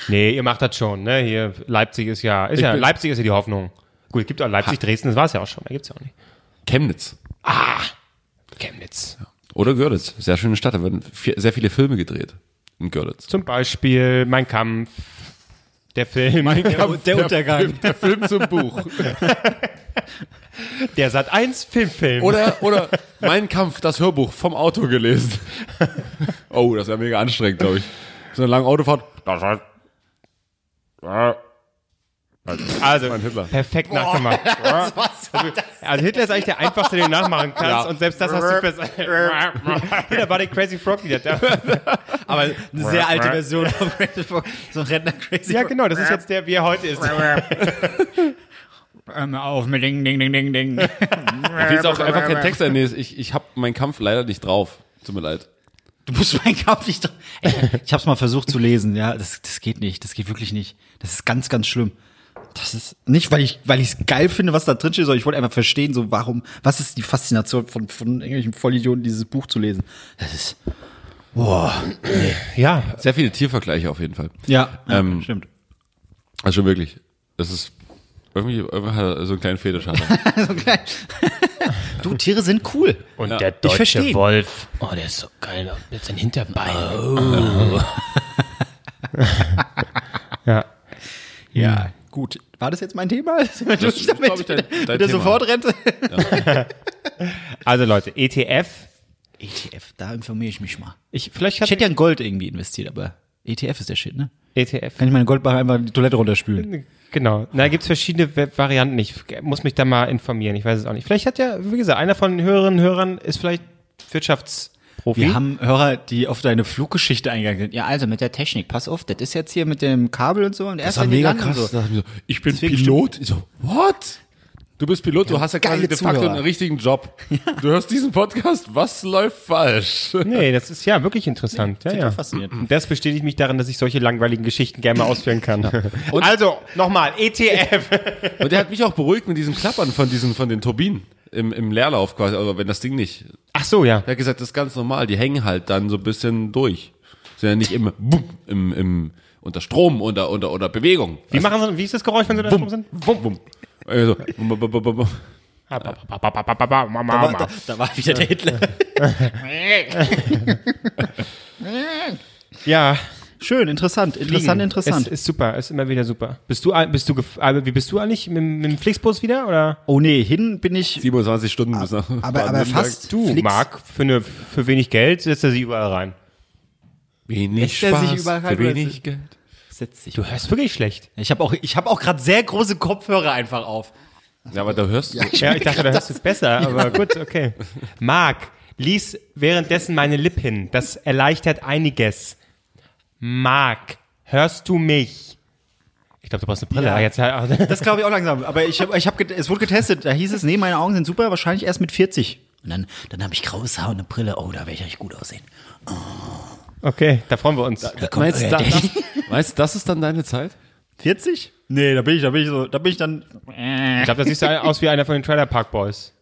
Speaker 1: Nee, ihr macht das schon. Ne? Hier Leipzig ist ja, ist
Speaker 3: Ich
Speaker 1: ja
Speaker 3: bin-
Speaker 1: Leipzig ist ja die Hoffnung. Gut, es gibt auch Leipzig, Dresden, das war es ja auch schon. Da gibt's ja auch nicht.
Speaker 3: Chemnitz
Speaker 1: Chemnitz.
Speaker 3: oder Görlitz. Sehr schöne Stadt. Da werden viel, sehr viele Filme gedreht in Görlitz.
Speaker 1: Zum Beispiel Mein Kampf, der Film,
Speaker 5: Der Untergang.
Speaker 3: Der Film zum Buch.
Speaker 1: [laughs] der Sat 1 Filmfilm.
Speaker 3: Oder, oder Mein Kampf, das Hörbuch vom
Speaker 1: [laughs]
Speaker 3: Auto gelesen. Oh, das wäre mega anstrengend, glaube ich. So eine lange Autofahrt. Das heißt, äh,
Speaker 1: Also,
Speaker 3: Mein Hitler.
Speaker 1: perfekt nachgemacht. also, also Hitler ist eigentlich der einfachste, den du nachmachen kannst.
Speaker 3: Ja.
Speaker 1: Und selbst das hast du [laughs] fürs...
Speaker 4: [laughs]
Speaker 1: Hitler war der Crazy Frog wieder. Der,
Speaker 5: Aber eine sehr alte Version von Crazy Frog. So ein Rentner Crazy
Speaker 1: ja,
Speaker 5: Frog.
Speaker 1: genau, das
Speaker 4: [laughs]
Speaker 1: ist jetzt der, wie er heute ist.
Speaker 5: Hör mal auf mit Ding, Ding, Ding, Ding, Ding.
Speaker 3: Da fehlt auch einfach kein Text ein. Nee, ich, ich habe meinen Kampf leider nicht drauf. Tut mir leid.
Speaker 4: Du musst meinen Kampf nicht dran. Ey, Ich hab's mal versucht zu lesen, ja. Das, das geht nicht. Das geht wirklich nicht. Das ist ganz, ganz schlimm. Das ist nicht, weil ich, weil ich es geil finde, was da drin steht, sondern ich wollte einfach verstehen, so warum, was ist die Faszination von, von irgendwelchen Vollidioten, dieses Buch zu lesen. Das ist. Boah.
Speaker 1: Ja,
Speaker 3: Sehr viele Tiervergleiche auf jeden Fall.
Speaker 4: Ja,
Speaker 3: Ähm,
Speaker 4: stimmt.
Speaker 3: Also wirklich. Das ist irgendwie, irgendwie hat er so einen kleinen Fetisch. Hat er.
Speaker 4: So klein. du, Tiere sind cool.
Speaker 1: und
Speaker 3: Ja.
Speaker 1: der
Speaker 4: Ich verstehe.
Speaker 1: deutsche Wolf.
Speaker 2: Oh, der ist so geil. Mit seinem Hinterbein.
Speaker 1: Oh. [laughs] Ja.
Speaker 4: Ja. Gut. War das jetzt mein Thema? [laughs] Das
Speaker 3: Hm. ist, glaub ich, dein- dein
Speaker 4: der
Speaker 3: Thema.
Speaker 4: Sofortrente?
Speaker 1: Also Leute, ETF.
Speaker 4: ETF, E da informiere ich mich mal.
Speaker 1: Ich, vielleicht
Speaker 4: Ich
Speaker 1: hat
Speaker 4: hätte ja in Gold irgendwie investiert, aber ETF ist der Shit, ne?
Speaker 1: ETF.
Speaker 4: Kann ich meine Goldbarre einfach in die Toilette runterspülen?
Speaker 1: Genau. Na, gibt's verschiedene Web- Varianten. Ich muss mich da mal informieren. Ich weiß es auch nicht. Vielleicht hat ja, wie gesagt, einer von den Hörerinnen und Hörern ist vielleicht Wirtschaftsprofi.
Speaker 4: Wir haben Hörer, die auf deine Fluggeschichte eingegangen sind. Ja, also mit der Technik, pass auf, das ist jetzt hier mit dem Kabel und so und
Speaker 3: Das
Speaker 4: erst
Speaker 3: war
Speaker 4: wenn die
Speaker 3: mega
Speaker 4: landen und
Speaker 3: krass.
Speaker 4: So.
Speaker 3: Da dachte ich mir so, Ich bin
Speaker 4: Deswegen
Speaker 3: Pilot. Ich so, what? Du bist Pilot, du hast ja quasi
Speaker 4: geile
Speaker 3: de facto
Speaker 4: Zuhörer.
Speaker 3: einen richtigen Job. Du hörst diesen Podcast, was läuft falsch?
Speaker 1: nee, das ist ja wirklich interessant. Ja, ja.
Speaker 4: Faszinierend.
Speaker 1: Und Das bestätigt mich darin, dass ich solche langweiligen Geschichten gerne mal ausführen kann. [laughs] also, nochmal,
Speaker 4: [laughs]
Speaker 1: ETF.
Speaker 3: Und der hat mich auch beruhigt mit diesem Klappern von diesen, von den Turbinen im, im Leerlauf quasi, also wenn das Ding nicht.
Speaker 1: Ach so, ja.
Speaker 3: Er hat gesagt, das ist ganz normal, die hängen halt dann so ein bisschen durch. Sind ja nicht immer bumm, im, im, unter Strom, unter, unter, unter Bewegung.
Speaker 1: Wie machen sie, wie ist das Geräusch, wenn sie da drum sind? Wumm, wumm.
Speaker 3: Also, bum, bum, bum, bum, bum.
Speaker 1: Ah, ba, ba, ba, ba, ba, ba, ba, ma, ma, ma.
Speaker 4: Da war wieder der Hitler.
Speaker 1: Ja,
Speaker 4: [laughs] Schön, interessant, interessant, interessant.
Speaker 1: Es ist super, es ist immer wieder super. Bist du, ein- bist du, gef- aber wie bist du eigentlich mit, mit dem Flixbus wieder oder?
Speaker 4: oh nee, hin bin ich
Speaker 3: 27 Stunden bis nach
Speaker 6: aber
Speaker 3: Baden-Württemberg.
Speaker 6: fast.
Speaker 1: Du,
Speaker 4: Flix.
Speaker 1: Marc, für, eine, für wenig Geld setzt er sich überall rein.
Speaker 3: Wenig
Speaker 4: Lässt er sich
Speaker 3: Spaß,
Speaker 4: überall
Speaker 3: für
Speaker 4: rein, oder
Speaker 3: wenig
Speaker 4: ist-
Speaker 3: Geld.
Speaker 4: sitzig.
Speaker 1: Du hörst wirklich schlecht.
Speaker 4: Ich habe auch, ich hab auch gerade sehr große Kopfhörer einfach auf.
Speaker 3: Ja, aber da hörst du.
Speaker 1: Ja, ich dachte, da hörst du es
Speaker 2: [laughs]
Speaker 1: besser, aber gut, okay. Marc, lies währenddessen meine Lippen. Das erleichtert einiges. Marc, hörst du mich? Ich glaube, du brauchst eine Brille. Jetzt,
Speaker 4: Das glaube ich auch langsam. Aber ich hab, ich hab get- es wurde getestet. Da hieß es, nee, meine Augen sind super, wahrscheinlich erst mit 40.
Speaker 2: Und dann, dann habe ich graues Haar und eine Brille. Oh, da werde ich richtig gut aussehen.
Speaker 1: [laughs] okay, da freuen wir uns.
Speaker 2: Da kommt
Speaker 3: Meinst
Speaker 4: äh,
Speaker 3: du,
Speaker 2: euer
Speaker 3: da,
Speaker 2: Daddy.
Speaker 4: [laughs]
Speaker 3: das, meinst, du, das ist dann deine Zeit?
Speaker 4: 40? Nee, da bin ich, da bin ich so, da bin ich dann. äh.
Speaker 1: Ich glaube, das siehst du aus wie einer von den Trailer Park Boys.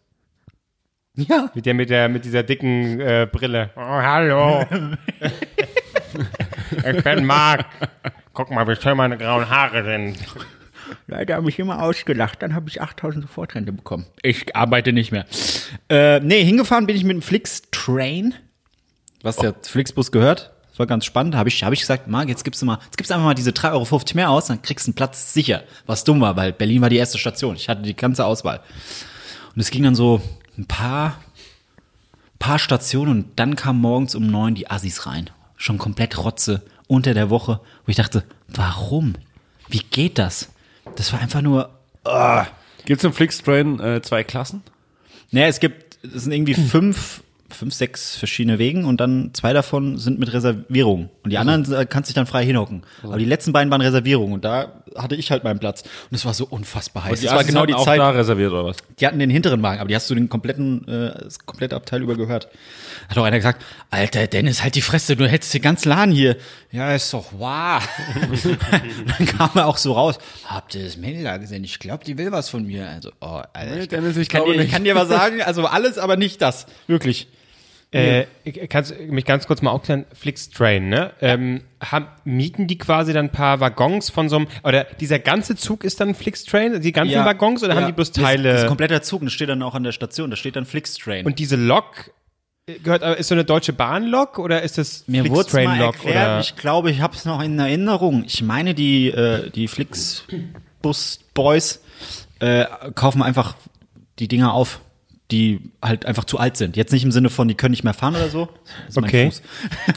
Speaker 4: Ja.
Speaker 1: Mit der, mit der, mit dieser dicken äh, Brille. Oh, [laughs] hallo. ich bin Marc. Äh, Guck mal, wie schön meine grauen Haare sind.
Speaker 6: Leider haben mich immer ausgelacht. Dann habe ich 8000 Sofortrente bekommen.
Speaker 4: Ich arbeite nicht mehr. Äh, nee, hingefahren bin ich mit dem Flix-Train. Was der Flixbus gehört. Das war ganz spannend. Habe ich, hab ich gesagt, Marc, jetzt gibst du mal, jetzt gibst du einfach mal diese 3,50 Euro mehr aus, dann kriegst du einen Platz sicher. Was dumm war, weil Berlin war die erste Station. Ich hatte die ganze Auswahl. Und es ging dann so ein paar, paar Stationen und dann kam morgens um neun die Assis rein. Schon komplett Rotze unter der Woche, wo ich dachte, warum? Wie geht das? Das war einfach nur
Speaker 3: Gibt es im Flixtrain äh, zwei Klassen?
Speaker 4: Naja, es gibt, es sind irgendwie fünf, fünf, sechs verschiedene Wegen und dann zwei davon sind mit Reservierung. Und die anderen äh, kannst dich dann frei hinhocken. Aber die letzten beiden waren Reservierung und da hatte ich halt meinen Platz. Und es war so unfassbar heiß. Das war genau die Zeit.
Speaker 3: da reserviert oder was?
Speaker 4: Die hatten den hinteren Wagen, aber die hast du den kompletten, äh, das komplette Abteil über gehört. Hat auch einer gesagt, Alter, Dennis, halt die Fresse, du hättest den ganzen Laden hier. Ja, ist doch wahr. [laughs] dann kam er auch so raus, habt ihr das Mädel da gesehen? Ich glaube, die will was von mir. Also, oh, Alter.
Speaker 3: Nee,
Speaker 4: ich-
Speaker 3: Dennis, ich
Speaker 4: kann
Speaker 3: glaube
Speaker 4: dir,
Speaker 3: nicht.
Speaker 4: Ich kann dir was sagen, also alles, aber nicht das. Wirklich.
Speaker 1: Äh, ich- kannst du mich ganz kurz mal aufklären? Flixtrain, ne? Ähm, haben, mieten die quasi dann ein paar Waggons von so einem, oder dieser ganze Zug ist dann Flixtrain, die ganzen Waggons, oder haben die bloß Teile?
Speaker 4: Das ist ein kompletter Zug, und das steht dann auch an der Station, da steht dann Flixtrain.
Speaker 1: Und diese Lok äh, gehört, aber- ist so eine deutsche Bahn-Lok oder ist das
Speaker 4: Mir wurde mal
Speaker 1: Flixtrain-Lok?
Speaker 4: erklärt,
Speaker 1: oder-
Speaker 4: ich glaube, ich habe es noch in Erinnerung. Ich meine, die, äh, die Flixbus-Boys äh, kaufen einfach die Dinger auf, die halt einfach zu alt sind. Jetzt nicht im Sinne von, die können nicht mehr fahren oder so. Das ist mein
Speaker 1: Okay.
Speaker 4: Fuß.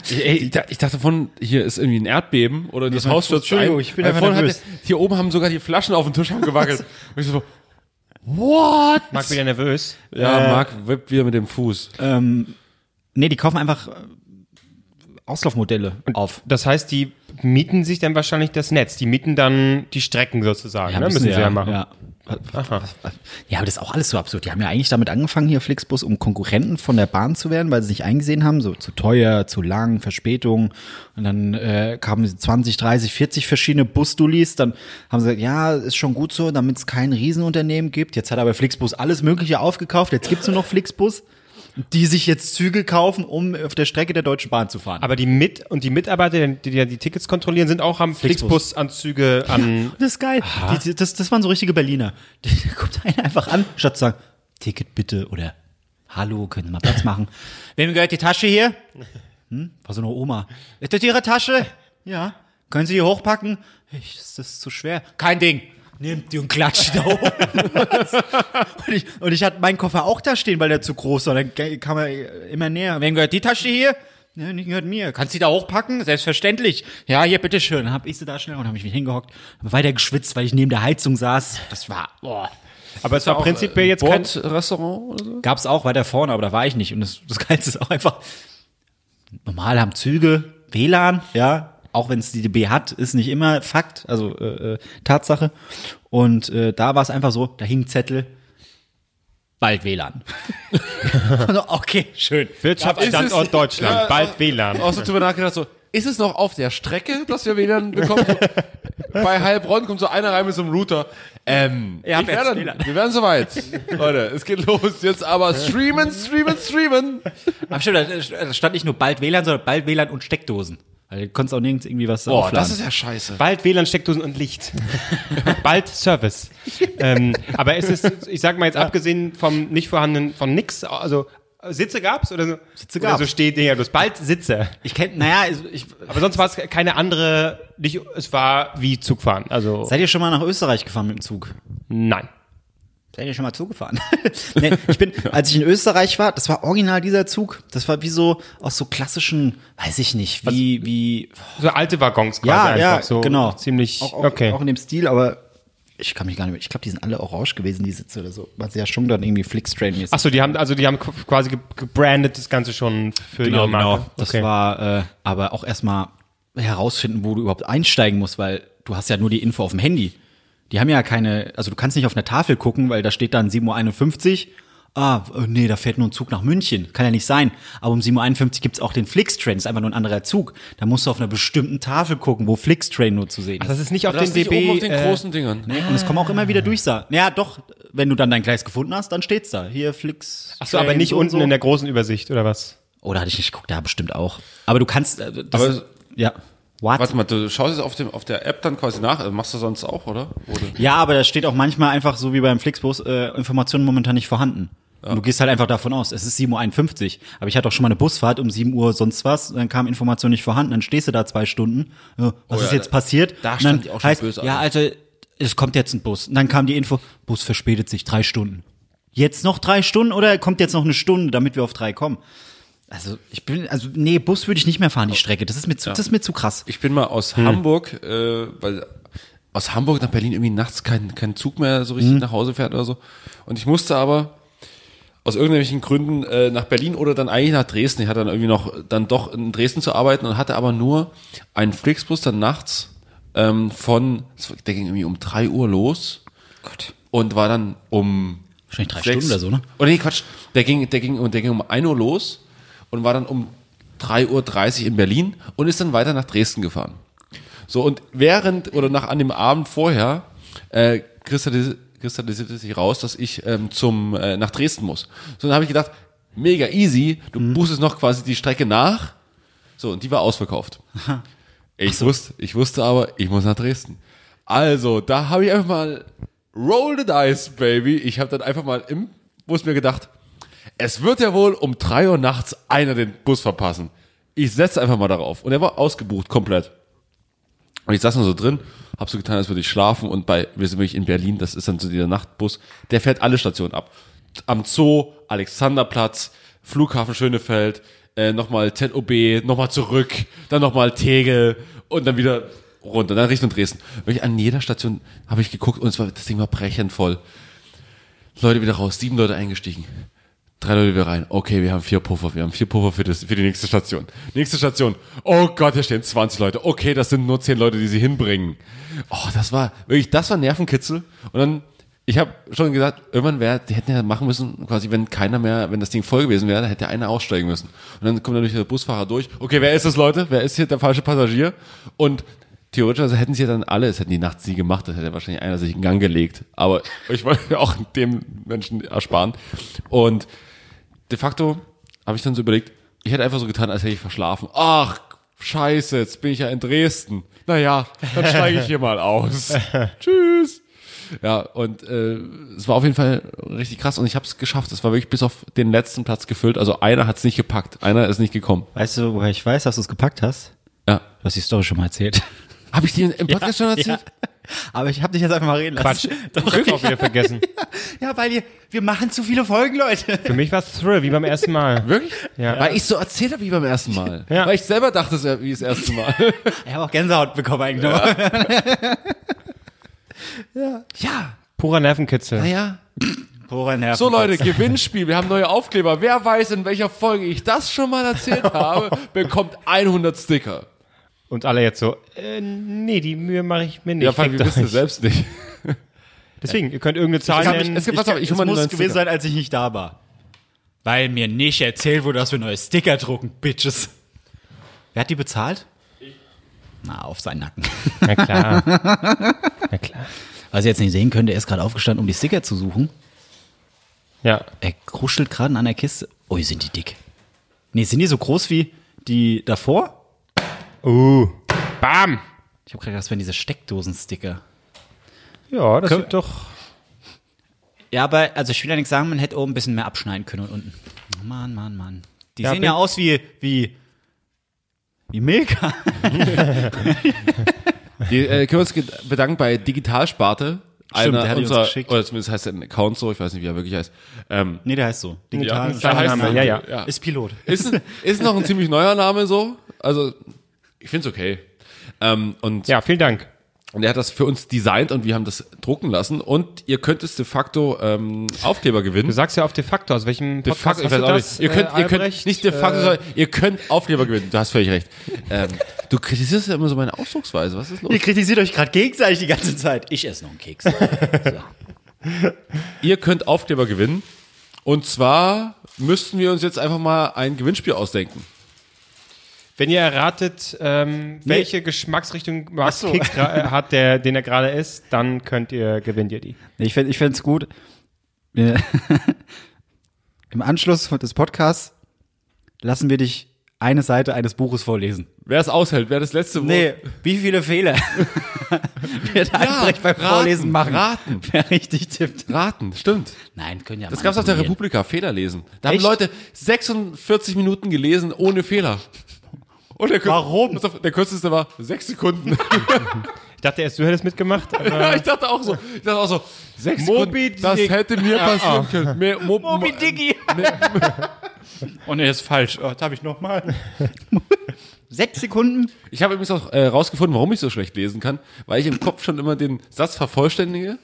Speaker 3: Ich, ey, da- ich dachte von, hier ist irgendwie ein Erdbeben oder das
Speaker 4: mein
Speaker 3: Haus
Speaker 4: Fuß.
Speaker 3: stürzt ein.
Speaker 4: Entschuldigung, ich bin
Speaker 3: Weil
Speaker 4: einfach
Speaker 3: vorhin
Speaker 4: nervös.
Speaker 3: hatte- Hier oben haben sogar die Flaschen auf dem
Speaker 4: [laughs]
Speaker 3: Tisch haben gewackelt. Und ich so, what?
Speaker 1: Marc wieder nervös.
Speaker 4: Äh.
Speaker 3: Ja, Marc wippt wieder mit dem Fuß.
Speaker 4: Ähm, Nee, die kaufen einfach äh, Auslaufmodelle auf.
Speaker 1: Das heißt, die mieten sich dann wahrscheinlich das Netz. Die mieten dann die Strecken sozusagen. ne? Müssen sie ja machen.
Speaker 4: Ja.
Speaker 1: Aha.
Speaker 4: Ja, aber das ist auch alles so absurd. Die haben ja eigentlich damit angefangen, hier Flixbus, um Konkurrenten von der Bahn zu werden, weil sie sich eingesehen haben, so zu teuer, zu lang, Verspätung. Und dann äh, kamen diese 20, 30, 40 verschiedene Busdullis. Dann haben sie gesagt, ja, ist schon gut so, damit es kein Riesenunternehmen gibt. Jetzt hat aber Flixbus alles Mögliche aufgekauft. Jetzt gibt es nur noch Flixbus, die sich jetzt Züge kaufen, um auf der Strecke der Deutschen Bahn zu fahren.
Speaker 1: Aber die mit und die Mitarbeiter, die die, die Tickets kontrollieren, sind auch am
Speaker 4: Flixbus.
Speaker 1: Flixbus-Anzüge
Speaker 4: [laughs]
Speaker 1: an.
Speaker 4: Das ist geil. Die, die, das, das waren so richtige Berliner. [laughs] Die, da kommt einer einfach an, statt zu sagen, Ticket bitte oder Hallo, können Sie mal Platz machen. [laughs] Wem gehört die Tasche hier? Hm? War so eine Oma. Ist das Ihre Tasche? Ja. Können Sie die hochpacken? Ich, ist das zu schwer? Kein Ding. Nimmt die und klatscht da oben. [laughs] und, ich, und ich hatte meinen Koffer auch da stehen, weil der zu groß war. Dann ge- kam er immer näher. Wem gehört die Tasche hier? Ne, nicht gehört mir. Kannst du die da hochpacken? Selbstverständlich. Ja, hier, bitteschön. Dann hab ich sie da schnell und habe mich wieder hingehockt. Hab weiter geschwitzt, weil ich neben der Heizung saß. Das war, boah.
Speaker 1: Aber es war prinzipiell jetzt kein.
Speaker 3: Bordrestaurant oder so?
Speaker 4: Gab's auch weiter vorne, aber da war ich nicht. Und das, das Geilste ist auch einfach, normal haben Züge WLAN, ja, auch wenn es die DB hat, ist nicht immer Fakt, also äh, äh, Tatsache. Und äh, da war es einfach so, da hing ein Zettel, bald WLAN. Also, [laughs] okay, schön.
Speaker 1: Wirtschaftsstandort
Speaker 3: Ist es-
Speaker 1: Deutschland,
Speaker 3: Ja,
Speaker 1: bald
Speaker 3: au-
Speaker 1: WLAN.
Speaker 3: Auch so drüber nachgedacht, so, ist es noch auf der Strecke, dass wir WLAN
Speaker 4: [laughs]
Speaker 3: bekommen? So, Bei Heilbronn kommt so einer rein mit so einem Router. Ähm, ich
Speaker 4: habt
Speaker 3: wär
Speaker 4: jetzt
Speaker 3: dann,
Speaker 4: WLAN.
Speaker 3: wir werden soweit. Leute, es geht los. Jetzt aber streamen, streamen, streamen.
Speaker 4: Aber stimmt, da da stand nicht nur bald WLAN, sondern bald WLAN und Steckdosen. Also, du konntest auch nirgends irgendwie was
Speaker 3: Boah,
Speaker 4: aufladen.
Speaker 3: das ist ja scheiße.
Speaker 1: Bald WLAN-Steckdosen und Licht. Bald Service. ähm, aber es ist, ich sag mal jetzt abgesehen vom nicht vorhandenen, von nix, also äh, Sitze gab's oder so? Sitze
Speaker 4: gab's.
Speaker 1: Oder so steht ja bloß bald Sitze.
Speaker 4: ich kenn, naja, also ich,
Speaker 1: Aber sonst war es keine andere, nicht, es war wie Zugfahren. Also
Speaker 4: seid ihr schon mal nach Österreich gefahren mit dem Zug?
Speaker 1: nein.
Speaker 4: Seid ihr schon mal zugefahren? [laughs] nee,
Speaker 1: [laughs]
Speaker 4: ich bin, als ich in Österreich war, das war original dieser Zug. Das war wie so aus so klassischen, weiß ich nicht, wie, wie.
Speaker 1: So alte Waggons quasi
Speaker 4: Ja,
Speaker 1: Also, einfach.
Speaker 4: ja,
Speaker 1: so
Speaker 4: genau.
Speaker 1: Ziemlich,
Speaker 4: Auch, auch,
Speaker 1: okay.
Speaker 4: auch in dem Stil, aber ich kann mich gar nicht mehr. Ich glaube, die sind alle orange gewesen, die Sitze oder so. War ja schon dann irgendwie Flixtrain-mäßig.
Speaker 1: Achso, die haben, also die haben quasi ge- gebrandet das Ganze schon für ihre Marke.
Speaker 4: Genau, Das
Speaker 1: okay.
Speaker 4: war äh, aber auch erstmal herausfinden, wo du überhaupt einsteigen musst, weil du hast ja nur die Info auf dem Handy. Die haben ja keine, also du kannst nicht auf einer Tafel gucken, weil da steht dann 7.51 Uhr. Ah, äh, nee, da fährt nur ein Zug nach München. Kann ja nicht sein. Aber um 7.51 Uhr gibt es auch den Flixtrain. Ist einfach nur ein anderer Zug. Da musst du auf einer bestimmten Tafel gucken, wo Flixtrain nur zu sehen ist.
Speaker 1: das ist nicht Ah. auf
Speaker 3: Lass
Speaker 1: den
Speaker 3: dich oben
Speaker 1: DB.
Speaker 3: auf den
Speaker 1: äh,
Speaker 3: großen Dingern.
Speaker 4: Nee, und es kommen auch immer wieder Durchsagen. Ja, doch, wenn du dann dein Gleis gefunden hast, dann steht's da. Hier, Flix.
Speaker 1: Achso, aber nicht unten in der großen Übersicht, oder was?
Speaker 4: Oder hatte ich nicht geguckt, da bestimmt auch. Aber du kannst. äh, Das,
Speaker 3: Aber-
Speaker 4: ja. What?
Speaker 3: Warte mal, du schaust jetzt auf, dem, auf der App dann quasi nach. Also Machst du sonst auch, oder? oder?
Speaker 4: Ja, aber da steht auch manchmal einfach, so wie beim Flixbus, äh, Informationen momentan nicht vorhanden. Und du gehst halt einfach davon aus, es ist 7.51 Uhr. Aber ich hatte auch schon mal eine Busfahrt um 7 Uhr sonst was, dann kam Information nicht vorhanden, dann stehst du da zwei Stunden. äh, Was
Speaker 3: Oh
Speaker 4: ist
Speaker 3: ja,
Speaker 4: jetzt
Speaker 3: da-
Speaker 4: passiert?
Speaker 3: da
Speaker 4: Und
Speaker 3: stand
Speaker 4: dann
Speaker 3: ich auch schon
Speaker 4: heißt,
Speaker 3: böse
Speaker 4: Ja,
Speaker 3: an.
Speaker 4: also es kommt jetzt ein Bus. Und dann kam die Info, Bus verspätet sich drei Stunden. Jetzt noch drei Stunden oder kommt jetzt noch eine Stunde, damit wir auf drei kommen? Also ich bin, also nee, Bus würde ich nicht mehr fahren,
Speaker 3: Oh.
Speaker 4: die Strecke. Das ist mir zu, das ist mir zu krass.
Speaker 3: Ich bin mal aus Hamburg, äh, weil aus Hamburg nach Berlin irgendwie nachts kein, kein Zug mehr so richtig nach Hause fährt oder so. Und ich musste aber aus irgendwelchen Gründen äh, nach Berlin oder dann eigentlich nach Dresden. Ich hatte dann irgendwie noch dann doch in Dresden zu arbeiten und hatte aber nur einen Flixbus dann nachts ähm, von, der ging irgendwie um 3 Uhr los
Speaker 4: Gott.
Speaker 3: und war dann um
Speaker 4: Wahrscheinlich drei
Speaker 3: sechs-
Speaker 4: Stunden oder so, ne?
Speaker 3: Oh nee, Quatsch. Der ging, der ging, der ging um 1 Uhr los und war dann um 3.30 Uhr in Berlin und ist dann weiter nach Dresden gefahren. So, und während oder nach an dem Abend vorher äh, kristallis kristallisierte sich raus, dass ich ähm, zum äh, nach Dresden muss. So, dann habe ich gedacht, mega easy, du
Speaker 4: Mhm.
Speaker 3: buchst es noch quasi die Strecke nach. So, und die war ausverkauft. Ich, wusste, ich wusste aber, ich muss nach Dresden. Also, da habe ich einfach mal Roll the Dice, Baby. Ich habe dann einfach mal im Bus mir gedacht, es wird ja wohl um drei Uhr nachts einer den Bus verpassen. Ich setze einfach mal darauf. Und er war ausgebucht, komplett. Und ich saß nur so drin, hab so getan, als würde ich schlafen. Und bei, wir sind wirklich in Berlin, das ist dann so dieser Nachtbus, der fährt alle Stationen ab. Am Zoo, Alexanderplatz, Flughafen Schönefeld, äh, nochmal ZOB, nochmal zurück, dann nochmal Tegel und dann wieder runter, dann Richtung Dresden. Wirklich an jeder Station habe ich geguckt und es war, das Ding war brechend voll. Leute wieder raus, sieben Leute eingestiegen. Drei Leute wieder rein. Okay, wir haben vier Puffer. Wir haben vier Puffer für, das, für die nächste Station. Nächste Station. Oh Gott, hier stehen 20 Leute. Okay, das sind nur zehn Leute, die sie hinbringen. Oh, das war wirklich, das war Nervenkitzel. Und dann, ich habe schon gesagt, irgendwann wäre, die hätten ja machen müssen, quasi, wenn keiner mehr, wenn das Ding voll gewesen wäre, dann hätte einer aussteigen müssen. Und dann kommt natürlich der Busfahrer durch. Okay, wer ist das, Leute? Wer ist hier der falsche Passagier? Und Theoretisch also hätten sie ja dann alle, es hätten die Nacht sie gemacht, das hätte wahrscheinlich einer sich in Gang gelegt. Aber ich wollte [laughs] auch dem Menschen ersparen. Und de facto habe ich dann so überlegt, ich hätte einfach so getan, als hätte ich verschlafen. Ach, scheiße, jetzt bin ich ja in Dresden. Naja, dann steige ich hier
Speaker 1: [laughs]
Speaker 3: mal aus. Tschüss. Ja, und äh, es war auf jeden Fall richtig krass und ich habe es geschafft. Es war wirklich bis auf den letzten Platz gefüllt. Also einer hat es nicht gepackt, einer ist nicht gekommen.
Speaker 4: Weißt du, woher ich weiß, dass du es gepackt hast?
Speaker 3: Ja.
Speaker 4: [laughs] Du hast die Story schon mal erzählt.
Speaker 3: Habe ich die im Podcast schon erzählt?
Speaker 4: Aber ich habe dich jetzt einfach mal reden
Speaker 1: Quatsch.
Speaker 4: lassen.
Speaker 1: [laughs]
Speaker 4: [laughs]
Speaker 3: [laughs]
Speaker 1: Doch, ich auch wieder vergessen.
Speaker 4: Ja, weil wir, wir machen zu viele Folgen, [laughs] Leute.
Speaker 1: Für mich war es Thrill, wie beim ersten Mal.
Speaker 3: Wirklich?
Speaker 1: Ja.
Speaker 3: Weil ich so erzählt habe wie beim ersten Mal.
Speaker 1: Ja.
Speaker 3: Weil ich selber dachte, es wäre wie das erste Mal. [laughs]
Speaker 4: Ich habe auch Gänsehaut bekommen eigentlich. Ja.
Speaker 3: ja,
Speaker 1: Purer Nervenkitzel.
Speaker 3: naja.
Speaker 4: Purer Nerv.
Speaker 3: So Leute, Gewinnspiel, wir haben neue Aufkleber. Wer weiß, in welcher Folge ich das schon mal [laughs] erzählt habe, bekommt 100 Sticker.
Speaker 1: Und alle jetzt so, äh, nee, die Mühe mache ich mir nicht.
Speaker 3: Ja, vor allem, wir
Speaker 1: Fickt
Speaker 3: wissen
Speaker 1: euch.
Speaker 3: es selbst nicht.
Speaker 1: Deswegen, ihr könnt irgendeine Zahl
Speaker 3: hab mich-
Speaker 1: nennen.
Speaker 3: es gibt- pass auf, ich hol mal einen
Speaker 4: muss
Speaker 3: neuen
Speaker 4: gewesen
Speaker 3: Sticker.
Speaker 4: sein, als ich nicht da war. Weil mir nicht erzählt wurde, dass wir neue Sticker drucken, Bitches. Wer hat die bezahlt? Na, auf seinen Nacken.
Speaker 1: Na
Speaker 3: [laughs]
Speaker 1: klar. Na klar.
Speaker 4: Was ihr jetzt nicht sehen könnt, er ist gerade aufgestanden, um die Sticker zu suchen.
Speaker 1: Ja.
Speaker 4: Er kruschelt gerade an der Kiste. Ui, sind die dick. Nee, sind die so groß wie die davor?
Speaker 1: Uh. Bam.
Speaker 4: Ich habe gerade gedacht, das wären diese Steckdosen-Sticker.
Speaker 1: Ja, das sind doch.
Speaker 4: Ja, aber also ich will ja nichts sagen, man hätte oben ein bisschen mehr abschneiden können und unten. Oh Mann, Mann, Mann. Die
Speaker 1: Ja,
Speaker 4: sehen ja
Speaker 1: bin-
Speaker 4: aus wie, wie, wie Milka. [laughs]
Speaker 3: Die, äh, können wir uns ge- bedanken bei Digitalsparte. Stimmt,
Speaker 4: der hat die uns geschickt.
Speaker 3: Oder zumindest heißt der Account so, ich weiß nicht, wie er wirklich heißt. Ähm,
Speaker 4: Nee, der heißt so. Digital.
Speaker 3: da heißt
Speaker 1: Name,
Speaker 3: es-
Speaker 1: ja, ja.
Speaker 3: ja.
Speaker 4: Ist Pilot. [laughs]
Speaker 3: [laughs] Ist, ist noch ein ziemlich neuer Name so. Also, ich find's okay. Ähm, und,
Speaker 1: Ja, vielen Dank.
Speaker 3: und er hat das für uns designt und wir haben das drucken lassen. Und ihr könnt es de facto ähm, Aufkleber
Speaker 1: Du
Speaker 3: gewinnen.
Speaker 1: sagst ja auf de facto, aus welchem
Speaker 3: De
Speaker 1: Podcast
Speaker 3: facto, ich
Speaker 1: hast
Speaker 3: weiß
Speaker 1: du
Speaker 3: auch
Speaker 1: das?
Speaker 3: nicht. Ihr könnt,
Speaker 1: äh,
Speaker 3: ihr könnt
Speaker 1: Albrecht?
Speaker 3: nicht de facto, sondern ihr könnt Aufkleber gewinnen. Du hast völlig recht. Ähm, du kritisierst ja immer so meine Ausdrucksweise. Was ist los?
Speaker 5: Ihr kritisiert euch gerade gegenseitig die ganze Zeit.
Speaker 4: Ich esse noch einen [laughs] Keks.
Speaker 3: Ihr könnt Aufkleber gewinnen. Und zwar müssten wir uns jetzt einfach mal ein Gewinnspiel ausdenken.
Speaker 1: Wenn ihr erratet, ähm, welche Geschmacksrichtung Max Keks gra- äh, hat, der, den er gerade isst, dann könnt ihr, gewinnt ihr die.
Speaker 4: Ich fände es gut. äh, [laughs] Im Anschluss des Podcasts lassen wir dich eine Seite eines Buches vorlesen.
Speaker 3: Wer es aushält, wer das letzte Wort.
Speaker 4: Nee, wie viele Fehler wird Albrecht beim Vorlesen machen?
Speaker 3: Raten,
Speaker 4: [laughs] Wer richtig tippt.
Speaker 3: raten, stimmt.
Speaker 2: Nein, können ja
Speaker 3: Das gab's auf der Republika, Fehler lesen. Da haben Leute 46 Minuten gelesen ohne Fehler. Und der Kür-
Speaker 5: Warum?
Speaker 3: Pass auf, Der kürzeste war sechs Sekunden.
Speaker 1: Ich dachte erst, du hättest
Speaker 3: [laughs]
Speaker 1: mitgemacht. aber-
Speaker 3: ja, ich dachte auch so. Ich dachte auch so. Sechs
Speaker 1: Moby
Speaker 3: Sekunden. Das
Speaker 1: Dick.
Speaker 3: hätte mir passieren können. Mehr, Mo Moby
Speaker 5: Diggi. Oh ne, ist falsch. Oh, das habe ich nochmal.
Speaker 4: Sechs Sekunden?
Speaker 3: Ich habe übrigens auch äh, rausgefunden, warum ich so schlecht lesen kann, weil ich im Kopf schon immer den Satz vervollständige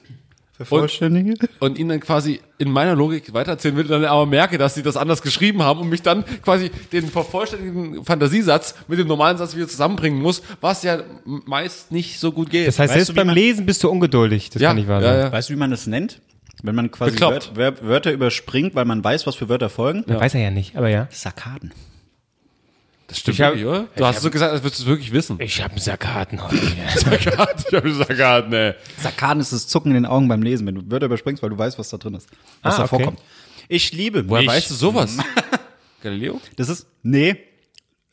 Speaker 4: Vollständige?
Speaker 3: und ihn dann quasi in meiner Logik weitererzählen will, dann aber merke, dass sie das anders geschrieben haben und mich dann quasi den vervollständigten Fantasiesatz mit dem normalen Satz wieder zusammenbringen muss, was ja meist nicht so gut geht.
Speaker 1: Das heißt, selbst
Speaker 4: du, wie
Speaker 1: beim
Speaker 4: man-
Speaker 1: Lesen bist du ungeduldig. Das
Speaker 3: ja,
Speaker 1: kann nicht wahr sein.
Speaker 3: ja, ja.
Speaker 4: Weißt du, wie man das nennt? Wenn man quasi
Speaker 3: Bekloppt.
Speaker 4: Wör Wör Wörter überspringt, weil man weiß, was für Wörter folgen.
Speaker 1: Weiß er ja nicht, aber ja.
Speaker 4: Sarkaden.
Speaker 3: Das stimmt
Speaker 1: Ich hab-
Speaker 3: wirklich, oder? Du hast so gesagt, als würdest du es wirklich wissen.
Speaker 1: Ich habe einen Sakaten heute.
Speaker 3: Sagat, [laughs] ich habe Sagat, ne.
Speaker 4: Sarkaden ist das Zucken in den Augen beim Lesen, wenn du Wörter überspringst, weil du weißt, was da drin ist. Was
Speaker 1: Ah,
Speaker 4: da
Speaker 1: okay.
Speaker 4: vorkommt. Ich liebe
Speaker 3: Woher
Speaker 4: mich.
Speaker 3: weißt du sowas? [laughs] Galileo?
Speaker 4: Das ist, nee,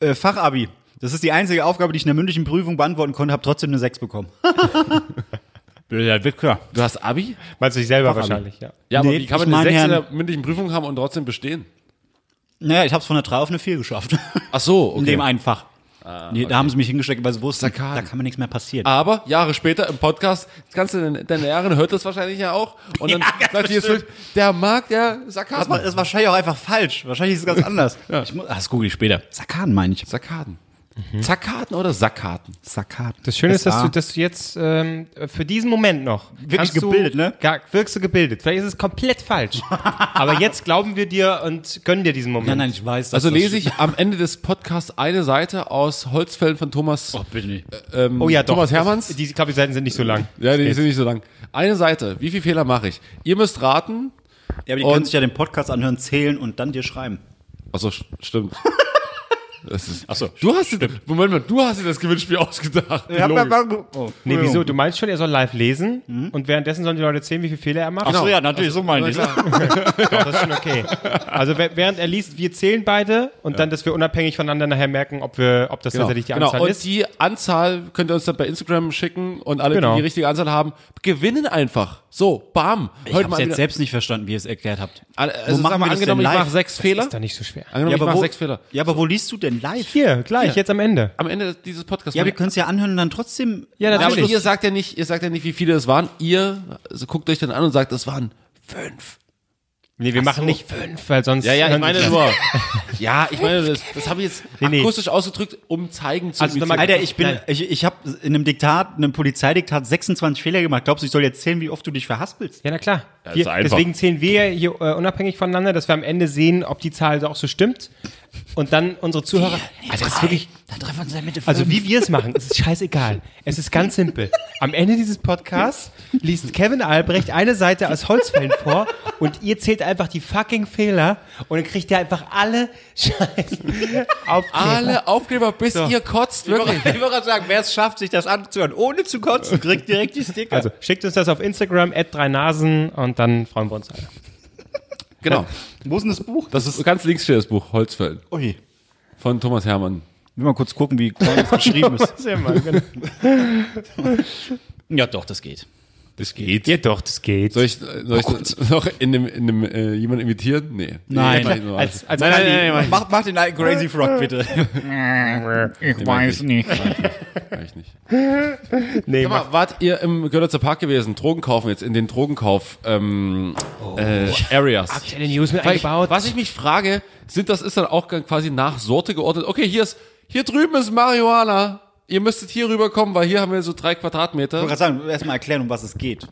Speaker 4: äh, Fachabi. Das ist die einzige Aufgabe, die ich in der mündlichen Prüfung beantworten konnte, habe trotzdem eine
Speaker 3: [laughs]
Speaker 4: 6 bekommen. Blöder Wicker.
Speaker 3: Du hast Abi?
Speaker 1: [laughs] Meinst du dich selber wahrscheinlich, ja.
Speaker 3: Ja,
Speaker 4: Nee,
Speaker 3: aber wie kann
Speaker 4: ich
Speaker 3: man eine 6
Speaker 4: meine
Speaker 3: in
Speaker 4: Herrn-
Speaker 3: der mündlichen Prüfung haben und trotzdem bestehen?
Speaker 4: Naja, ich habe es von einer 3 auf eine 4 geschafft.
Speaker 3: Ach so, okay.
Speaker 4: [laughs]
Speaker 3: Ah,
Speaker 4: In dem einen Fach. nee, da haben sie mich hingesteckt, weil sie wussten,
Speaker 3: Sarkaden.
Speaker 4: da kann mir nichts mehr passieren.
Speaker 3: Aber Jahre später im Podcast, das ganze deine, deine Herren hört das wahrscheinlich ja auch. Und dann
Speaker 4: [laughs] Ja, ganz
Speaker 3: sagt ihr jetzt
Speaker 4: bestimmt.
Speaker 3: wirklich, der mag der Sarkaden.
Speaker 4: Das war, das ist wahrscheinlich auch einfach falsch. Wahrscheinlich
Speaker 3: [laughs]
Speaker 4: ist es ganz anders. Ich muss, ah, das google ich später. Sarkaden meine ich.
Speaker 3: Sarkaden. Sarkaden oder Sackkarten?
Speaker 4: Sarkaden.
Speaker 1: Das Schöne ist, dass
Speaker 4: SA.
Speaker 1: du, dass du jetzt ähm, für diesen Moment noch. Wirklich
Speaker 4: gebildet, ne?
Speaker 1: Ja, wirkst du gebildet. Vielleicht ist es komplett falsch. aber jetzt glauben wir dir und gönnen dir diesen Moment.
Speaker 4: Nein, nein, ich weiß. dass
Speaker 3: Also
Speaker 4: das
Speaker 3: lese ich am Ende des Podcasts eine Seite aus Holzfällen von Thomas,
Speaker 4: Oh, bitte nicht.
Speaker 3: ähm,
Speaker 1: oh ja, doch.
Speaker 3: Thomas Hermanns.
Speaker 1: Das- Die, ich glaube, die Seiten sind nicht so lang.
Speaker 3: ja, die sind nicht so lang. Eine Seite. Wie viel Fehler mache ich? Ihr müsst raten.
Speaker 4: Ja, aber die
Speaker 3: Und-
Speaker 4: können sich ja den Podcast anhören, zählen und dann dir schreiben.
Speaker 3: Achso, st-
Speaker 4: [laughs]
Speaker 3: stimmt. Das ist, Achso, du hast dir, Moment mal, du hast dir das Gewinnspiel ausgedacht. Die Logik.
Speaker 4: oh,
Speaker 1: Nee, wieso? Du meinst schon, er soll live lesen und währenddessen sollen die Leute erzählen, wie viele Fehler er macht?
Speaker 3: Genau.
Speaker 4: Ach so, ja, natürlich,
Speaker 3: Also,
Speaker 4: so meine ich.
Speaker 1: Doch, das ist schon okay. Also wär- während er liest, wir zählen beide und dann, dass wir unabhängig voneinander nachher merken, ob, wir, ob das tatsächlich die Anzahl
Speaker 3: Genau. Und
Speaker 1: ist.
Speaker 3: die Anzahl könnt ihr uns dann bei Instagram schicken und alle,
Speaker 1: Genau.
Speaker 3: die die richtige Anzahl haben, gewinnen einfach. So, bam.
Speaker 4: Ich hab's jetzt selbst nicht verstanden, wie ihr es erklärt habt.
Speaker 3: also, sag
Speaker 4: machen
Speaker 3: mal,
Speaker 4: wir das denn
Speaker 3: angenommen, ich
Speaker 4: live?
Speaker 3: mache sechs Fehler.
Speaker 1: Ist doch nicht so schwer.
Speaker 3: Angenommen, ich mache sechs Fehler.
Speaker 4: Ja, aber wo liest du denn denn live?
Speaker 1: Hier, gleich, jetzt am Ende.
Speaker 3: Am Ende dieses Podcasts.
Speaker 4: Ja, wir können es ja anhören und dann trotzdem.
Speaker 1: Ja,
Speaker 3: Ja, aber
Speaker 1: natürlich.
Speaker 3: ihr sagt ja nicht, ihr sagt ja nicht, wie viele es waren. Ihr also guckt euch dann an und sagt, es waren fünf.
Speaker 1: Nee, wir machen nicht fünf, weil sonst. sonst-
Speaker 3: nur. [laughs] ja, ich meine, das, das habe ich jetzt
Speaker 1: Nee, nee.
Speaker 3: akustisch ausgedrückt, um zeigen zu
Speaker 1: Also nochmal-
Speaker 4: Alter, ich bin,
Speaker 1: Nein.
Speaker 4: ich, ich habe in einem Diktat, einem Polizeidiktat 26 Fehler gemacht. Glaubst du, ich soll jetzt zählen, wie oft du dich verhaspelst?
Speaker 1: Ja, na klar.
Speaker 3: ist
Speaker 1: Wir,
Speaker 3: einfach.
Speaker 1: deswegen zählen wir hier äh, unabhängig voneinander, dass wir am Ende sehen, ob die Zahl da auch so stimmt. Und dann unsere Zuhörer. Also, das ist wirklich,
Speaker 2: Dann treffen wir uns in der Mitte.
Speaker 1: also wie wir es machen, es ist scheißegal. Es ist ganz simpel. Am Ende dieses Podcasts liest Kevin Albrecht eine Seite aus Holzfällen vor und ihr zählt einfach die fucking Fehler und dann kriegt ihr einfach alle Scheiße auf.
Speaker 3: alle Aufkleber, bis ihr kotzt, wirklich.
Speaker 5: Ich wollte gerade sagen, wer es schafft, sich das anzuhören, ohne zu kotzen, kriegt direkt die Sticker.
Speaker 1: Also schickt uns das auf Instagram, drei Nasen und dann freuen wir uns alle.
Speaker 3: Genau.
Speaker 4: Wo ist denn das Buch?
Speaker 3: Das ist ganz links steht das Buch, Holzfällen.
Speaker 4: Ui.
Speaker 3: Von Thomas Hermann.
Speaker 4: Ich will mal kurz gucken, wie klein das geschrieben ist.
Speaker 1: Sehr mal, genau.
Speaker 4: [laughs] Ja, doch, das geht.
Speaker 3: Das geht.
Speaker 1: Ja doch, das geht.
Speaker 3: Soll ich, äh, soll ich [laughs] noch in dem, in dem äh, jemanden imitieren? Nee.
Speaker 4: Nein.
Speaker 3: Nee, mach ich nur.
Speaker 1: als, als
Speaker 3: nein, nein, nein, nein,
Speaker 5: Mach, mach den alten Crazy Frog bitte.
Speaker 6: Ich weiß nicht.
Speaker 3: mach ich nicht.
Speaker 1: nee,
Speaker 3: Sag mal, wart ihr im Görlitzer Park gewesen? Drogen kaufen jetzt in den Drogenkauf ähm, äh, Areas.
Speaker 1: aktuelle News mit
Speaker 3: Weil ich,
Speaker 1: eingebaut.
Speaker 3: was ich mich frage, sind das ist dann auch ganz quasi nach Sorte geordnet? Okay, hier ist hier drüben ist Marihuana. Ihr müsstet hier rüberkommen, weil hier haben wir so drei
Speaker 5: Ich
Speaker 3: Quadratmeter.
Speaker 5: wollte gerade sagen, erstmal erklären, um was es geht.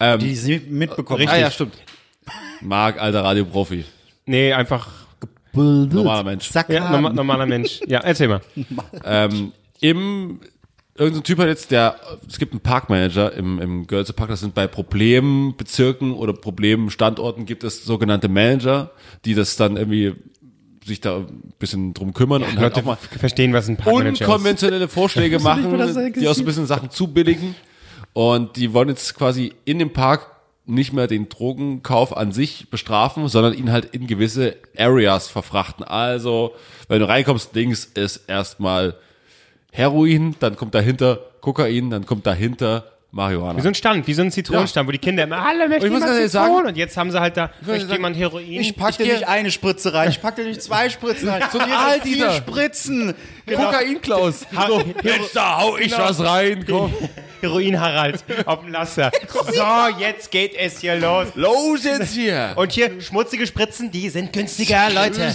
Speaker 4: Ähm,
Speaker 5: die sie mitbekommen.
Speaker 3: Ah ja, stimmt. Marc, alter Radioprofi.
Speaker 1: Nee, einfach
Speaker 3: Normaler Mensch.
Speaker 5: Sack
Speaker 1: ja, norma normaler Mensch. Ja, erzähl
Speaker 3: [laughs]
Speaker 1: mal.
Speaker 3: ähm, im irgendein Typ hat jetzt der es gibt einen Parkmanager im im Görlitzer Park das sind bei Problembezirken oder Problemstandorten gibt es sogenannte Manager die das dann irgendwie sich da ein bisschen drum kümmern und halt
Speaker 1: Leute
Speaker 3: auch mal
Speaker 1: verstehen, was ein Parkmanager ist.
Speaker 3: unkonventionelle [laughs] Vorschläge machen, die auch so ein bisschen Sachen zubilligen. Und die wollen jetzt quasi in dem Park nicht mehr den Drogenkauf an sich bestrafen, sondern ihn halt in gewisse Areas verfrachten. Also, wenn du reinkommst, links ist erstmal Heroin, dann kommt dahinter Kokain, dann kommt dahinter Marihuana.
Speaker 1: Wie so ein Stand, wie so ein Zitronenstand, wo die Kinder immer, alle möchten
Speaker 3: Und ich muss
Speaker 1: jemand
Speaker 3: ganz ehrlich
Speaker 1: Zitronen.
Speaker 3: sagen-
Speaker 1: und jetzt haben sie halt da, möchte
Speaker 3: sagen,
Speaker 1: jemand Heroin.
Speaker 5: Ich pack dir
Speaker 3: Ich geh-
Speaker 5: nicht eine Spritze rein, ich pack dir nicht zwei Spritzen rein.
Speaker 3: So ein
Speaker 5: Hier sind vier
Speaker 3: Alter.
Speaker 5: Spritzen.
Speaker 3: Kokain, Klaus. So, Genau. jetzt da hau ich was rein, komm.
Speaker 1: Heroin Harald [laughs] auf dem Laster. so, jetzt geht es hier los.
Speaker 3: Los jetzt hier.
Speaker 1: [laughs] Und hier schmutzige Spritzen, die sind
Speaker 3: [laughs]
Speaker 1: günstiger, Leute.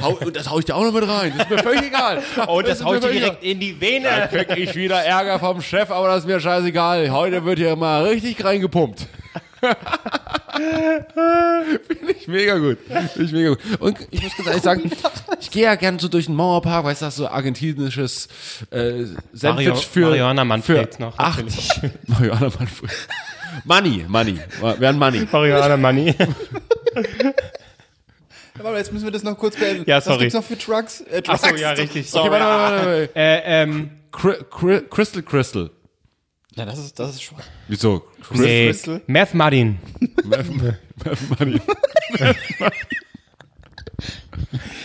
Speaker 3: Hau, und das hau ich dir auch noch mit rein. Das ist mir völlig egal.
Speaker 1: [laughs] Und das
Speaker 3: ist
Speaker 1: haut
Speaker 3: mir
Speaker 1: dir
Speaker 3: völlig
Speaker 1: direkt in die
Speaker 3: egal.
Speaker 1: Vene.
Speaker 3: Da krieg ich wieder Ärger vom Chef, aber das ist mir scheißegal. Heute wird hier mal richtig reingepumpt. [laughs] Finde ich mega gut. Finde ich mega gut. Und ich muss ganz
Speaker 1: [laughs]
Speaker 3: ehrlich sagen, ich gehe ja gerne so durch den Mauerpark, weißt du, das ist so argentinisches äh, Sandwich
Speaker 1: Mario-
Speaker 3: für,
Speaker 1: Marihuana Manfred
Speaker 3: für
Speaker 1: noch,
Speaker 3: acht. [laughs] Marihuana Manfred. Money, Money. Wir haben Money.
Speaker 1: Marihuana
Speaker 3: [laughs]
Speaker 1: Money.
Speaker 5: Aber jetzt müssen wir das noch kurz beenden.
Speaker 1: Ja, sorry.
Speaker 5: Was gibt's noch für Trucks? Äh,
Speaker 1: Ach
Speaker 5: Trucks.
Speaker 1: so, ja, richtig.
Speaker 3: Okay,
Speaker 1: Sorry.
Speaker 3: warte, warte, warte, warte.
Speaker 1: Äh, ähm,
Speaker 3: Cri- Cri- Crystal Crystal.
Speaker 5: Na, das ist, das ist schwach.
Speaker 3: Wieso?
Speaker 1: nee,
Speaker 5: Crystal?
Speaker 1: Meth Martin.
Speaker 3: Money.
Speaker 5: [laughs]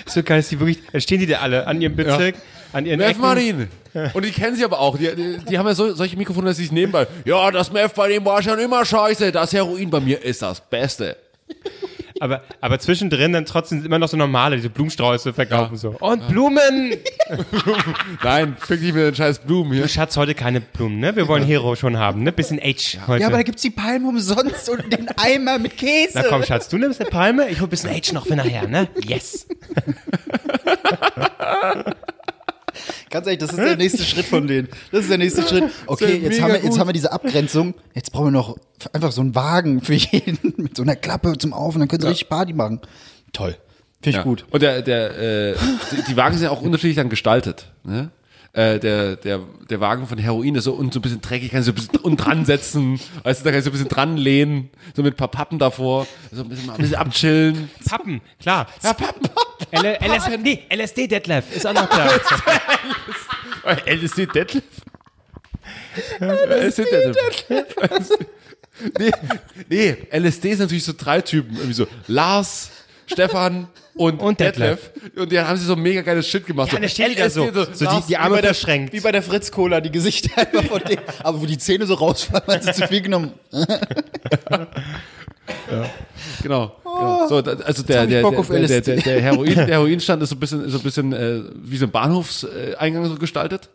Speaker 1: So geil ist die wirklich, da stehen die da alle an ihrem Bezirk, an ihren
Speaker 3: Meth
Speaker 1: Ecken.
Speaker 3: [laughs] Martin. Und die kennen sie aber auch. Die, die, die haben ja so, solche Mikrofone, dass sie sich nebenbei. Ja, das Meth bei dem war schon immer scheiße. Das Heroin bei mir ist das Beste.
Speaker 1: Aber, aber zwischendrin dann trotzdem sind immer noch so normale, diese Blumensträuße verkaufen so. Und Blumen!
Speaker 3: Nein, fick dich mit den scheiß Blumen hier.
Speaker 1: Schatz, heute keine Blumen, ne? Wir wollen Hero schon haben, ne? Bisschen H heute.
Speaker 5: Ja, aber da gibt's die Palmen umsonst und den Eimer mit Käse.
Speaker 1: Na komm, Schatz, du nimmst eine Palme, ich hol bisschen H noch für nachher, ne? Yes!
Speaker 5: Ganz ehrlich, das ist der nächste Schritt von denen. Das ist der nächste Schritt. Okay, jetzt haben, wir, jetzt haben wir diese Abgrenzung. Jetzt brauchen wir noch einfach so einen Wagen für jeden [laughs] mit so einer Klappe zum Auf und dann können sie richtig Party machen. Toll. Finde ich
Speaker 3: Ja.
Speaker 5: gut.
Speaker 3: Und der, der, äh, die, die Wagen sind ja auch unterschiedlich dann gestaltet. Ne? Äh, der, der, der Wagen von Heroin ist so, und so ein bisschen dreckig, kann ich so ein bisschen unten dran setzen. Weißt du, da kann ich so ein bisschen dran lehnen. So mit ein paar Pappen davor. So ein bisschen, mal ein bisschen abchillen.
Speaker 1: Pappen, klar.
Speaker 3: Ja, Pappen.
Speaker 1: L LS nee, LSD Detlef ist
Speaker 3: [laughs]
Speaker 1: auch noch da.
Speaker 3: LSD Detlef? LSD Detlef. nee, nee, LSD ist natürlich so drei Typen. Irgendwie so Lars, Stefan und,
Speaker 1: Und Detlef.
Speaker 3: Und die haben sie so mega geiles Shit gemacht.
Speaker 1: Ja, und da stehen die da so, so die, die Arme verschränkt.
Speaker 5: Wie bei der Fritz Cola, die Gesichter einfach von denen. Aber wo die Zähne so rausfallen, weil sie zu viel genommen.
Speaker 3: Genau.
Speaker 1: Oh,
Speaker 3: So, da- also der,
Speaker 7: hab ich
Speaker 3: der,
Speaker 7: Bock
Speaker 3: der,
Speaker 7: auf
Speaker 3: der, der,
Speaker 7: LSD.
Speaker 3: der,
Speaker 1: [laughs]
Speaker 3: der, Heroin, der Heroinstand ist so ein bisschen, ist so ein bisschen äh, wie so ein Bahnhofseingang so gestaltet.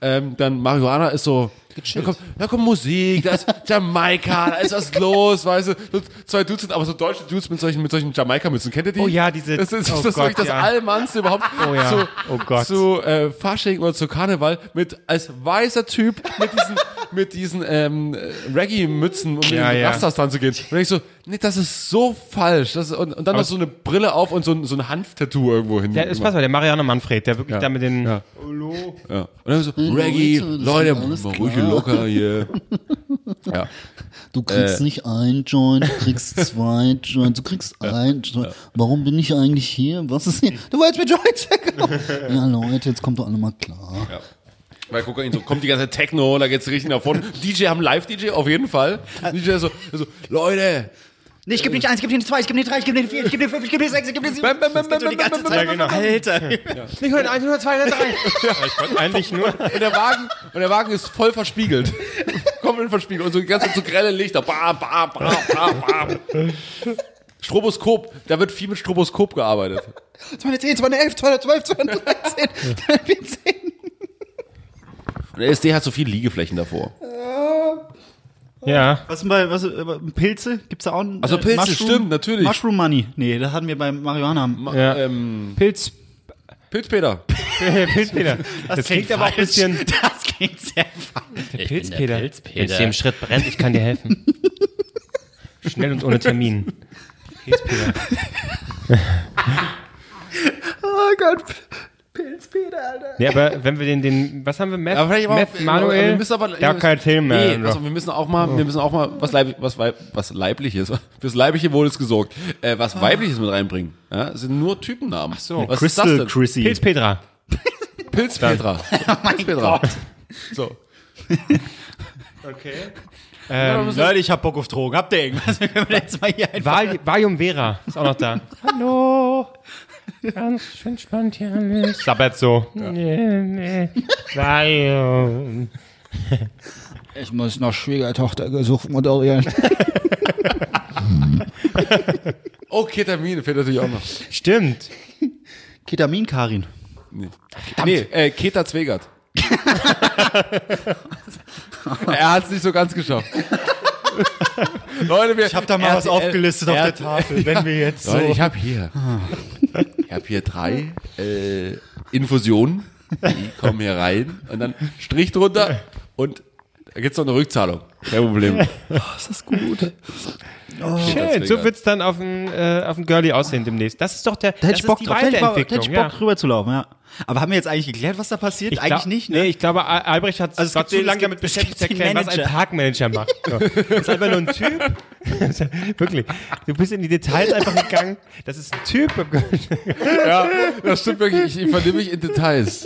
Speaker 3: Ähm, dann Marihuana ist so, da kommt, da kommt Musik,
Speaker 1: [laughs]
Speaker 3: da ist Jamaika, da ist was los, weißt du. So Zwei Dudes sind aber so deutsche Dudes mit solchen, mit solchen Jamaika-Mützen. Kennt ihr die?
Speaker 1: Oh ja, diese-
Speaker 3: Das ist,
Speaker 1: oh
Speaker 3: das, ist
Speaker 1: Gott,
Speaker 3: wirklich das
Speaker 1: ja.
Speaker 3: Allmannste überhaupt.
Speaker 1: Oh ja,
Speaker 3: Zu,
Speaker 1: oh Gott.
Speaker 3: zu äh, Fasching oder zu Karneval mit als weißer Typ mit diesen, mit diesen ähm, äh, Reggae-Mützen und mit
Speaker 1: Ja,
Speaker 3: den
Speaker 1: ja.
Speaker 3: Rastas dran zu gehen. Und ich so, nee, das ist so falsch. Das ist, und, und dann noch so eine Brille auf und so ein, so ein Hanftattoo irgendwo hin.
Speaker 1: Der ist was war der Mariano Manfred, der wirklich da mit den.
Speaker 3: Ja. Ja. Und dann so, Reggae, Leute, mal ruhig und locker [laughs] hier. ja.
Speaker 7: Du kriegst nicht ein Joint, du kriegst zwei Joints, du kriegst ein Joint. Warum bin ich eigentlich hier? Was ist hier? Du wolltest mir Joints weggenommen. ja, Leute, jetzt kommt doch alle mal klar.
Speaker 3: Weil guck ihn so, kommt die ganze Zeit Techno, da geht's richtig nach vorne. DJ haben Live-DJ auf jeden Fall. DJ so, so Leute,
Speaker 5: Nee, ich gebe nicht eins, ich gebe nicht zwei, ich gebe nicht drei, ich gebe nicht vier, ich gebe nicht fünf, ich gebe nicht sechs, ich gebe nicht sieben.
Speaker 3: Bam, bam, bam,
Speaker 5: Das geht so die
Speaker 3: bam,
Speaker 5: ganze
Speaker 3: bam,
Speaker 5: Zeit.
Speaker 1: bam, bam, bam.
Speaker 5: Alter.
Speaker 1: Nicht 101, 102, [laughs] 103. Ich konnte eigentlich nur.
Speaker 3: Und der Wagen, und der Wagen ist voll verspiegelt. [laughs] Komplett verspiegelt. Und so die ganze Zeit so grelle Lichter. Bam, bam, bam, bam, bam. Stroboskop. Da wird viel mit Stroboskop gearbeitet.
Speaker 7: 210, 211, 212,
Speaker 5: [laughs]
Speaker 7: 213, 214.
Speaker 3: Und der SD hat so viele Liegeflächen davor.
Speaker 1: Ja.
Speaker 5: Was denn bei, was, äh, Pilze? Gibt's da auch einen? äh,
Speaker 3: Also Pilze, stimmt, natürlich.
Speaker 5: Mushroom Money. Nee, das hatten wir bei Marihuana.
Speaker 3: Ma-
Speaker 1: Ja.
Speaker 3: Ähm,
Speaker 1: Pilz.
Speaker 3: Pilzpeter.
Speaker 1: Äh, Pilzpeter. Das
Speaker 5: klingt
Speaker 1: klingt aber auch ein
Speaker 5: falsch.
Speaker 1: bisschen.
Speaker 5: [laughs] Das klingt sehr falsch.
Speaker 1: Pilzpeter. Wenn es dir im Schritt brennt, ich kann dir helfen. Schnell und ohne Termin. Pilzpeter.
Speaker 5: Oh Gott. Pilzpeter, Alter.
Speaker 1: Nee, aber wenn wir den, den, was haben wir? Meth,
Speaker 3: Aber vielleicht aber
Speaker 1: Meth
Speaker 3: auch-
Speaker 1: Manuel?
Speaker 3: wir müssen aber,
Speaker 1: der hat keine Themen mehr.
Speaker 3: Nee, also wir müssen auch mal, wir müssen auch mal was, Leib, was, Weib, was Leibliches, [laughs] fürs Leibliche wurde es gesorgt, äh,
Speaker 5: Ah.
Speaker 3: was Weibliches mit reinbringen. Ja, das sind nur Typennamen. Ach
Speaker 1: so.
Speaker 3: was
Speaker 5: Crystal Oh
Speaker 3: ist das denn?
Speaker 5: Chrissy.
Speaker 1: Pilzpetra.
Speaker 5: [laughs]
Speaker 3: Pilzpetra. Pilzpetra. So.
Speaker 1: Okay.
Speaker 5: Leute, ich hab Bock auf Drogen. Habt ihr irgendwas? [laughs] Wir können jetzt mal hier einfach.
Speaker 1: Val Valium Vera ist auch noch
Speaker 3: [laughs]
Speaker 1: da. Hallo. Ganz schön spannend hier alles. Sabbert so. Nee, nee. Valium.
Speaker 7: Ich muss noch Schwiegertochter gesucht moderieren.
Speaker 3: Oh, Ketamine fehlt natürlich auch noch.
Speaker 1: Stimmt.
Speaker 5: Ketamin, Karin.
Speaker 3: Nee, äh, Keta
Speaker 5: [laughs]
Speaker 3: Zwegert. [laughs] er hat es nicht so ganz
Speaker 5: [laughs]
Speaker 3: geschafft. Leute, wir,
Speaker 5: Ich hab da mal was aufgelistet auf der
Speaker 3: [laughs]
Speaker 5: Tafel, wenn wir jetzt so.
Speaker 3: Leute, ich habe hier,
Speaker 1: Ah.
Speaker 3: ich habe hier drei äh, Infusionen, die kommen hier rein und dann Strich drunter und da gibt's noch eine Rückzahlung. Kein Problem.
Speaker 1: Ah,
Speaker 3: Oh,
Speaker 1: Schön. So wird's dann auf dem äh, auf dem Girlie aussehen demnächst. Das ist doch der.
Speaker 5: Da
Speaker 1: das
Speaker 5: hätte ich Bock
Speaker 1: ist die
Speaker 5: drauf. Da hätte ich mal- da hätte
Speaker 1: Weiterentwicklung.
Speaker 5: ich Bock
Speaker 1: ja.
Speaker 5: rüber zu laufen, ja. Aber haben wir jetzt eigentlich geklärt, was da passiert?
Speaker 1: Ich
Speaker 5: eigentlich
Speaker 1: glaub-
Speaker 5: nicht, ne?
Speaker 1: Nee, ich glaube, Al- Albrecht hat
Speaker 5: Also es
Speaker 1: war
Speaker 5: gibt
Speaker 1: zu
Speaker 5: den-
Speaker 1: lange
Speaker 5: es
Speaker 1: damit
Speaker 5: gibt- es
Speaker 1: beschäftigt, zu
Speaker 5: gibt den
Speaker 1: erklären, was ein
Speaker 5: Manager.
Speaker 1: Parkmanager macht. So. Ist einfach nur ein Typ. Ist ja-
Speaker 5: [laughs]
Speaker 1: Wirklich. Du bist in die Details einfach gegangen. Das ist ein
Speaker 5: [laughs]
Speaker 1: Typ.
Speaker 3: ja, das stimmt wirklich. Ich, ich vernehme mich in Details.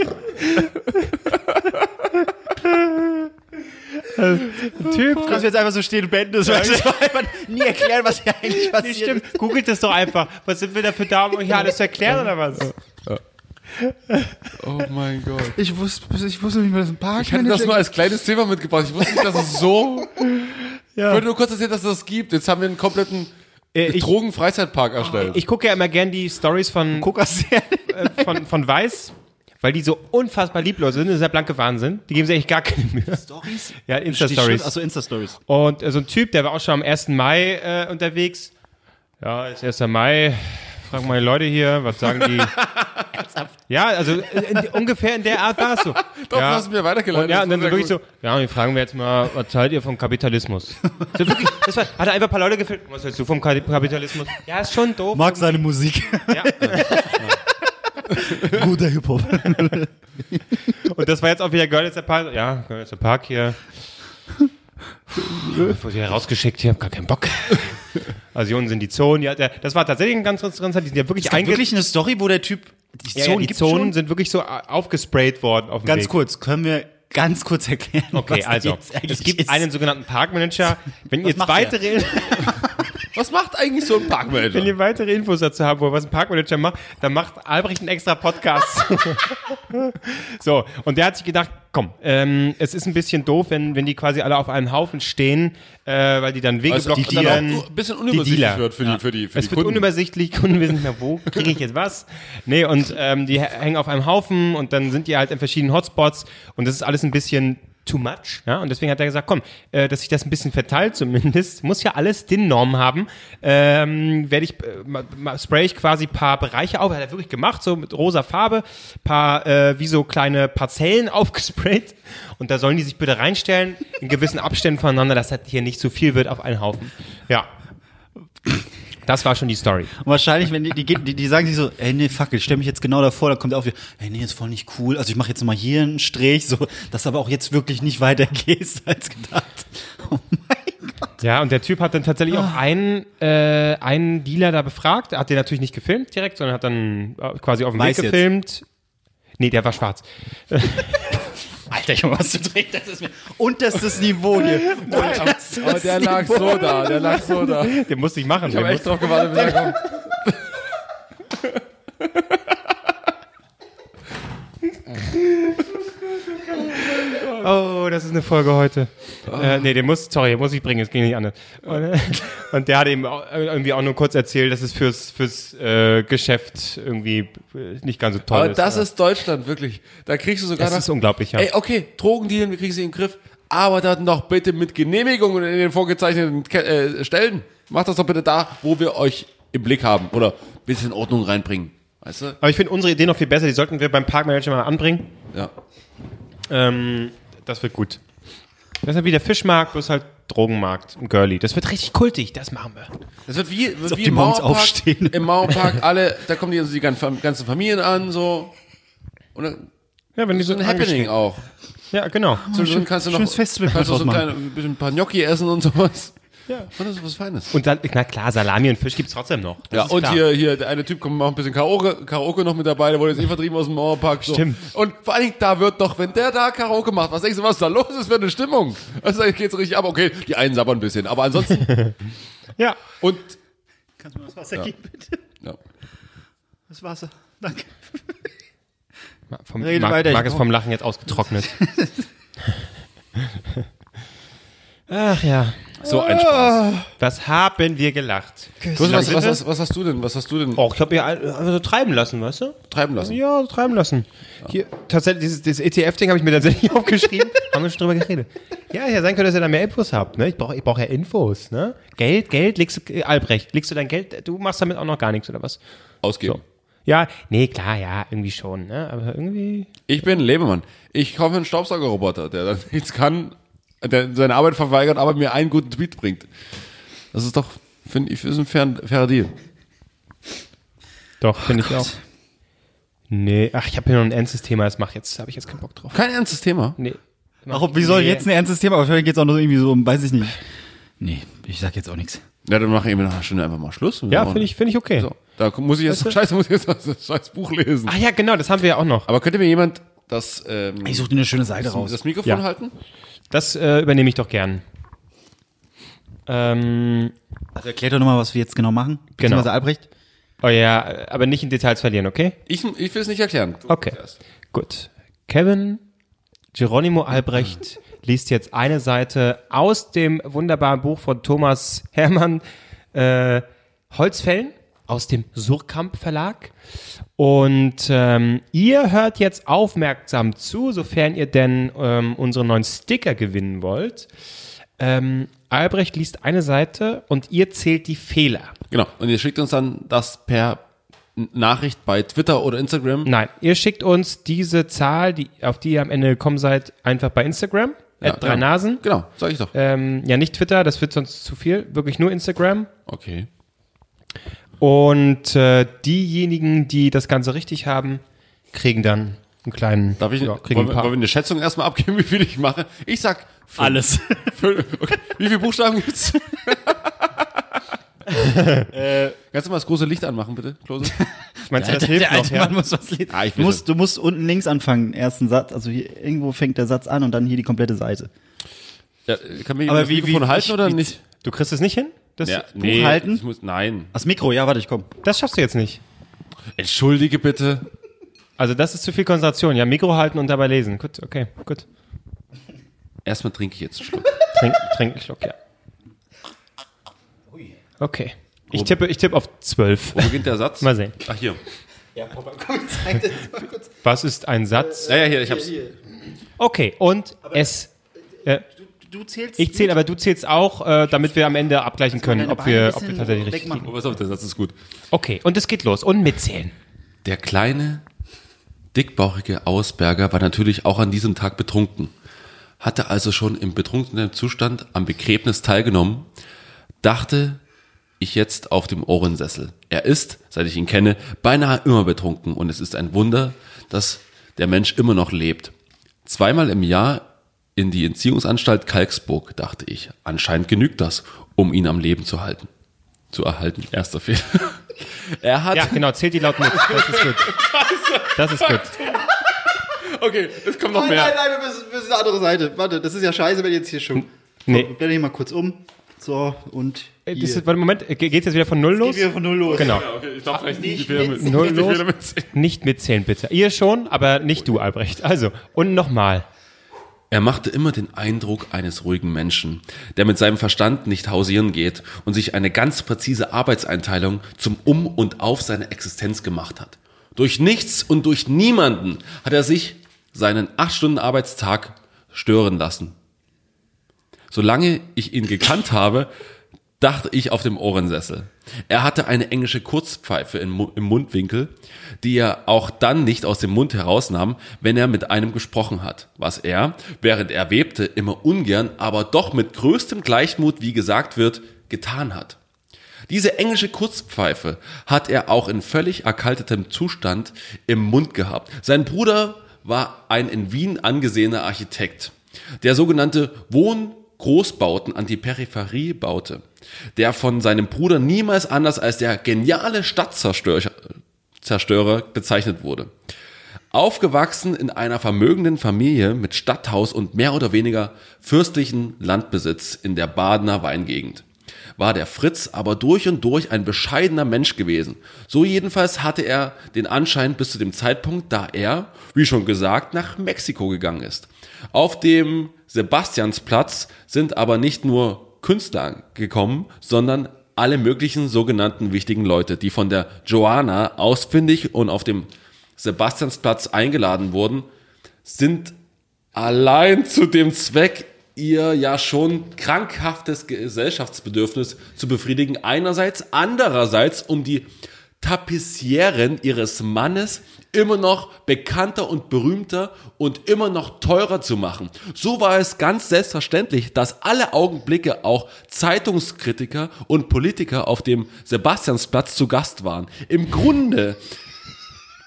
Speaker 1: Typ.
Speaker 5: dass wir jetzt einfach so stehen und beenden das. weil [laughs] wir einfach nie erklären, was hier [laughs] eigentlich
Speaker 1: Nee,
Speaker 5: passiert
Speaker 1: stimmt. Googelt das doch einfach. Was sind wir dafür da, um euch hier alles zu erklären oder was?
Speaker 3: Oh mein Gott.
Speaker 7: Ich wusste, ich wusste nicht mehr, dass ein Park
Speaker 3: Ich hätte das nur als kleines Thema mitgebracht. Ich wusste nicht, dass es so. Ich wollte nur kurz erzählen, dass es das gibt. Jetzt haben wir einen kompletten
Speaker 1: Äh, ich-
Speaker 3: Drogen-Freizeitpark erstellt.
Speaker 1: Ich gucke ja immer gern die Stories von, äh, von, von Weiß, weil die so unfassbar lieblos sind. Das ist der blanke Wahnsinn. Die geben sich eigentlich gar keine Mühe.
Speaker 5: Stories?
Speaker 1: Ja, Insta-Stories.
Speaker 5: Achso, Insta-Stories.
Speaker 1: Und äh, so ein Typ, der war auch schon am 1. Mai äh, unterwegs. Ja, ist 1. Mai. Frag mal die Leute hier, was sagen [laughs] die? ja, also äh, in, ungefähr in der Art war es so.
Speaker 3: Doch,
Speaker 1: ja.
Speaker 3: du hast mir weitergeleitet.
Speaker 1: Und ja,
Speaker 3: Das
Speaker 1: und dann
Speaker 3: war
Speaker 1: so
Speaker 3: sehr
Speaker 1: wirklich
Speaker 3: gut.
Speaker 1: so, ja, und die fragen wir jetzt mal, was haltet ihr vom Kapitalismus? So wirklich, das war, hat er einfach ein paar Leute gefilmt, was hältst du vom Ka- Kapitalismus? Ja, ist schon doof.
Speaker 5: Mag seine Musik.
Speaker 4: [laughs]
Speaker 5: Guter Hip-Hop.
Speaker 1: Und das war jetzt auch wieder Görlitzer Park. Ja, Görlitzer Park [laughs] hier. Ich wurde hier rausgeschickt, hier, hab gar keinen Bock. Also hier unten sind die Zonen. Ja, der- das war tatsächlich ein ganz interessanter, die sind ja wirklich einge...
Speaker 5: Wirklich eine Story, wo der Typ. Die
Speaker 1: ja, ja, die
Speaker 5: gibt's
Speaker 1: Zonen
Speaker 5: schon?
Speaker 1: sind wirklich so äh, aufgesprayt worden auf dem
Speaker 5: Ganz
Speaker 1: Weg.
Speaker 5: kurz, können wir ganz kurz erklären,
Speaker 1: Okay,
Speaker 5: was da
Speaker 1: also,
Speaker 5: jetzt eigentlich
Speaker 1: es gibt
Speaker 5: ist. [laughs]
Speaker 1: einen sogenannten Parkmanager. Wenn ihr jetzt
Speaker 5: macht der?
Speaker 1: weitere...
Speaker 3: Was macht eigentlich so
Speaker 1: [laughs]
Speaker 3: ein
Speaker 1: Wenn
Speaker 3: Parkmanager?
Speaker 1: ihr weitere Infos dazu haben wollt, was ein Parkmanager macht, dann macht Albrecht einen extra Podcast. [laughs] so, und der hat sich gedacht, komm, ähm, es ist ein bisschen doof, wenn, wenn die quasi alle auf einem Haufen stehen, äh, weil die dann Wege
Speaker 3: Also, die
Speaker 1: blockieren.
Speaker 3: dann auch ein bisschen unübersichtlich
Speaker 1: Dealer.
Speaker 3: wird für die- für die- für
Speaker 1: es
Speaker 3: die
Speaker 1: wird
Speaker 3: Kunden.
Speaker 1: unübersichtlich, [laughs] Kunden wissen nicht mehr, wo kriege ich jetzt was. Nee, und ähm, die hängen auf einem Haufen und dann sind die halt in verschiedenen Hotspots und das ist alles ein bisschen too much. Ja? Und deswegen hat er gesagt, komm, äh, dass sich das ein bisschen verteilt zumindest, [laughs] muss ja alles den Norm haben, ähm, werde ich, äh, ma- ma- spray ich quasi paar Bereiche auf, hat er wirklich gemacht, so mit rosa Farbe, paar, äh, wie so kleine Parzellen [laughs] aufgesprayt und da sollen die sich bitte reinstellen, in gewissen Abständen voneinander, dass das hier nicht zu viel wird auf einen Haufen. Ja. Das war schon die Story.
Speaker 4: Und wahrscheinlich, wenn die, die, geht- die, die sagen sich so, ey, nee, fuck, ich stelle mich jetzt genau davor, da kommt er auf, wie, ey, nee, ist voll nicht cool. Also ich mache jetzt mal hier einen Strich, so, dass aber auch jetzt wirklich nicht weiter gehst [laughs] als gedacht. Oh mein Gott.
Speaker 1: Ja, und der Typ hat dann tatsächlich auch einen, äh, einen Dealer da befragt. Hat den natürlich nicht gefilmt direkt, sondern hat dann äh, quasi auf dem
Speaker 4: Weiß
Speaker 1: Weg
Speaker 4: jetzt.
Speaker 1: gefilmt. Nee, der war schwarz.
Speaker 4: Alter, Junge, was du trägst, das ist mir unterstes Niveau hier. Unterstes
Speaker 3: Aber der lag [laughs] so da, der lag so da. Ich
Speaker 1: Den musste ich machen. Den
Speaker 3: habe echt drauf gewartet, bis er kommt.
Speaker 1: Oh, das ist eine Folge heute. Äh, nee, den muss, sorry, den muss ich bringen, es ging nicht anders. Und, [laughs] äh, und der hat eben auch, irgendwie auch nur kurz erzählt, dass es fürs, fürs äh, Geschäft irgendwie äh, nicht ganz so toll
Speaker 3: [laughs] Aber
Speaker 1: ist.
Speaker 3: das ist Deutschland, wirklich. Da kriegst du sogar
Speaker 1: Das
Speaker 3: noch-
Speaker 1: ist unglaublich, ja.
Speaker 3: Ey, okay, Drogendealen, wir kriegen sie in den Griff. Aber dann doch bitte mit Genehmigung und in den vorgezeichneten Ke äh, Stellen. Macht das doch bitte da, wo wir euch im Blick haben. Oder ein bisschen Ordnung reinbringen. Weißt du?
Speaker 1: Aber ich finde unsere Idee noch viel besser, die sollten wir beim Parkmanager mal anbringen.
Speaker 3: Ja.
Speaker 1: Ähm, das wird gut. Das ist halt wie der Fischmarkt, bloß halt Drogenmarkt und Girly. Das wird richtig kultig, das machen wir.
Speaker 3: Das wird wie, wird wie
Speaker 4: die
Speaker 3: im
Speaker 4: morgens
Speaker 3: Mauerpark.
Speaker 4: aufstehen.
Speaker 3: Im Mauerpark alle, da kommen die, also die gan- fam- ganzen Familien an, so. Und dann,
Speaker 1: Ja, wenn die so
Speaker 3: so ein Happening auch.
Speaker 1: Ja, genau.
Speaker 3: Zwischendrin kannst du noch
Speaker 4: schönes Festival
Speaker 3: kannst du so ein,
Speaker 4: draus machen.
Speaker 3: kleines- ein bisschen ein paar Gnocchi essen und sowas. Ja. Und das ist was Feines.
Speaker 1: Und dann, na klar, Salami und Fisch gibt's trotzdem noch. Das
Speaker 3: Ja,
Speaker 1: ist
Speaker 3: und
Speaker 1: klar.
Speaker 3: hier, hier, der eine Typ kommt auch ein bisschen Karaoke, Karaoke noch mit dabei, der wurde jetzt eh vertrieben aus dem Mauerpark. So.
Speaker 1: Stimmt.
Speaker 3: Und vor allen Dingen, da wird doch, wenn der da Karaoke macht, was denkst du, was da los ist für eine Stimmung? Also da geht's richtig ab. Okay, die einen sabbern ein bisschen, aber ansonsten
Speaker 1: [laughs] Ja.
Speaker 3: und
Speaker 5: Kannst du mir das Wasser geben, bitte?
Speaker 3: ja.
Speaker 5: Das Wasser. Danke.
Speaker 1: Vom,
Speaker 5: Rede
Speaker 1: Marc,
Speaker 5: weiter, ich
Speaker 1: Marc ist
Speaker 5: komm.
Speaker 1: vom Lachen jetzt
Speaker 3: [laughs]
Speaker 1: ausgetrocknet. Ach ja.
Speaker 3: so ein Spaß.
Speaker 1: Was haben wir gelacht?
Speaker 3: Du, was, was, was, was hast du denn? Was hast du denn
Speaker 1: Oh, ich habe ja einfach so treiben lassen, weißt du?
Speaker 3: treiben lassen?
Speaker 1: Ja, so treiben lassen. Hier, tatsächlich, dieses, dieses ETF-Ding habe ich mir tatsächlich [laughs] aufgeschrieben. Haben wir schon drüber geredet. Ja, ja, sein könnte, dass ihr da mehr Infos habt. Ne? Ich brauche ich brauch ja Infos. Ne? Geld, Geld, legst du, äh, Albrecht, legst du dein Geld, du machst damit auch noch gar nichts oder was?
Speaker 3: Ausgeben.
Speaker 1: Ja, nee, klar, ja, irgendwie schon. Ne? Aber irgendwie.
Speaker 3: Ich bin Lebemann. Ich kaufe einen Staubsaugerroboter, der dann [laughs] nichts kann, der seine Arbeit verweigert, aber mir einen guten Tweet bringt. Das ist doch, finde ich, ist ein fair, fairer Deal.
Speaker 1: Doch, finde ich auch. Nee, ach, ich habe hier noch ein ernstes Thema, das mach jetzt, habe ich jetzt keinen Bock drauf.
Speaker 3: Kein ernstes Thema.
Speaker 1: Nee.
Speaker 4: Warum, wie soll jetzt ein ernstes Thema? Aber vielleicht geht's auch noch irgendwie so um, weiß ich nicht. Nee, ich sag jetzt auch nichts.
Speaker 3: Ja, dann mache ich eben nach einer Stunde einfach mal Schluss.
Speaker 1: Ja, finde ich, finde ich okay.
Speaker 3: So, da muss ich jetzt, scheiße, muss ich jetzt das scheiß Buch lesen.
Speaker 1: Ach ja, genau, das haben wir ja auch noch.
Speaker 3: Aber könnte mir jemand das, ähm,
Speaker 4: Ich such dir eine schöne Seite raus.
Speaker 3: das Mikrofon
Speaker 1: Ja.
Speaker 3: halten?
Speaker 1: Das äh, übernehme ich doch gern. Ähm,
Speaker 4: Also erklär doch nochmal, was wir jetzt genau machen. Beziehungsweise Albrecht.
Speaker 1: Oh ja, aber nicht in Details verlieren, okay?
Speaker 3: Ich, ich will es nicht erklären. Du
Speaker 1: Okay.
Speaker 3: zuerst.
Speaker 1: Gut. Kevin Geronimo Albrecht liest jetzt eine Seite aus dem wunderbaren Buch von Thomas Hermann äh, Holzfällen aus dem Surkamp Verlag. Und ähm, ihr hört jetzt aufmerksam zu, sofern ihr denn ähm, unsere neuen Sticker gewinnen wollt. Ähm, Albrecht liest eine Seite und ihr zählt die Fehler.
Speaker 3: Genau. Und ihr schickt uns dann das per N- Nachricht bei Twitter oder Instagram.
Speaker 1: Nein, ihr schickt uns diese Zahl, die, auf die ihr am Ende gekommen seid, einfach bei Instagram.
Speaker 3: Ja,
Speaker 1: at drei Nasen.
Speaker 3: Genau, sag ich doch.
Speaker 1: Ähm, ja, nicht Twitter, das wird sonst zu viel. Wirklich nur Instagram.
Speaker 3: Okay.
Speaker 1: Und äh, diejenigen, die das Ganze richtig haben, kriegen dann einen kleinen.
Speaker 3: Darf ich,
Speaker 1: ja,
Speaker 3: wollen, wir-
Speaker 1: kriegen ein
Speaker 3: wollen wir
Speaker 1: paar.
Speaker 3: eine Schätzung erstmal abgeben, [laughs] wie viel ich mache? Ich sag fünf. Alles. [laughs] Fünf. Okay. Wie viele Buchstaben gibt's? [laughs] Kannst du mal das große Licht anmachen, bitte, Klose?
Speaker 1: Meinst du, das
Speaker 4: [laughs]
Speaker 1: hilft noch?
Speaker 4: alte
Speaker 1: Ja?
Speaker 4: Mann muss was lesen.
Speaker 3: Ah, ich
Speaker 4: du,
Speaker 3: will
Speaker 4: musst,
Speaker 3: schon.
Speaker 4: du musst unten links anfangen, den ersten Satz. Also hier, irgendwo fängt der Satz an und dann hier die komplette Seite.
Speaker 3: Ja, kann mir jemand
Speaker 4: Aber
Speaker 3: das
Speaker 4: wie- wie-
Speaker 3: Mikrofon halten
Speaker 4: ich-
Speaker 3: oder
Speaker 4: wie-
Speaker 3: nicht?
Speaker 1: Du kriegst es nicht hin? Das,
Speaker 3: Ja,
Speaker 1: Buch
Speaker 3: nee,
Speaker 1: halten?
Speaker 3: Ich muss, nein.
Speaker 5: Das Mikro, ja, warte, ich komm.
Speaker 1: Das schaffst du jetzt nicht.
Speaker 3: Entschuldige bitte.
Speaker 1: Also das ist zu viel Konzentration. Ja, Mikro halten und dabei lesen. Gut, okay, gut.
Speaker 3: Erstmal trinke ich jetzt einen Schluck.
Speaker 1: Trink, trink einen Schluck, ja. Okay. Ich tippe, ich tippe auf 12.
Speaker 3: Wo beginnt der Satz?
Speaker 1: Mal sehen.
Speaker 3: Ach, hier.
Speaker 1: Was ist ein Satz?
Speaker 3: Ja, ja, hier, ich hab's.
Speaker 1: Okay, und es. äh,
Speaker 5: Du zählst.
Speaker 1: Ich zähle, aber du zählst auch, äh, damit wir am Ende abgleichen können, ob wir, ob wir tatsächlich richtig liegen.
Speaker 3: Oh, pass auf, der Satz ist gut.
Speaker 1: Okay, und es geht los. Und mitzählen.
Speaker 3: Der kleine, dickbauchige Ausberger war natürlich auch an diesem Tag betrunken, hatte also schon im betrunkenen Zustand am Begräbnis teilgenommen, dachte ich jetzt auf dem Ohrensessel. Er ist, seit ich ihn kenne, beinahe immer betrunken und es ist ein Wunder, dass der Mensch immer noch lebt. Zweimal im Jahr in die Entziehungsanstalt Kalksburg, dachte ich. Anscheinend genügt das, um ihn am Leben zu halten. Zu erhalten, erster Fehler. [laughs] Er hat
Speaker 1: Ja, genau, zählt die laut mit. Das ist gut. Das ist gut.
Speaker 3: Okay, es kommt noch
Speaker 5: nein,
Speaker 3: mehr.
Speaker 5: nein, nein, wir müssen, wir müssen eine andere Seite. Warte, das ist ja scheiße, wenn jetzt hier schon.
Speaker 1: Nee.
Speaker 5: Blende ich mal kurz um. So, und.
Speaker 1: Äh, Das ist, warte, Moment, äh, ge- geht's jetzt wieder von null los?
Speaker 5: Geht wieder von null los.
Speaker 1: Genau.
Speaker 3: Okay, ich darf vielleicht
Speaker 5: nicht
Speaker 3: die Fehler
Speaker 5: mit-
Speaker 1: Null
Speaker 3: nicht die
Speaker 1: los.
Speaker 3: Fehler mitzählen.
Speaker 1: Nicht mitzählen, bitte. Ihr schon, aber nicht du, Albrecht. Also, und nochmal.
Speaker 3: Er machte immer den Eindruck eines ruhigen Menschen, der mit seinem Verstand nicht hausieren geht und sich eine ganz präzise Arbeitseinteilung zum Um und Auf seiner Existenz gemacht hat. Durch nichts und durch niemanden hat er sich seinen acht Stunden Arbeitstag stören lassen. Solange ich ihn gekannt habe, dachte ich auf dem Ohrensessel. Er hatte eine englische Kurzpfeife im Mu- im Mundwinkel, die er auch dann nicht aus dem Mund herausnahm, wenn er mit einem gesprochen hat, was er, während er webte, immer ungern, aber doch mit größtem Gleichmut, wie gesagt wird, getan hat. Diese englische Kurzpfeife hat er auch in völlig erkaltetem Zustand im Mund gehabt. Sein Bruder war ein in Wien angesehener Architekt, der sogenannte Wohngroßbauten an die Peripherie baute, der von seinem Bruder niemals anders als der geniale Stadtzerstörer Zerstörer bezeichnet wurde. Aufgewachsen in einer vermögenden Familie mit Stadthaus und mehr oder weniger fürstlichen Landbesitz in der Badener Weingegend, war der Fritz aber durch und durch ein bescheidener Mensch gewesen. So jedenfalls hatte er den Anschein bis zu dem Zeitpunkt, da er, wie schon gesagt, nach Mexiko gegangen ist. Auf dem Sebastiansplatz sind aber nicht nur Künstler gekommen, sondern alle möglichen sogenannten wichtigen Leute, die von der Joanna ausfindig und auf dem Sebastiansplatz eingeladen wurden, sind allein zu dem Zweck, ihr ja schon krankhaftes Gesellschaftsbedürfnis zu befriedigen, einerseits, andererseits, um die Tapissieren ihres Mannes immer noch bekannter und berühmter und immer noch teurer zu machen. So war es ganz selbstverständlich, dass alle Augenblicke auch Zeitungskritiker und Politiker auf dem Sebastiansplatz zu Gast waren. Im Grunde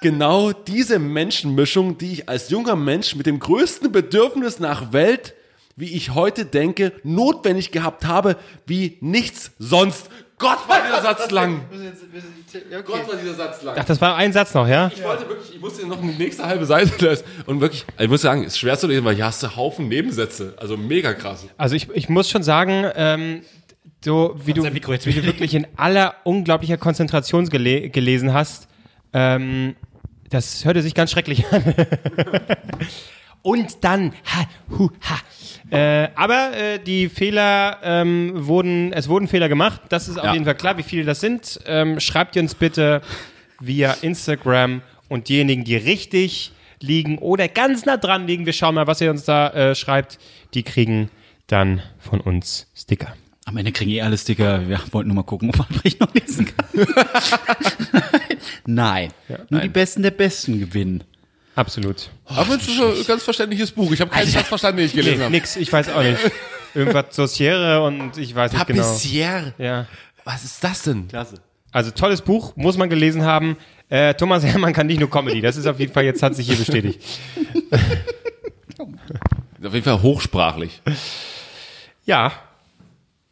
Speaker 3: genau diese Menschenmischung, die ich als junger Mensch mit dem größten Bedürfnis nach Welt, wie ich heute denke, notwendig gehabt habe, wie nichts sonst. Gott war dieser Satz lang. Gott war dieser Satz lang.
Speaker 1: Ach, das war ein Satz noch, ja?
Speaker 3: Ich wollte wirklich, ich musste noch eine nächste halbe Seite lassen. Und wirklich, also ich muss sagen, ist schwer zu lesen, weil hier hast du Haufen Nebensätze. Also mega krass.
Speaker 1: Also ich, ich muss schon sagen, ähm, so wie du, wie du wirklich in aller unglaublicher Konzentration gele gelesen hast, ähm, das hörte sich ganz schrecklich an. [laughs] Und dann, ha, hu, ha. Äh, aber äh, die Fehler ähm, wurden, es wurden Fehler gemacht. Das ist auf
Speaker 3: Ja.
Speaker 1: jeden Fall klar, wie viele das sind. Ähm, schreibt ihr uns bitte via Instagram und diejenigen, die richtig liegen oder ganz nah dran liegen, wir schauen mal, was ihr uns da äh, schreibt, die kriegen dann von uns Sticker.
Speaker 4: Am Ende kriegen eh alle Sticker. Wir wollten nur mal gucken, [laughs] ob Albrecht noch lesen kann.
Speaker 2: [laughs]
Speaker 4: nein. nur die Besten der Besten gewinnen.
Speaker 1: Absolut.
Speaker 3: Aber es ist ein ganz verständliches Buch. Ich habe keinen Satz verstanden, den ich gelesen
Speaker 1: Nee, nix, ich weiß auch nicht. Irgendwas Sauciere und ich weiß nicht genau.
Speaker 3: Tapissiere.
Speaker 1: Ja.
Speaker 3: Was ist das denn?
Speaker 1: Also tolles Buch, muss man gelesen haben. Äh, Thomas Hermann kann nicht nur Comedy. Das ist auf jeden Fall, jetzt hat sich hier bestätigt.
Speaker 3: Auf jeden Fall hochsprachlich.
Speaker 1: Ja,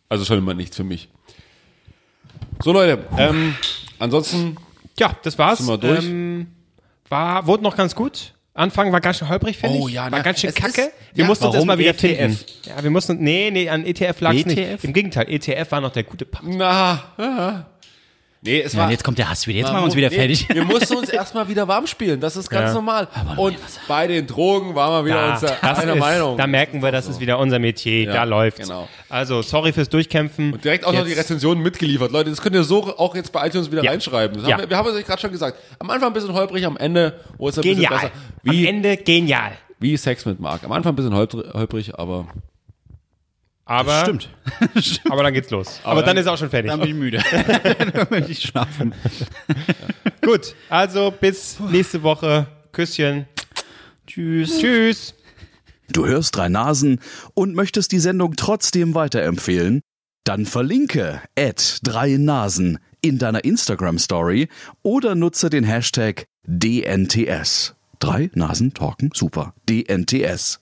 Speaker 3: Also schon immer nichts für mich. So Leute, ähm, ansonsten
Speaker 1: ja, das war's.
Speaker 3: Sind wir durch?
Speaker 1: Ähm, war, wurde noch ganz gut. Anfang war ganz schön holprig, finde
Speaker 3: Oh
Speaker 1: ich.
Speaker 3: ja,
Speaker 1: war
Speaker 3: ne?
Speaker 1: ganz schön
Speaker 3: Es
Speaker 1: kacke.
Speaker 3: ist-
Speaker 1: wir
Speaker 3: ja,
Speaker 1: mussten uns
Speaker 3: warum E
Speaker 1: erstmal wieder
Speaker 3: ETF?
Speaker 1: finden. Ja, wir mussten, nee, nee, an E ETF lag es nicht.
Speaker 3: ETF?
Speaker 1: Im Gegenteil, ETF war noch der gute Part.
Speaker 3: Na, ah. nee, es war.
Speaker 2: Und jetzt kommt der Hass wieder. Jetzt
Speaker 3: man
Speaker 2: machen wir uns
Speaker 3: mu-
Speaker 2: wieder
Speaker 3: nee,
Speaker 2: fertig. [laughs]
Speaker 3: Wir mussten uns erstmal wieder warm spielen. Das ist ganz
Speaker 1: Ja.
Speaker 3: normal. Und bei den Drogen waren wir wieder
Speaker 1: Da,
Speaker 3: uns äh, einer
Speaker 1: ist,
Speaker 3: Meinung.
Speaker 1: da merken wir, das ist wieder unser Metier.
Speaker 3: Ja,
Speaker 1: da läuft's.
Speaker 3: genau.
Speaker 1: Also, sorry fürs Durchkämpfen.
Speaker 3: Und direkt auch noch die
Speaker 1: Jetzt-
Speaker 3: Rezensionen mitgeliefert. Leute, das könnt ihr so auch jetzt bei iTunes wieder
Speaker 1: Ja.
Speaker 3: reinschreiben. Das
Speaker 1: Ja.
Speaker 3: haben wir, wir haben es euch gerade schon gesagt. Am Anfang ein bisschen holprig, am Ende wo es ein bisschen
Speaker 1: Genial.
Speaker 3: besser.
Speaker 1: Am
Speaker 3: Wie,
Speaker 1: Ende genial.
Speaker 3: wie Sex mit Mark. Am Anfang ein bisschen holpr- holprig, aber
Speaker 1: Aber,
Speaker 3: [laughs]
Speaker 1: stimmt. aber dann geht's los. Aber, dann, ist auch schon fertig.
Speaker 4: Dann bin ich
Speaker 2: [laughs]
Speaker 4: müde. Dann möchte ich schlafen.
Speaker 1: Gut, also bis nächste Woche. Küsschen. Tschüss. Tschüss.
Speaker 8: Du hörst drei Nasen und möchtest die Sendung trotzdem weiterempfehlen? Dann verlinke at drei Nasen in deiner Instagram Story oder nutze den Hashtag DNTS. Drei Nasen talken super. DNTS.